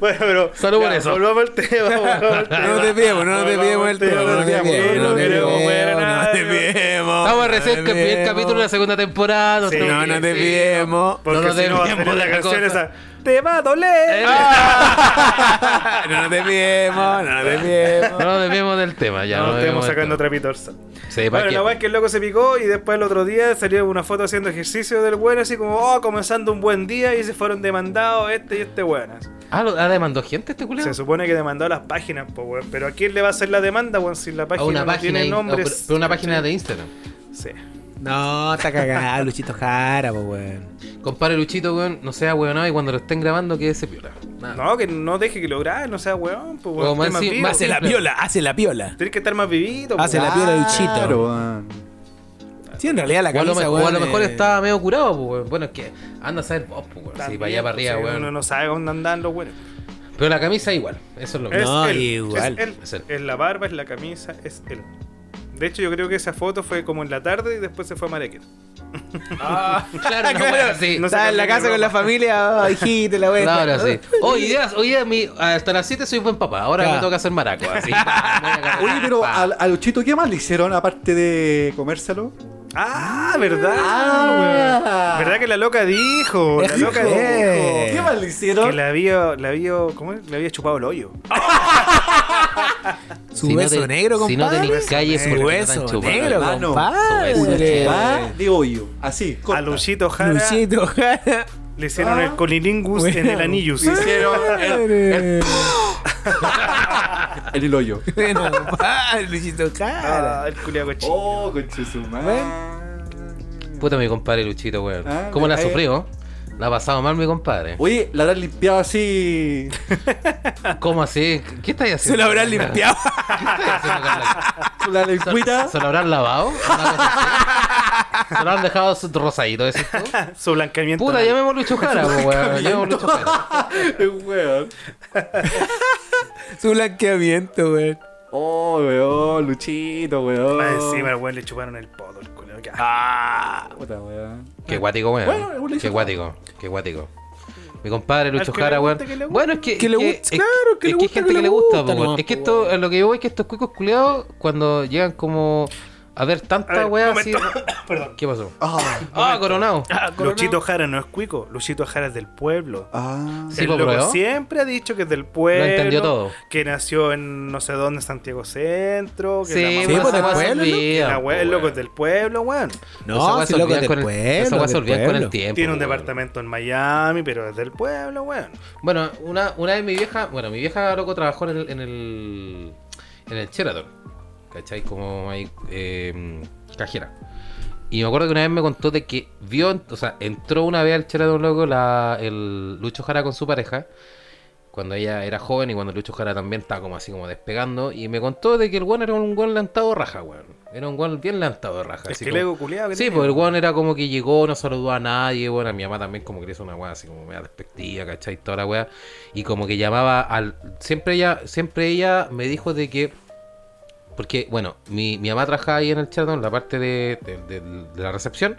S1: Bueno, pero.
S2: Salud por
S1: ya,
S2: eso.
S1: Volvamos al tema. volvamos al tema.
S4: No te piemos, no te piemos el tema. No te piemos, no te
S1: queremos ver a
S4: piemos. No te
S1: nadie.
S4: piemos.
S2: Estamos recién que el primer capítulo de la segunda temporada. no
S1: Sí.
S2: estamos-
S4: No, no te
S2: sí,
S4: piemos.
S1: Porque
S2: No nos
S1: si no, va a
S2: debíamos
S1: tener la
S2: de la
S1: canción
S2: cosa. Eh,
S1: esa. ¡Te va a doler! Ah.
S4: Ah. No nos desviemos, no nos
S2: No
S4: desviemos.
S2: nos debemos del tema, ya.
S1: no,
S2: nos
S1: estemos
S2: debemos del
S1: sacando
S2: tema.
S1: trapitos.
S2: Sí, ¿para
S1: Bueno, la
S2: qué?
S1: weá es que el loco se picó y después el otro día salió una foto haciendo ejercicio del bueno, así como, oh, comenzando un buen día y se fueron demandados este y este buenas.
S2: Ah, ¿lo- ¿ha demandado gente este culero?
S1: Se supone que demandó a las páginas, pues, weón. Pero ¿a quién le va a hacer la demanda, weón? Si la
S2: A
S1: página,
S2: una
S1: no
S2: página.
S1: tiene
S2: in- no, pero,
S1: nombres.
S2: pero una página de Instagram.
S1: Sí.
S4: No, está cagada, Luchito Jara, po, weón.
S2: Compadre Luchito, weón, no sea weón, y cuando lo estén grabando, que se piola. Nada.
S1: No, que no deje que lo graben, no sea weón, pues, weón.
S2: Como
S1: esté más
S2: encima-
S1: vivo.
S2: Ah. más
S4: Hace la piola, hace la piola.
S1: Tienes que estar más vivido,
S4: Hace
S1: po.
S4: la piola Luchito.
S3: Ah, Claro, weón.
S4: Sí, en realidad
S2: O
S4: la
S2: a, lo
S4: camisa,
S2: mejor,
S4: weón.
S2: o a lo mejor
S4: eh,
S2: estaba medio curado, pues, weón. Bueno, es que anda a saber vos, pues, weón. Sí,
S1: También,
S2: para allá, para
S1: pues,
S2: arriba,
S1: sí,
S2: weón.
S1: Uno no sabe dónde andan los buenos.
S2: Pero la camisa igual, eso es lo que.
S1: Es
S4: No,
S1: él,
S4: igual.
S1: Es, él.
S2: Es él.
S1: Es la barba, es la camisa, es él. De hecho, yo creo que esa foto fue como en la tarde y después se fue a Marequet.
S2: Claro, no, weón, sí.
S1: No sé.
S4: Estaba en la casa con la familia, oh, hijito, la weón.
S2: Claro, sí. Hoy día, hoy día mi, hasta las 7 soy buen papá. Ahora
S4: Claro.
S2: me toca hacer maraco, así. Voy a cagar.
S3: Oye, pero
S2: Ah, Pa.
S3: a, a Luchito, ¿qué más le hicieron aparte de comérselo?
S1: Ah, ¿verdad?
S3: Ah.
S1: weón. ¿Verdad que la loca dijo? La
S4: Dijo.
S1: loca dijo.
S4: Eh.
S3: ¿Qué más le
S1: Que
S3: hicieron?
S1: la había, la había, ¿cómo es? Le había chupado el hoyo.
S4: Su
S2: Si no
S4: beso
S2: te-
S4: negro,
S2: si no
S4: compadre.
S2: tenés calles,
S4: Su
S2: porque no te
S4: beso
S2: están chupando,
S4: negro,
S3: hermano.
S4: compadre.
S3: Va de hoyo. Así, Ah, corta.
S1: A Luchito Jara
S4: Luchito Jara.
S1: le hicieron
S3: Ah.
S1: el colilingus en el anillo.
S3: Le hicieron el,
S4: Padre.
S3: el, el hoyo.
S4: Bueno, compadre, Luchito Jara.
S1: Ah, el culiao cochino.
S3: Oh, conchesumadre.
S2: Puta mi compadre Luchito, weón.
S3: Ah,
S2: ¿Cómo la ha
S3: ahí-
S2: sufrido? La ha pasado mal mi compadre.
S3: Oye, la habrán limpiado así.
S2: ¿Cómo así? ¿Qué estáis haciendo?
S4: Se lo habrán limpiado.
S2: ¿Qué estáis haciendo con la-
S3: con la lengüita.
S2: ¿Se lo habrán lavado? ¿Una cosa así? ¿Se lo han dejado su- rosadito, decís tú?
S1: Su blanqueamiento.
S2: Puta,
S1: anal.
S2: llamemos Lucho Jara, po, weón. Llamemos Lucho Jara.
S3: weón.
S4: Su blanqueamiento, weón.
S3: Oh, weón, Luchito, weón.
S1: Más encima, weón, le chuparon el podo, el culiao. que-
S3: Ah, Puta, weón.
S2: Qué guático, weón.
S3: Bueno, le hizo
S2: qué
S3: todo.
S2: guático, qué guático. Mi compadre Lucho
S1: Al que
S2: Jara,
S1: le
S2: weón.
S1: gusta, que le gusta.
S2: Bueno, es que.
S4: Que le
S2: es
S4: gusta, claro, que
S2: es
S4: le
S2: hay
S4: gusta,
S2: gente que le gusta, po, weón.
S4: nomás,
S2: Es que
S4: po,
S2: esto,
S4: weón.
S2: a lo que yo voy es que estos cuicos culiados, cuando llegan como a ver
S1: A
S2: tanta
S1: ver,
S2: weá así.
S1: momento. Perdón.
S2: ¿Qué pasó?
S3: Ah,
S2: Ah, coronado.
S1: Luchito Jara no es cuico, Luchito Jara es del pueblo.
S3: ah.
S2: Sí,
S1: el
S2: pues,
S1: loco
S2: bro.
S1: siempre ha dicho que es del pueblo.
S2: entendió todo.
S1: Que nació en no sé dónde, Santiago Centro. Que la
S2: Sí,
S1: mamá-
S4: pues,
S2: pues, esa
S4: del
S2: weá se
S4: pueblo, ¿no?
S2: olvida,
S1: la
S2: po,
S1: wea- el loco
S2: weón.
S1: es del pueblo, weón.
S2: Esa
S4: No,
S2: weá se
S4: si loco
S2: olvida
S4: del
S2: con
S4: pueblo.
S2: el- esa weá se
S4: del
S2: olvida con el
S4: pueblo.
S2: tiempo.
S1: Tiene un
S2: weón.
S1: departamento en Miami, pero es del pueblo, weón.
S2: Bueno, una, una vez mi vieja, bueno, mi vieja loco trabajó en el, en el, en el Sheraton, ¿cachai? Como ahí, eh, cajera. Y me acuerdo que una vez me contó de que vio, o sea, entró una vez al Sheraton loco la, el Lucho Jara con su pareja, cuando ella era joven y cuando Lucho Jara también estaba como así como despegando, y me contó de que el guan era un guan levantado de raja, weón. Era un guan bien levantado de raja.
S1: Es
S2: así
S1: que el
S2: como-
S1: ego culiado que
S2: Sí,
S1: tiene.
S2: pues el weón era como que llegó, no saludó a nadie, bueno, a mi mamá también como que le hizo una weá así como media despectiva, ¿cachai? Toda la weá. Y como que llamaba al. Siempre ella, siempre ella me dijo de que. Porque, bueno, mi, mi mamá trabajaba ahí en el Sheraton, en la parte de, de- de- de la recepción,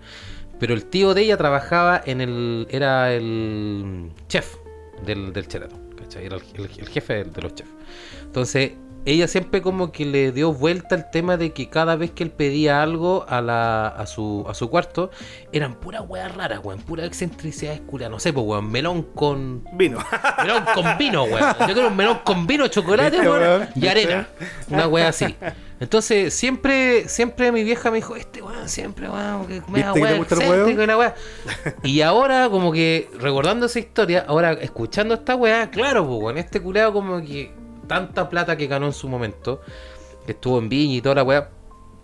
S2: pero el tío de ella trabajaba en el. era el chef del, del Sheraton, ¿cachai? Era el, el- el jefe de, de los chefs. Entonces, ella siempre como que le dio vuelta el tema de que cada vez que él pedía algo a, la, a, su, a su cuarto, eran puras weas raras, weón, puras excentricidades culiadas, no sé, pues weón, melón con
S1: Vino.
S2: melón con vino, weón. Yo quiero un melón con vino, chocolate,
S3: ¿Viste,
S2: weón,
S3: weón?
S2: y arena. Una wea así. Entonces, siempre, siempre mi vieja me dijo, este weón, siempre, weón, que me da
S3: ¿Viste que
S2: wea,
S3: te gusta el
S2: excéntrico
S3: huevo?
S2: y la wea. Y ahora, como que, recordando esa historia, ahora escuchando esta wea, claro, pues, weón, este culeado como que tanta plata que ganó en su momento, que estuvo en Viña y toda la wea.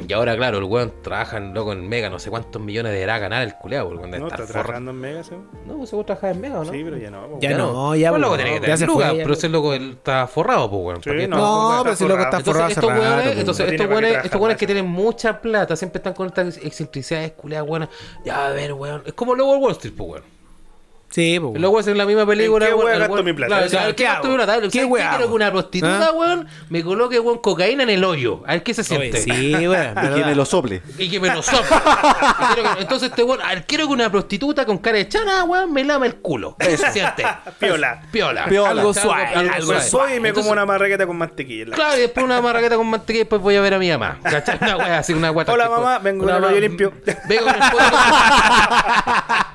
S2: Y ahora, claro, el weón trabaja en loco en Mega, no sé cuántos millones de deberá ganar el culeado, porque
S1: No, está trabajando en Mega, ¿sí?
S2: No, pues, seguro trabajaba en Mega, ¿o ¿no?
S1: Sí, pero ya no.
S4: Ya no, ya,
S2: Pues, loco
S4: pues,
S2: tiene que
S4: ya
S2: tener
S4: se
S2: lucas,
S4: fue, ya
S2: pero
S4: se-
S2: ese loco él está forrado, pues, weón.
S1: Sí,
S2: porque-
S1: no,
S4: No, pero si loco está
S1: Está
S2: Entonces,
S4: forrado hace
S2: estos
S4: rato,
S2: weones,
S4: pues.
S2: entonces
S1: No tiene
S2: estos
S1: para qué
S2: weones,
S1: trabajar
S2: estos weones
S1: más.
S2: que tienen mucha plata siempre están con estas excentricidades culiadas, weón. Ya, a ver, weón. Es como luego el Wall Street, pues, weón.
S4: Sí, po, weón.
S2: Luego es en la misma película.
S1: ¿En qué
S2: weón,
S1: wea
S2: el
S1: gasto
S2: weón-
S1: mi plata?
S2: Claro,
S4: Claro,
S2: ¿sabes
S4: ¿qué
S2: ¿qué gasto
S4: hago?
S2: mi plata?
S4: ¿Qué
S2: ¿Sabes
S4: wea
S2: quiero
S4: hago?
S2: que una prostituta,
S4: ¿Ah?
S2: weón, me coloque, weón, cocaína en el hoyo? A ver qué se
S4: Oye,
S2: siente.
S4: Sí, weón.
S3: Y que me lo sople.
S2: Y que me lo sople. Y quiero que- entonces este weón, a ver, quiero que una prostituta con cara de chana, weón, me lama el culo. ¿Qué se siente?
S1: Piola.
S2: Piola.
S3: Piola.
S4: Algo suave, algo
S1: Soy
S4: suave.
S1: y me
S2: Entonces-
S1: como una marraqueta con mantequilla. en la-
S2: Claro, y después una marraqueta con mantequilla y después voy a ver a mi mamá. ¿Cachai? Una wea así, una guata.
S1: Hola, mamá, vengo con el hoyo limpio.
S2: Vengo con el potito.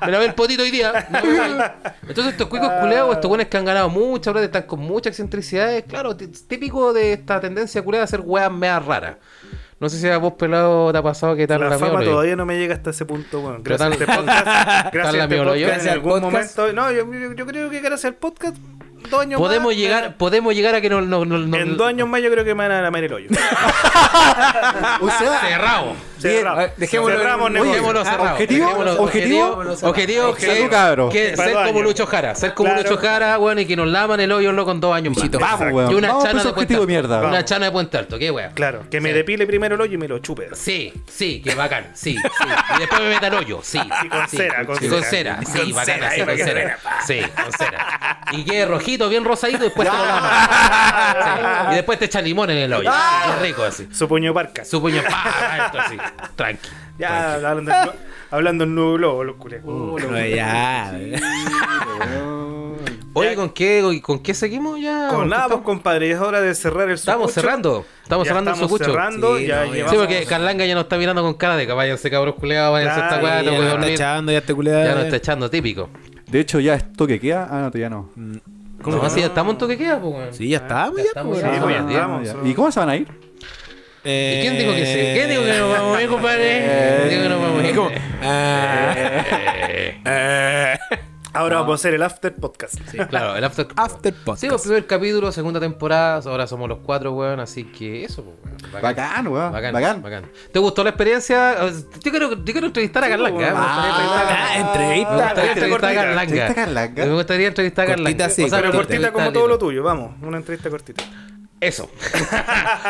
S2: Me lavé el potito hoy día. No me voy. Entonces estos cuicos
S1: Ah.
S2: culeados, estos buenos que han ganado mucha plata, están con muchas excentricidades. Claro, t- típico de esta tendencia culeada a hacer weas meas raras. No sé si a vos pelado te ha pasado que tal
S1: La
S2: mía,
S1: fama
S2: bro.
S1: todavía no me llega hasta ese punto, weón.
S2: Pero
S1: Gracias a
S2: tal-
S1: este podcast.
S2: tal
S1: Gracias a
S2: la
S1: este
S2: miola, yo-
S1: podcast. En
S4: gracias al
S1: algún
S4: podcast.
S1: momento. No, yo, yo- yo creo que gracias al podcast, dos años
S2: Podemos
S1: más,
S2: llegar, podemos llegar a que no, no, no, no-
S1: eh. En dos años más yo creo que me van a lamer el hoyo.
S2: Ah,
S3: O sea,
S2: cerrado.
S1: Cerramos.
S4: Bien, dejémoslo en-
S1: Cerramos
S3: Oye,
S1: negocio.
S2: Dejémoslo cerrado.
S3: objetivo,
S2: Dejémoslo-
S3: objetivo,
S2: objetivo, objetivo que-
S3: Objetivo, cabro.
S2: que
S1: Para
S2: ser
S1: dos
S2: como
S1: años.
S2: Lucho Jara, ser como
S1: Claro.
S2: Lucho Jara, bueno, y que nos laman el hoyo loco en dos años más.
S4: Luchito.
S3: vamos, weón.
S2: ah, Y una
S3: Vamos por
S2: chana
S3: ese
S2: de Puente
S3: objetivo de
S2: Alto.
S3: mierda.
S2: Una chana de Puente Alto, qué wea.
S1: Claro, que me
S2: Sí.
S1: depile primero el hoyo y me lo chupe.
S2: Sí, sí, que bacán, sí, sí. Y después me meta el hoyo, sí.
S1: Y con
S2: sí.
S1: cera, con
S2: Y con
S1: cera.
S2: cera,
S1: Y
S2: sí,
S1: con
S2: bacán,
S1: cera,
S2: sí,
S1: y
S2: con
S1: para que
S2: cera. Sí, con cera. Y quede rojito, bien rosadito, y después te lo laman. Sí. Y después te echa limón en el hoyo.
S3: Ah.
S2: Qué rico así.
S1: Su puño parca.
S2: Su puño, pa, alto así. Tranqui.
S1: Ya hablando, en hablando en nuevo globo, los culés.
S2: Uh.
S4: No, ya.
S2: Oye, ¿con qué, con qué seguimos ya?
S1: Con
S2: ¿Con
S1: nada,
S2: qué
S1: pues, compadre, es hora de cerrar el
S2: Estamos
S1: sucucho.
S2: cerrando. Estamos
S1: Ya
S2: cerrando
S1: estamos
S2: el sucucho.
S1: cerrando,
S4: Sí,
S1: ya
S4: no, ya.
S1: llevamos...
S2: Sí, porque Carlanga ya nos está mirando con cara de que váyanse cabros culeados, váyanse a esta
S1: Claro,
S2: weá,
S1: ya
S2: no voy
S4: Ya
S2: a
S4: no está
S2: dormir.
S4: echando, ya está culeado.
S2: Ya nos está echando, típico.
S3: De hecho, ya esto que queda. Ah, no, ya no.
S2: ¿Cómo no, así estamos en toque queda, pues, weón.
S4: Sí, ya estábamos
S2: Ya
S4: ya,
S2: estamos
S4: pues.
S2: ya.
S3: Ah,
S1: pues,
S3: ya,
S1: estamos,
S3: ya.
S1: son-
S3: ¿Y cómo se van a ir?
S4: Eh,
S2: ¿Y quién dijo que sí? ¿Quién dijo que nos vamos a ir, compadre? ¿Quién dijo que nos vamos a ir?
S4: Ah,
S2: Eh,
S1: Ahora vamos a hacer el after podcast.
S2: Sí, claro, el after,
S4: After
S2: Sí,
S4: podcast.
S2: el primer capítulo, segunda temporada, ahora somos los cuatro, weón, así que eso, pues, weón.
S3: Bacán, weón.
S2: Bacán,
S3: Bacán.
S2: bacán. ¿Te gustó la experiencia? Yo quiero, yo quiero entrevistar a Carlanga. ¿eh? Me gustaría entrevistar a-
S4: Ah, entrevista.
S2: Me gustaría
S1: Entrevista
S2: entrevistar a
S1: cortita.
S2: Carlanga.
S3: ¿Entrevista a Carlanga?
S2: Me gustaría entrevistar a
S4: Cortita,
S2: Carlanga.
S4: sí,
S1: Pero
S4: Cortita,
S1: cortita como
S2: entrevistar
S1: todo
S2: a
S1: lo
S2: Lito.
S1: tuyo, vamos, una entrevista cortita.
S2: Eso.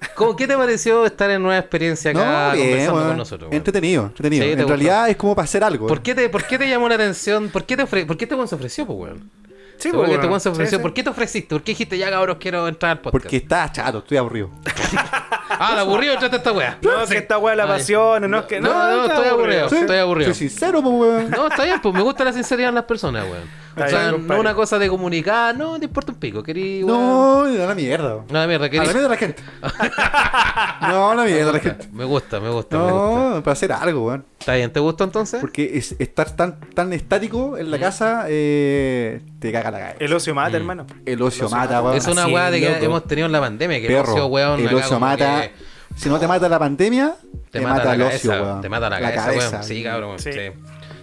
S2: Ah, ¿cómo- ¿Qué te pareció estar en una experiencia acá
S3: No, bien,
S2: conversando
S3: weón.
S2: con nosotros? weón?
S3: Entretenido, entretenido.
S2: Sí,
S3: en
S2: te gustó.
S3: realidad es como para hacer algo.
S2: ¿Por qué, te, ¿Por qué te llamó la atención? ¿Por qué te ofre- por qué este weón se ofreció, pues, weón?
S1: Sí,
S2: Seguro que
S1: bueno.
S2: este weón se ofreció.
S1: Sí, sí.
S2: ¿Por qué te ofreciste? ¿Por qué dijiste ya, cabros, quiero entrar al podcast?
S3: Porque está chato, estoy aburrido.
S2: Ah, de aburrido entraste a esta weá.
S1: No, es que esta weá la
S2: Ay.
S1: pasión, no es que...
S2: No, no,
S1: está
S2: estoy aburrido.
S3: Sí,
S2: Estoy aburrido.
S3: Soy sincero, pues, weón.
S2: No, está bien, pues me gusta la sinceridad en las personas, weón.
S1: Está
S2: O sea,
S1: bien,
S2: no
S1: compadre.
S2: una cosa de comunicar, no, te importa un pico, querí, weón.
S3: No, a la mierda. weón.
S2: No, mierda,
S3: A
S2: querí.
S3: la mierda la gente. no, a la mierda la gente.
S2: Me gusta, me gusta, me gusta.
S3: No, para hacer algo, weón.
S2: Está bien, ¿te gustó entonces?
S3: Porque es, estar tan, tan estático en
S2: Mm.
S3: la casa eh, te caga la cabeza.
S1: El ocio mata, hermano.
S3: El, ocio mata, weón.
S2: Es una
S4: Así
S2: weá
S4: es,
S2: de que
S4: loco.
S2: hemos tenido en la pandemia, que el
S3: perro.
S2: ocio, weón,
S3: el
S2: acá
S3: ocio
S2: como
S3: mata.
S2: que
S3: Si no te mata la pandemia,
S2: Te, mata, la
S3: el ocio,
S2: cabeza,
S3: weón.
S2: te mata la, cabeza, weón. Sí, cabrón, weón,
S1: Sí.
S2: sí.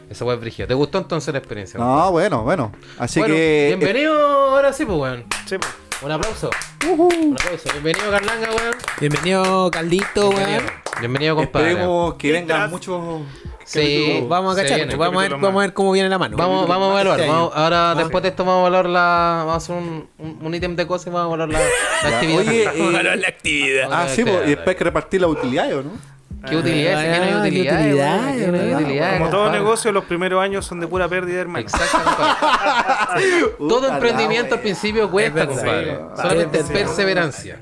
S2: Esa weá es brígida. ¿Te gustó entonces la experiencia? weón?
S3: No, bueno, bueno. Así
S2: Bueno,
S3: que.
S2: bienvenido ahora sí, pues, weón.
S1: Sí, pues.
S2: Un aplauso,
S3: Ujú.
S2: un aplauso. Bienvenido, Carlanga, weón.
S4: Bienvenido, Caldito,
S2: Bienvenido,
S4: weón.
S2: Bienvenido compadre.
S3: Esperemos que vengan
S1: Mientras-
S3: muchos.
S2: Sí,
S4: Vamos a
S2: se
S4: cachar,
S2: viene.
S4: mucho, vamos a, ver,
S1: capítulo
S4: vamos a
S1: más.
S4: ver cómo viene la mano.
S2: Vamos, vamos a evaluar.
S4: Este
S2: vamos-
S4: año.
S2: ahora, después de esto, vamos a evaluar la. Vamos a hacer un, un, un ítem de cosas y vamos a evaluar la, la actividad.
S3: Oye, eh,
S4: la actividad.
S3: ah, sí, pues, y después hay que repartir la utilidad, ¿o no?
S2: ¿Qué utilidad? ¿Qué no hay
S4: Ah, qué
S2: utilidad?
S4: utilidades, ¿verdad?
S1: Como todo negocio, los primeros años son de pura pérdida, hermano.
S2: Exacto, compadre. Todo
S3: Puta la
S2: emprendimiento
S3: wea.
S2: al principio cuesta,
S4: verdad,
S2: compadre.
S4: sí, weón.
S2: Solamente
S4: Es verdad.
S2: perseverancia.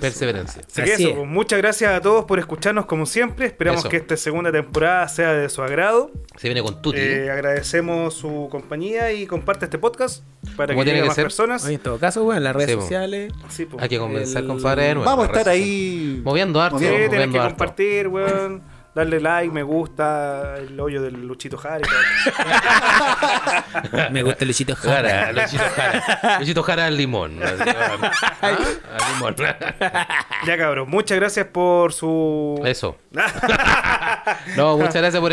S2: Perseverancia.
S1: Así que
S4: Así
S1: eso,
S4: es.
S1: pues, muchas gracias a todos por escucharnos como siempre. Esperamos
S2: Eso.
S1: que esta segunda temporada sea de su agrado.
S2: Se viene con tutti.
S1: Eh, agradecemos su compañía y comparte este podcast para que
S2: Como
S1: llegue
S2: tiene
S1: a
S2: que
S1: más
S2: ser.
S1: personas.
S4: Oye, en todo caso, weón, en las redes
S2: Sí, po.
S4: sociales.
S1: Sí, pues.
S2: Hay que convencer,
S4: el-
S2: compadre. de nuevo.
S3: Vamos a estar
S2: Recién.
S3: ahí.
S2: Moviendo harto.
S1: Sí,
S2: Moviendo.
S1: tenés que
S2: harto.
S1: compartir, weón. Darle like, me gusta, el hoyo del Luchito Jara. y todo.
S4: Me gusta el Luchito Jara.
S2: Jara, Luchito Jara. Luchito Jara al limón. Así, weón. Al limón.
S1: ya, cabrón. Muchas gracias por su.
S2: Eso. No, muchas gracias por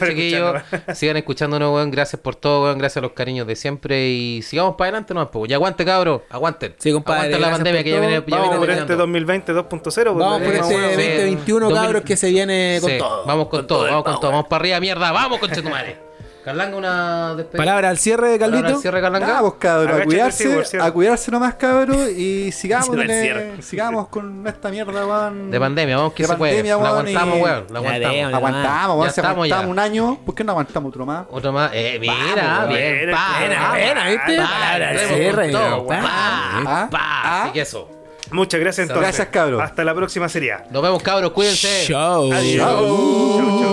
S1: Gracias por
S2: chiquillos. Sigan escuchándonos, weón. Gracias por todo, weón. Gracias a los cariños de siempre. Y sigamos para adelante, no, pues. Y aguante, cabros. Aguanten.
S4: Sí, compadre,
S2: Aguanten la
S4: gracias
S2: pandemia
S4: por
S2: que ya viene, ya
S1: Vamos
S2: viene
S1: por
S2: terminando.
S1: este 2020 2.0.
S4: Vamos por
S1: porque-
S4: este
S2: weón, sí.
S4: 2021,
S2: 2000
S4: cabros, que se viene Eh, con
S2: Sí,
S4: todo.
S2: Vamos con, todo,
S4: el
S2: vamos con
S4: power.
S2: todo. Vamos para arriba, mierda. Vamos, conchetumare. Carlanga, una despedida.
S4: Palabra al cierre de
S2: Palabra al
S4: Carlito.
S2: cierre, Carlanga.
S3: Nada, pues, cabrón,
S1: Agáchate
S3: a
S1: el
S3: cuidarse,
S1: cierre, cierre.
S3: a cuidarse nomás, cabrón, y sigamos,
S5: Cierra el
S3: eh,
S5: cierre.
S3: sigamos con esta mierda, weón.
S2: De pandemia, vamos que
S3: De
S2: se puede.
S3: pandemia,
S2: La
S3: weón,
S2: aguantamos,
S3: y-
S2: weón. La
S5: Ya veo,
S2: aguantamos.
S5: ya.
S3: Aguantamos, weón,
S2: Ya
S3: si
S2: estamos ya.
S3: aguantamos un año, ¿por qué no aguantamos otro más?
S2: Otro más. Eh, mira,
S4: Ah,
S5: Vamos,
S2: bien.
S1: buena,
S2: Pa,
S1: buena,
S2: pa,
S1: buena, ¿viste?
S2: pa,
S5: Palabra al
S2: pa,
S5: cierre,
S2: pa,
S5: weón.
S2: pa,
S3: Ah,
S2: pa.
S3: ah.
S2: Así que eso.
S1: Muchas gracias entonces.
S3: Gracias, cabros.
S1: Hasta la próxima sería.
S2: Nos vemos, cabros. Cuídense.
S4: Show.
S1: Adiós. Chau, chau.